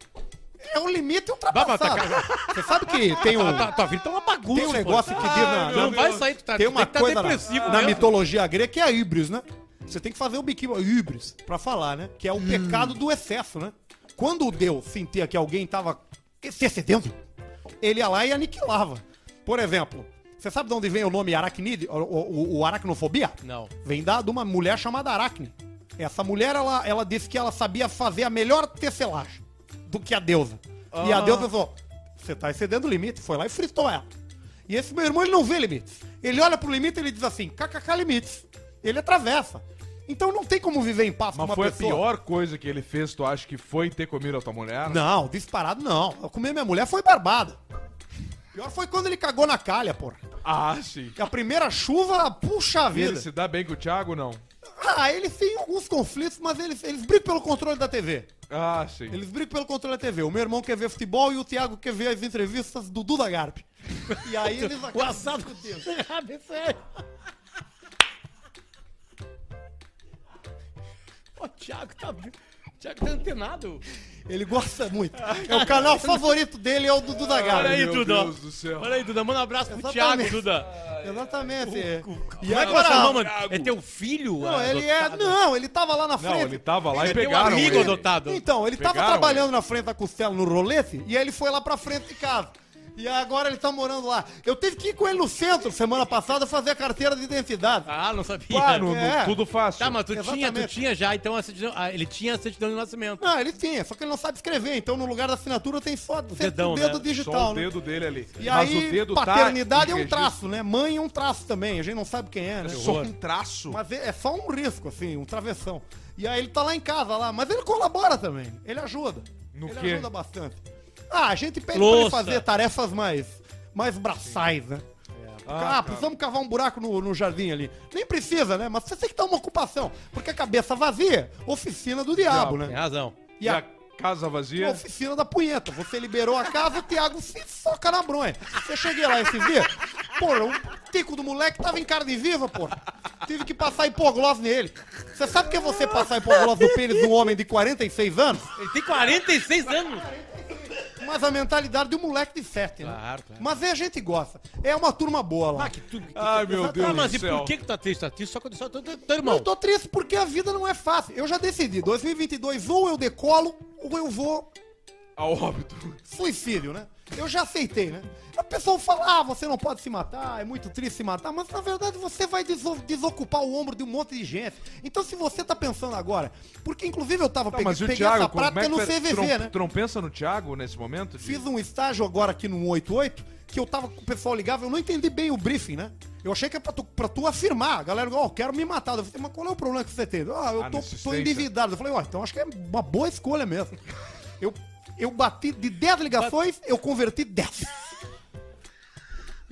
Speaker 1: É um limite ultrapassado. Você sabe que tem um,
Speaker 3: Tua, tua vida tá uma bagunça.
Speaker 1: tem um
Speaker 3: pô.
Speaker 1: negócio que diz na,
Speaker 3: Não,
Speaker 1: na-
Speaker 3: vai sair, tu tá,
Speaker 1: tem
Speaker 3: tu
Speaker 1: uma
Speaker 3: que tá
Speaker 1: coisa
Speaker 3: depressivo
Speaker 1: na, na
Speaker 3: mesmo.
Speaker 1: mitologia grega que é a híbris, né? Você tem que fazer o biquíni, híbris, pra falar, né? Que é o pecado do excesso, né? Quando o Deus sentia que alguém tava se excedendo, ele ia lá e aniquilava. Por exemplo, você sabe de onde vem o nome aracnide, o, o- o aracnofobia?
Speaker 3: Não.
Speaker 1: Vem da, de uma mulher chamada Aracne. Essa mulher, ela, ela disse que ela sabia fazer a melhor tecelagem do que a deusa. E
Speaker 4: Ah.
Speaker 1: a deusa falou, você tá excedendo o limite. Foi lá e fritou ela. E esse meu irmão, ele não vê limites. Ele olha pro limite e ele diz assim, kkk limites. Ele atravessa. Então não tem como viver em paz com
Speaker 4: Mas
Speaker 1: uma
Speaker 4: foi a
Speaker 1: pessoa.
Speaker 4: pior coisa que ele fez, tu acha que foi ter comido a tua mulher?
Speaker 1: Não, disparado não. Eu comi minha mulher, foi barbada. Pior foi quando ele cagou na calha, porra.
Speaker 4: Ah, sim.
Speaker 1: Que a primeira chuva, puxa
Speaker 4: E ele
Speaker 1: vida.
Speaker 4: se dá bem com o Thiago, não?
Speaker 1: Ah, eles têm alguns conflitos, mas eles, eles brigam pelo controle da TV.
Speaker 4: Ah, sim.
Speaker 1: Eles brigam pelo controle da TV. O meu irmão quer ver futebol e o Thiago quer ver as entrevistas do Duda Garp. E aí eles
Speaker 3: O
Speaker 1: acabam-
Speaker 3: assado com o dedo. Ô, Thiago tá. O Thiago tá antenado.
Speaker 1: Ele gosta muito. É o canal favorito dele, é o do Duda Garp.
Speaker 3: Olha aí,
Speaker 4: Meu
Speaker 3: Duda.
Speaker 4: Deus do céu.
Speaker 3: Olha aí, Duda. Manda um abraço pro Thiago,
Speaker 1: Exatamente.
Speaker 3: Duda.
Speaker 1: Exatamente.
Speaker 3: E
Speaker 1: é
Speaker 3: agora,
Speaker 1: adotado.
Speaker 3: mano? É teu filho? Ah,
Speaker 1: Não, ele é.
Speaker 3: adotado?
Speaker 1: Não, ele tava lá na frente.
Speaker 4: Não, ele tava lá e
Speaker 1: um
Speaker 3: Ele é teu
Speaker 4: pegaram
Speaker 3: amigo
Speaker 4: ele.
Speaker 3: adotado.
Speaker 1: Então, ele tava
Speaker 4: Pegaram
Speaker 1: trabalhando na frente da costela no rolete e aí ele foi lá pra frente de casa. E agora ele tá morando lá. Eu tive que ir com ele no centro semana passada fazer a carteira de identidade.
Speaker 3: Ah, não sabia.
Speaker 4: Pá, no, no
Speaker 1: É.
Speaker 4: tudo fácil.
Speaker 3: Tá, mas tu tinha, tu
Speaker 1: Exatamente.
Speaker 3: tinha já, então a certidão- ah, ele tinha a certidão de nascimento.
Speaker 1: Não, Ah, ele tinha, só que ele não sabe escrever, então no lugar da assinatura tem só sempre o
Speaker 3: dedão,
Speaker 1: dedo
Speaker 3: né?
Speaker 1: digital.
Speaker 4: Só o
Speaker 1: né?
Speaker 4: dedo dele ali.
Speaker 1: E aí,
Speaker 4: tá
Speaker 1: paternidade
Speaker 4: em
Speaker 1: é um
Speaker 4: registro.
Speaker 1: traço, né? Mãe é um traço também, a gente não sabe quem é, né?
Speaker 4: Só um traço.
Speaker 1: Mas é é só um risco, assim, um travessão. E aí ele tá lá em casa, lá, mas ele colabora também. Ele ajuda.
Speaker 4: No
Speaker 1: ele
Speaker 4: quê?
Speaker 1: ajuda bastante. Ah, a gente pede pra ele
Speaker 3: Louça.
Speaker 1: fazer tarefas mais, mais braçais, né?
Speaker 4: É.
Speaker 1: Ah, precisamos
Speaker 4: tá.
Speaker 1: cavar um buraco no, no jardim ali. Nem precisa, né? Mas você tem que dar uma ocupação. Porque a cabeça vazia, oficina do diabo,
Speaker 3: Tem
Speaker 1: né?
Speaker 3: razão.
Speaker 4: É. E a casa vazia?
Speaker 1: A oficina da punheta. Você liberou a casa, o Thiago se soca na bronha. Você cheguei lá esse dia, porra, o tico do moleque tava em carne viva, porra. Tive que passar hipoglose nele. Você sabe o que é você passar hipoglose no pênis de um homem de 46 anos?
Speaker 3: Ele tem 46 anos.
Speaker 1: Mas a mentalidade de um moleque de 7, né?
Speaker 3: Claro, claro.
Speaker 1: Mas aí a gente gosta. É uma turma boa lá.
Speaker 4: Ai, meu Deus
Speaker 3: Ah, mas
Speaker 4: do
Speaker 3: e
Speaker 4: céu.
Speaker 3: por que que tu tá triste? Tá triste só quando só teu, teu, teu
Speaker 1: Eu
Speaker 3: irmão.
Speaker 1: tô triste porque a vida não é fácil. Eu já decidi, 2022 ou eu decolo ou eu vou
Speaker 4: A óbito.
Speaker 1: suicídio, né? Eu já aceitei, né? A pessoa fala, ah, você não pode se matar, é muito triste se matar, mas na verdade você vai deso- desocupar o ombro de um monte de gente. Então se você tá pensando agora, porque inclusive eu tava
Speaker 4: Tá,
Speaker 1: pegue-
Speaker 4: mas e o
Speaker 1: peguei
Speaker 4: Thiago,
Speaker 1: essa
Speaker 4: como é
Speaker 1: prática
Speaker 4: que
Speaker 1: no
Speaker 4: tu-
Speaker 1: CVV,
Speaker 4: tu não-
Speaker 1: né?
Speaker 4: Tu não pensa no Thiago nesse momento? de-
Speaker 1: Fiz um estágio agora aqui no 88, que eu tava com o pessoal ligava, eu não entendi bem o briefing, né? Eu achei que era pra tu, pra tu afirmar. A galera, ó, eu quero me matar. Eu falei, mas qual é o problema que você tem? Ah, eu
Speaker 4: Ah,
Speaker 1: tô, tô
Speaker 4: insistência.
Speaker 1: endividado. Eu falei, ó, então acho que é uma boa escolha mesmo. Eu, eu bati de 10 ligações, eu converti 10.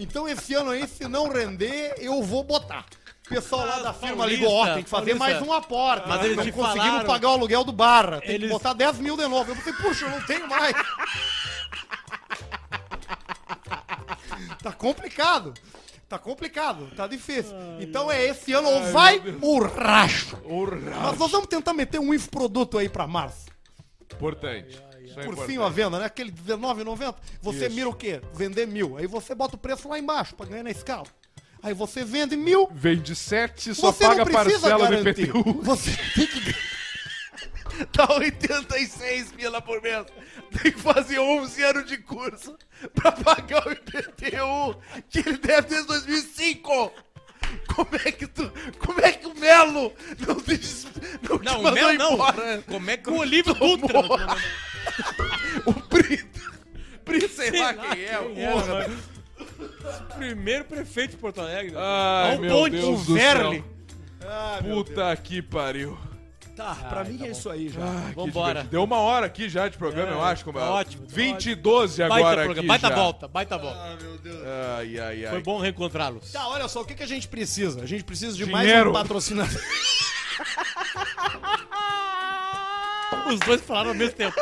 Speaker 1: Então esse ano aí, se não render, eu vou botar. O pessoal lá da
Speaker 3: Ah,
Speaker 1: firma
Speaker 3: Paulista,
Speaker 1: ligou, ó, tem que fazer
Speaker 3: Paulista.
Speaker 1: mais um aporte.
Speaker 3: Mas eles
Speaker 1: não
Speaker 3: te
Speaker 1: conseguimos
Speaker 3: falaram-
Speaker 1: pagar o aluguel do bar. Tem
Speaker 3: Eles-
Speaker 1: que botar 10 mil de novo. Eu falei, puxa, eu não tenho mais. Tá complicado. Tá complicado, tá difícil. Então é esse ano ou vai ou racha. Mas nós vamos tentar meter um infoproduto aí pra março.
Speaker 4: Importante. Isso é
Speaker 1: Cursinho à venda, né? Aquele R$19,90. Você mira o quê? Vender mil. Aí você bota o preço lá embaixo pra ganhar na escala. Aí você vende mil,
Speaker 4: Vende sete e só
Speaker 1: você
Speaker 4: paga
Speaker 1: não precisa
Speaker 4: parcela do
Speaker 1: garantir.
Speaker 4: IPTU.
Speaker 1: Você tem que...
Speaker 10: Tá 86 pila por mês. Tem que fazer 11 anos de curso pra pagar o IPTU, que ele deve desde 2005. Como é que tu. Como é que o Melo não te, des- não te
Speaker 3: Não, o
Speaker 10: mandou
Speaker 3: meu não.
Speaker 10: embora?
Speaker 3: Como é que o Olívio Dutra?
Speaker 10: O Brito. Brito, sei, lá
Speaker 3: lá
Speaker 10: quem é, o
Speaker 3: quem é,
Speaker 10: porra.
Speaker 3: Primeiro prefeito de Porto Alegre.
Speaker 4: Ai,
Speaker 3: Não
Speaker 4: meu
Speaker 3: pode,
Speaker 4: Deus
Speaker 3: o
Speaker 4: do
Speaker 3: Verle.
Speaker 4: céu. Puta que pariu.
Speaker 1: Tá, pra mim é isso aí já.
Speaker 4: Ah, que
Speaker 3: Vambora.
Speaker 4: divertido. Deu uma hora aqui já de programa,
Speaker 3: É,
Speaker 4: eu acho. Como é?
Speaker 3: tá ótimo, tá
Speaker 4: 20 e 12
Speaker 3: Baita
Speaker 4: agora
Speaker 3: programa,
Speaker 4: aqui
Speaker 3: baita
Speaker 4: já.
Speaker 3: volta, baita volta.
Speaker 4: Ai, ai, ai.
Speaker 3: Foi bom reencontrá-los.
Speaker 1: Tá, olha só, o que, que a gente precisa? A gente precisa de mais
Speaker 4: Dinheiro.
Speaker 1: um patrocinador.
Speaker 3: Os dois falaram ao mesmo tempo.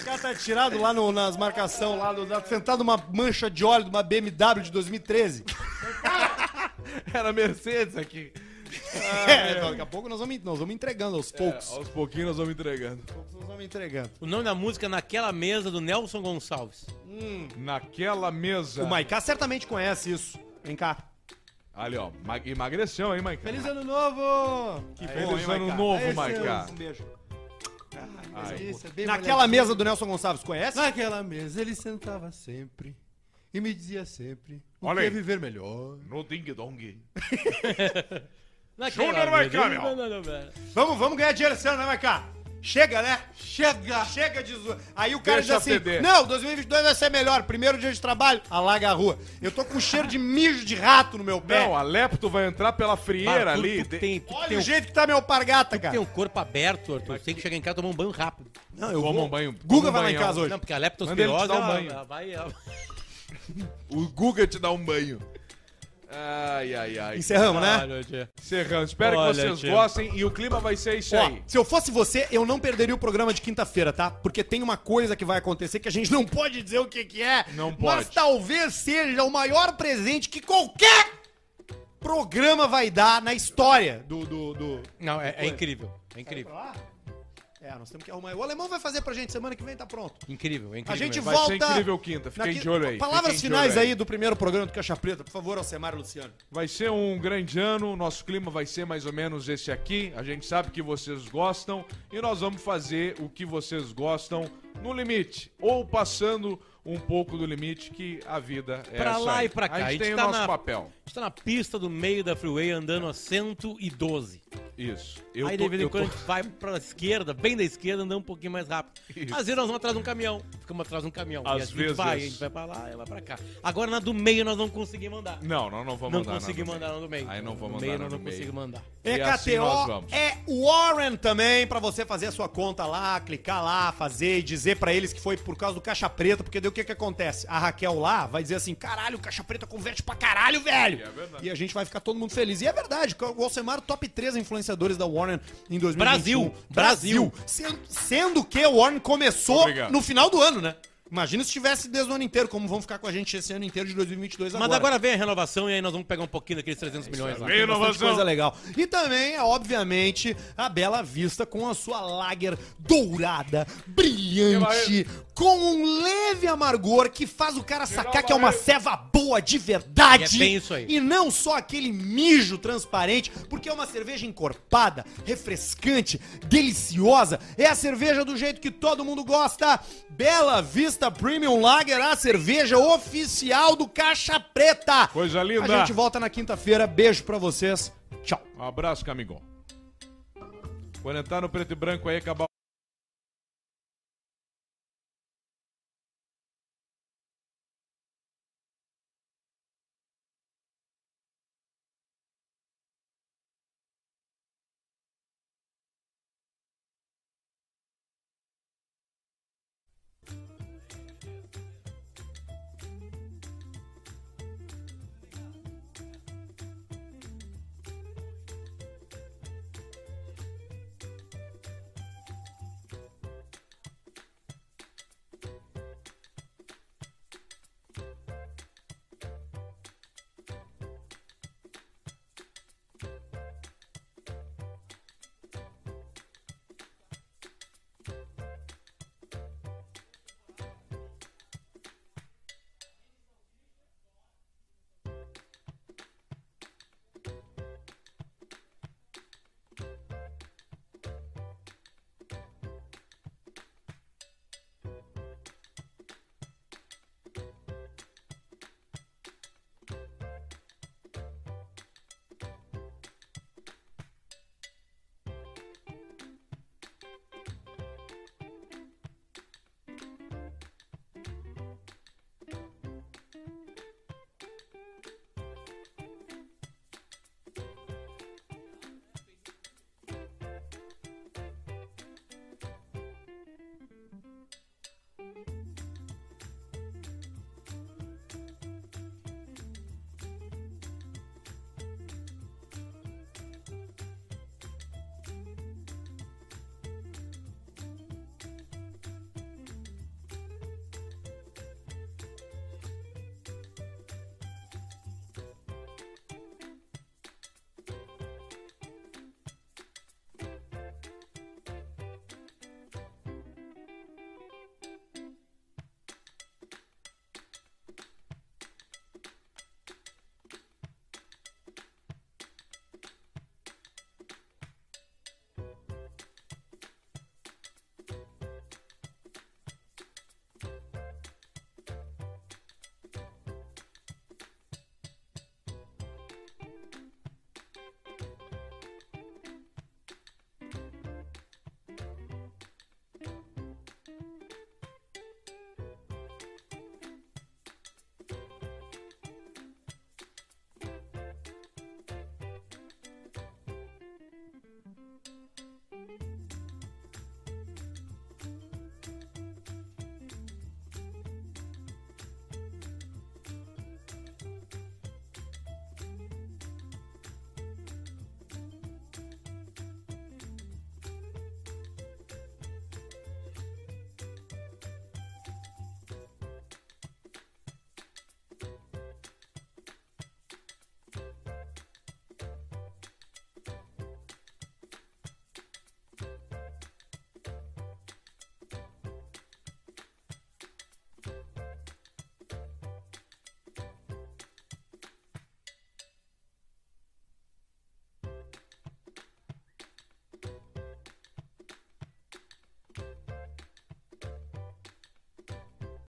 Speaker 1: O cara tá tirado lá no- nas marcações, lá do, tá sentado numa mancha de óleo de uma BMW de 2013.
Speaker 4: Era Mercedes aqui.
Speaker 1: é, daqui a pouco nós vamos, nós vamos entregando aos poucos.
Speaker 4: Aos pouquinhos nós vamos entregando.
Speaker 1: Aos poucos nós vamos entregando.
Speaker 3: O nome da música é naquela mesa do Nelson Gonçalves.
Speaker 4: Naquela mesa.
Speaker 1: O Maiká certamente conhece isso. Vem cá.
Speaker 4: Ali, ó. ma- Emagreceu, hein, Maica?
Speaker 1: Feliz ano novo! Que
Speaker 4: Feliz ano novo, Maiká.
Speaker 1: Um beijo.
Speaker 4: Ai,
Speaker 1: Naquela mesa do Nelson Gonçalves, conhece?
Speaker 5: Naquela mesa ele sentava sempre e me dizia sempre o
Speaker 2: Olha
Speaker 5: que é
Speaker 2: aí.
Speaker 5: viver melhor.
Speaker 2: No Ding Dong.
Speaker 3: Naquela
Speaker 2: Júnior vai
Speaker 3: mesa.
Speaker 2: cá, meu.
Speaker 1: Vamos, vamos ganhar dinheiro esse ano, né, Maiká? Chega, né? Chega! Chega de zoar. Aí o cara
Speaker 4: Deixa
Speaker 1: diz assim,
Speaker 4: feder.
Speaker 1: não, 2022 vai ser melhor. Primeiro dia de trabalho, alaga a rua. Eu tô com cheiro de mijo de rato no meu pé.
Speaker 4: Não, a Lepto vai entrar pela frieira
Speaker 3: Bah, tu-
Speaker 4: ali.
Speaker 3: tu
Speaker 4: de-
Speaker 3: tem, tu
Speaker 1: Olha
Speaker 3: tem,
Speaker 1: o
Speaker 3: um,
Speaker 1: jeito que tá meu pargata,
Speaker 3: tem
Speaker 1: cara.
Speaker 3: um corpo aberto, Arthur. Tem que chegar em casa e tomar um banho rápido.
Speaker 1: Não, eu
Speaker 4: Toma
Speaker 1: vou-
Speaker 4: um banho. toma
Speaker 1: Guga
Speaker 4: um
Speaker 1: vai lá em
Speaker 4: banhão.
Speaker 1: casa hoje.
Speaker 3: Não, porque a
Speaker 4: Manda ele te
Speaker 3: leptospirose,
Speaker 4: dar um
Speaker 3: ela,
Speaker 4: banho.
Speaker 3: ela vai... é ela-
Speaker 4: O Guga te dá um banho. Ai, ai, ai.
Speaker 1: Encerramos,
Speaker 4: É.
Speaker 1: né?
Speaker 3: Olha, tia.
Speaker 4: Encerrando. Espero
Speaker 3: Olha,
Speaker 4: que vocês
Speaker 3: tio.
Speaker 4: gostem e o clima vai ser isso
Speaker 1: Ó,
Speaker 4: aí.
Speaker 1: se eu fosse você, eu não perderia o programa de quinta-feira, tá? Porque tem uma coisa que vai acontecer que a gente não pode dizer o que, que é.
Speaker 4: Não
Speaker 1: Mas
Speaker 4: pode.
Speaker 1: talvez seja o maior presente que qualquer programa vai dar na história do. do, do...
Speaker 3: Não, é, é incrível. É incrível.
Speaker 1: É, nós temos que arrumar. O alemão vai fazer pra gente semana que vem, tá pronto.
Speaker 3: Incrível, é incrível.
Speaker 1: A gente
Speaker 4: Vai
Speaker 1: volta.
Speaker 4: ser incrível quinta. Fiquem
Speaker 1: na
Speaker 4: de olho aí.
Speaker 1: Palavras
Speaker 4: Fiquem de
Speaker 1: finais
Speaker 4: olho
Speaker 1: aí do primeiro programa do Caixa Preta, por favor, Alcemar e Luciano.
Speaker 4: Vai ser um grande ano, nosso clima vai ser mais ou menos esse aqui. A gente sabe que vocês gostam e nós vamos fazer o que vocês gostam no limite ou passando um pouco do limite que a vida é
Speaker 3: Pra
Speaker 4: essa
Speaker 3: lá
Speaker 4: aí.
Speaker 3: e pra cá.
Speaker 4: A gente,
Speaker 3: A gente
Speaker 4: tem
Speaker 3: tá
Speaker 4: o nosso
Speaker 3: na-
Speaker 4: papel.
Speaker 3: A gente tá na pista do meio da freeway andando a 112.
Speaker 4: Isso. Eu
Speaker 3: aí
Speaker 4: tô-
Speaker 3: de vez em
Speaker 4: eu tô-
Speaker 3: quando a gente vai pra esquerda, bem da esquerda, andando um pouquinho mais rápido.
Speaker 4: Isso.
Speaker 3: Às vezes nós vamos atrás de um caminhão, ficamos atrás de um caminhão.
Speaker 4: Às
Speaker 3: e a gente
Speaker 4: vezes.
Speaker 3: vai, a gente vai pra lá, ela vai pra cá. Agora na do meio nós não conseguimos mandar.
Speaker 4: Não, não, não vamos
Speaker 3: Não
Speaker 4: mandar.
Speaker 3: consegui
Speaker 4: nada
Speaker 3: mandar
Speaker 4: no
Speaker 3: na do meio.
Speaker 4: Aí não vamos
Speaker 3: No
Speaker 4: mandar
Speaker 3: meio
Speaker 4: nada
Speaker 3: nós não
Speaker 4: no meio.
Speaker 3: consigo mandar.
Speaker 4: E
Speaker 1: EKTO
Speaker 4: assim nós vamos.
Speaker 1: é Warren também, pra você fazer a sua conta lá, clicar lá, fazer e dizer pra eles que foi por causa do Caixa Preta, porque daí o que que acontece? A Raquel lá vai dizer assim, caralho, o Caixa Preta converte pra caralho,
Speaker 4: é
Speaker 1: velho! e a gente vai ficar todo mundo feliz. E é verdade, o Alcemar top 3 influenciadores da Warren em 2021.
Speaker 3: Brasil, Brasil.
Speaker 1: Sendo, um. sendo que o Warren começou
Speaker 4: Obrigado.
Speaker 1: no final do ano, né? Imagina se tivesse desde o ano inteiro, como vão ficar com a gente esse ano inteiro de 2022
Speaker 3: Mas agora vem a renovação e aí nós vamos pegar um pouquinho daqueles
Speaker 4: É
Speaker 3: 300 milhões lá.
Speaker 1: tem bastante coisa legal. E também, obviamente, a Bela Vista com a sua lager dourada, brilhante, com um leve amargor que faz o cara sacar que é uma ceva boa de verdade.
Speaker 3: E é bem isso aí.
Speaker 1: E não só aquele mijo transparente, porque é uma cerveja encorpada, refrescante, deliciosa. É a cerveja do jeito que todo mundo gosta. Bela Vista Premium Lager, a cerveja oficial do Caixa Preta.
Speaker 4: Coisa linda.
Speaker 1: A gente volta na quinta-feira. Beijo pra vocês. Tchau.
Speaker 4: Um abraço, Camigão. Quando entrar no preto e branco aí, acabar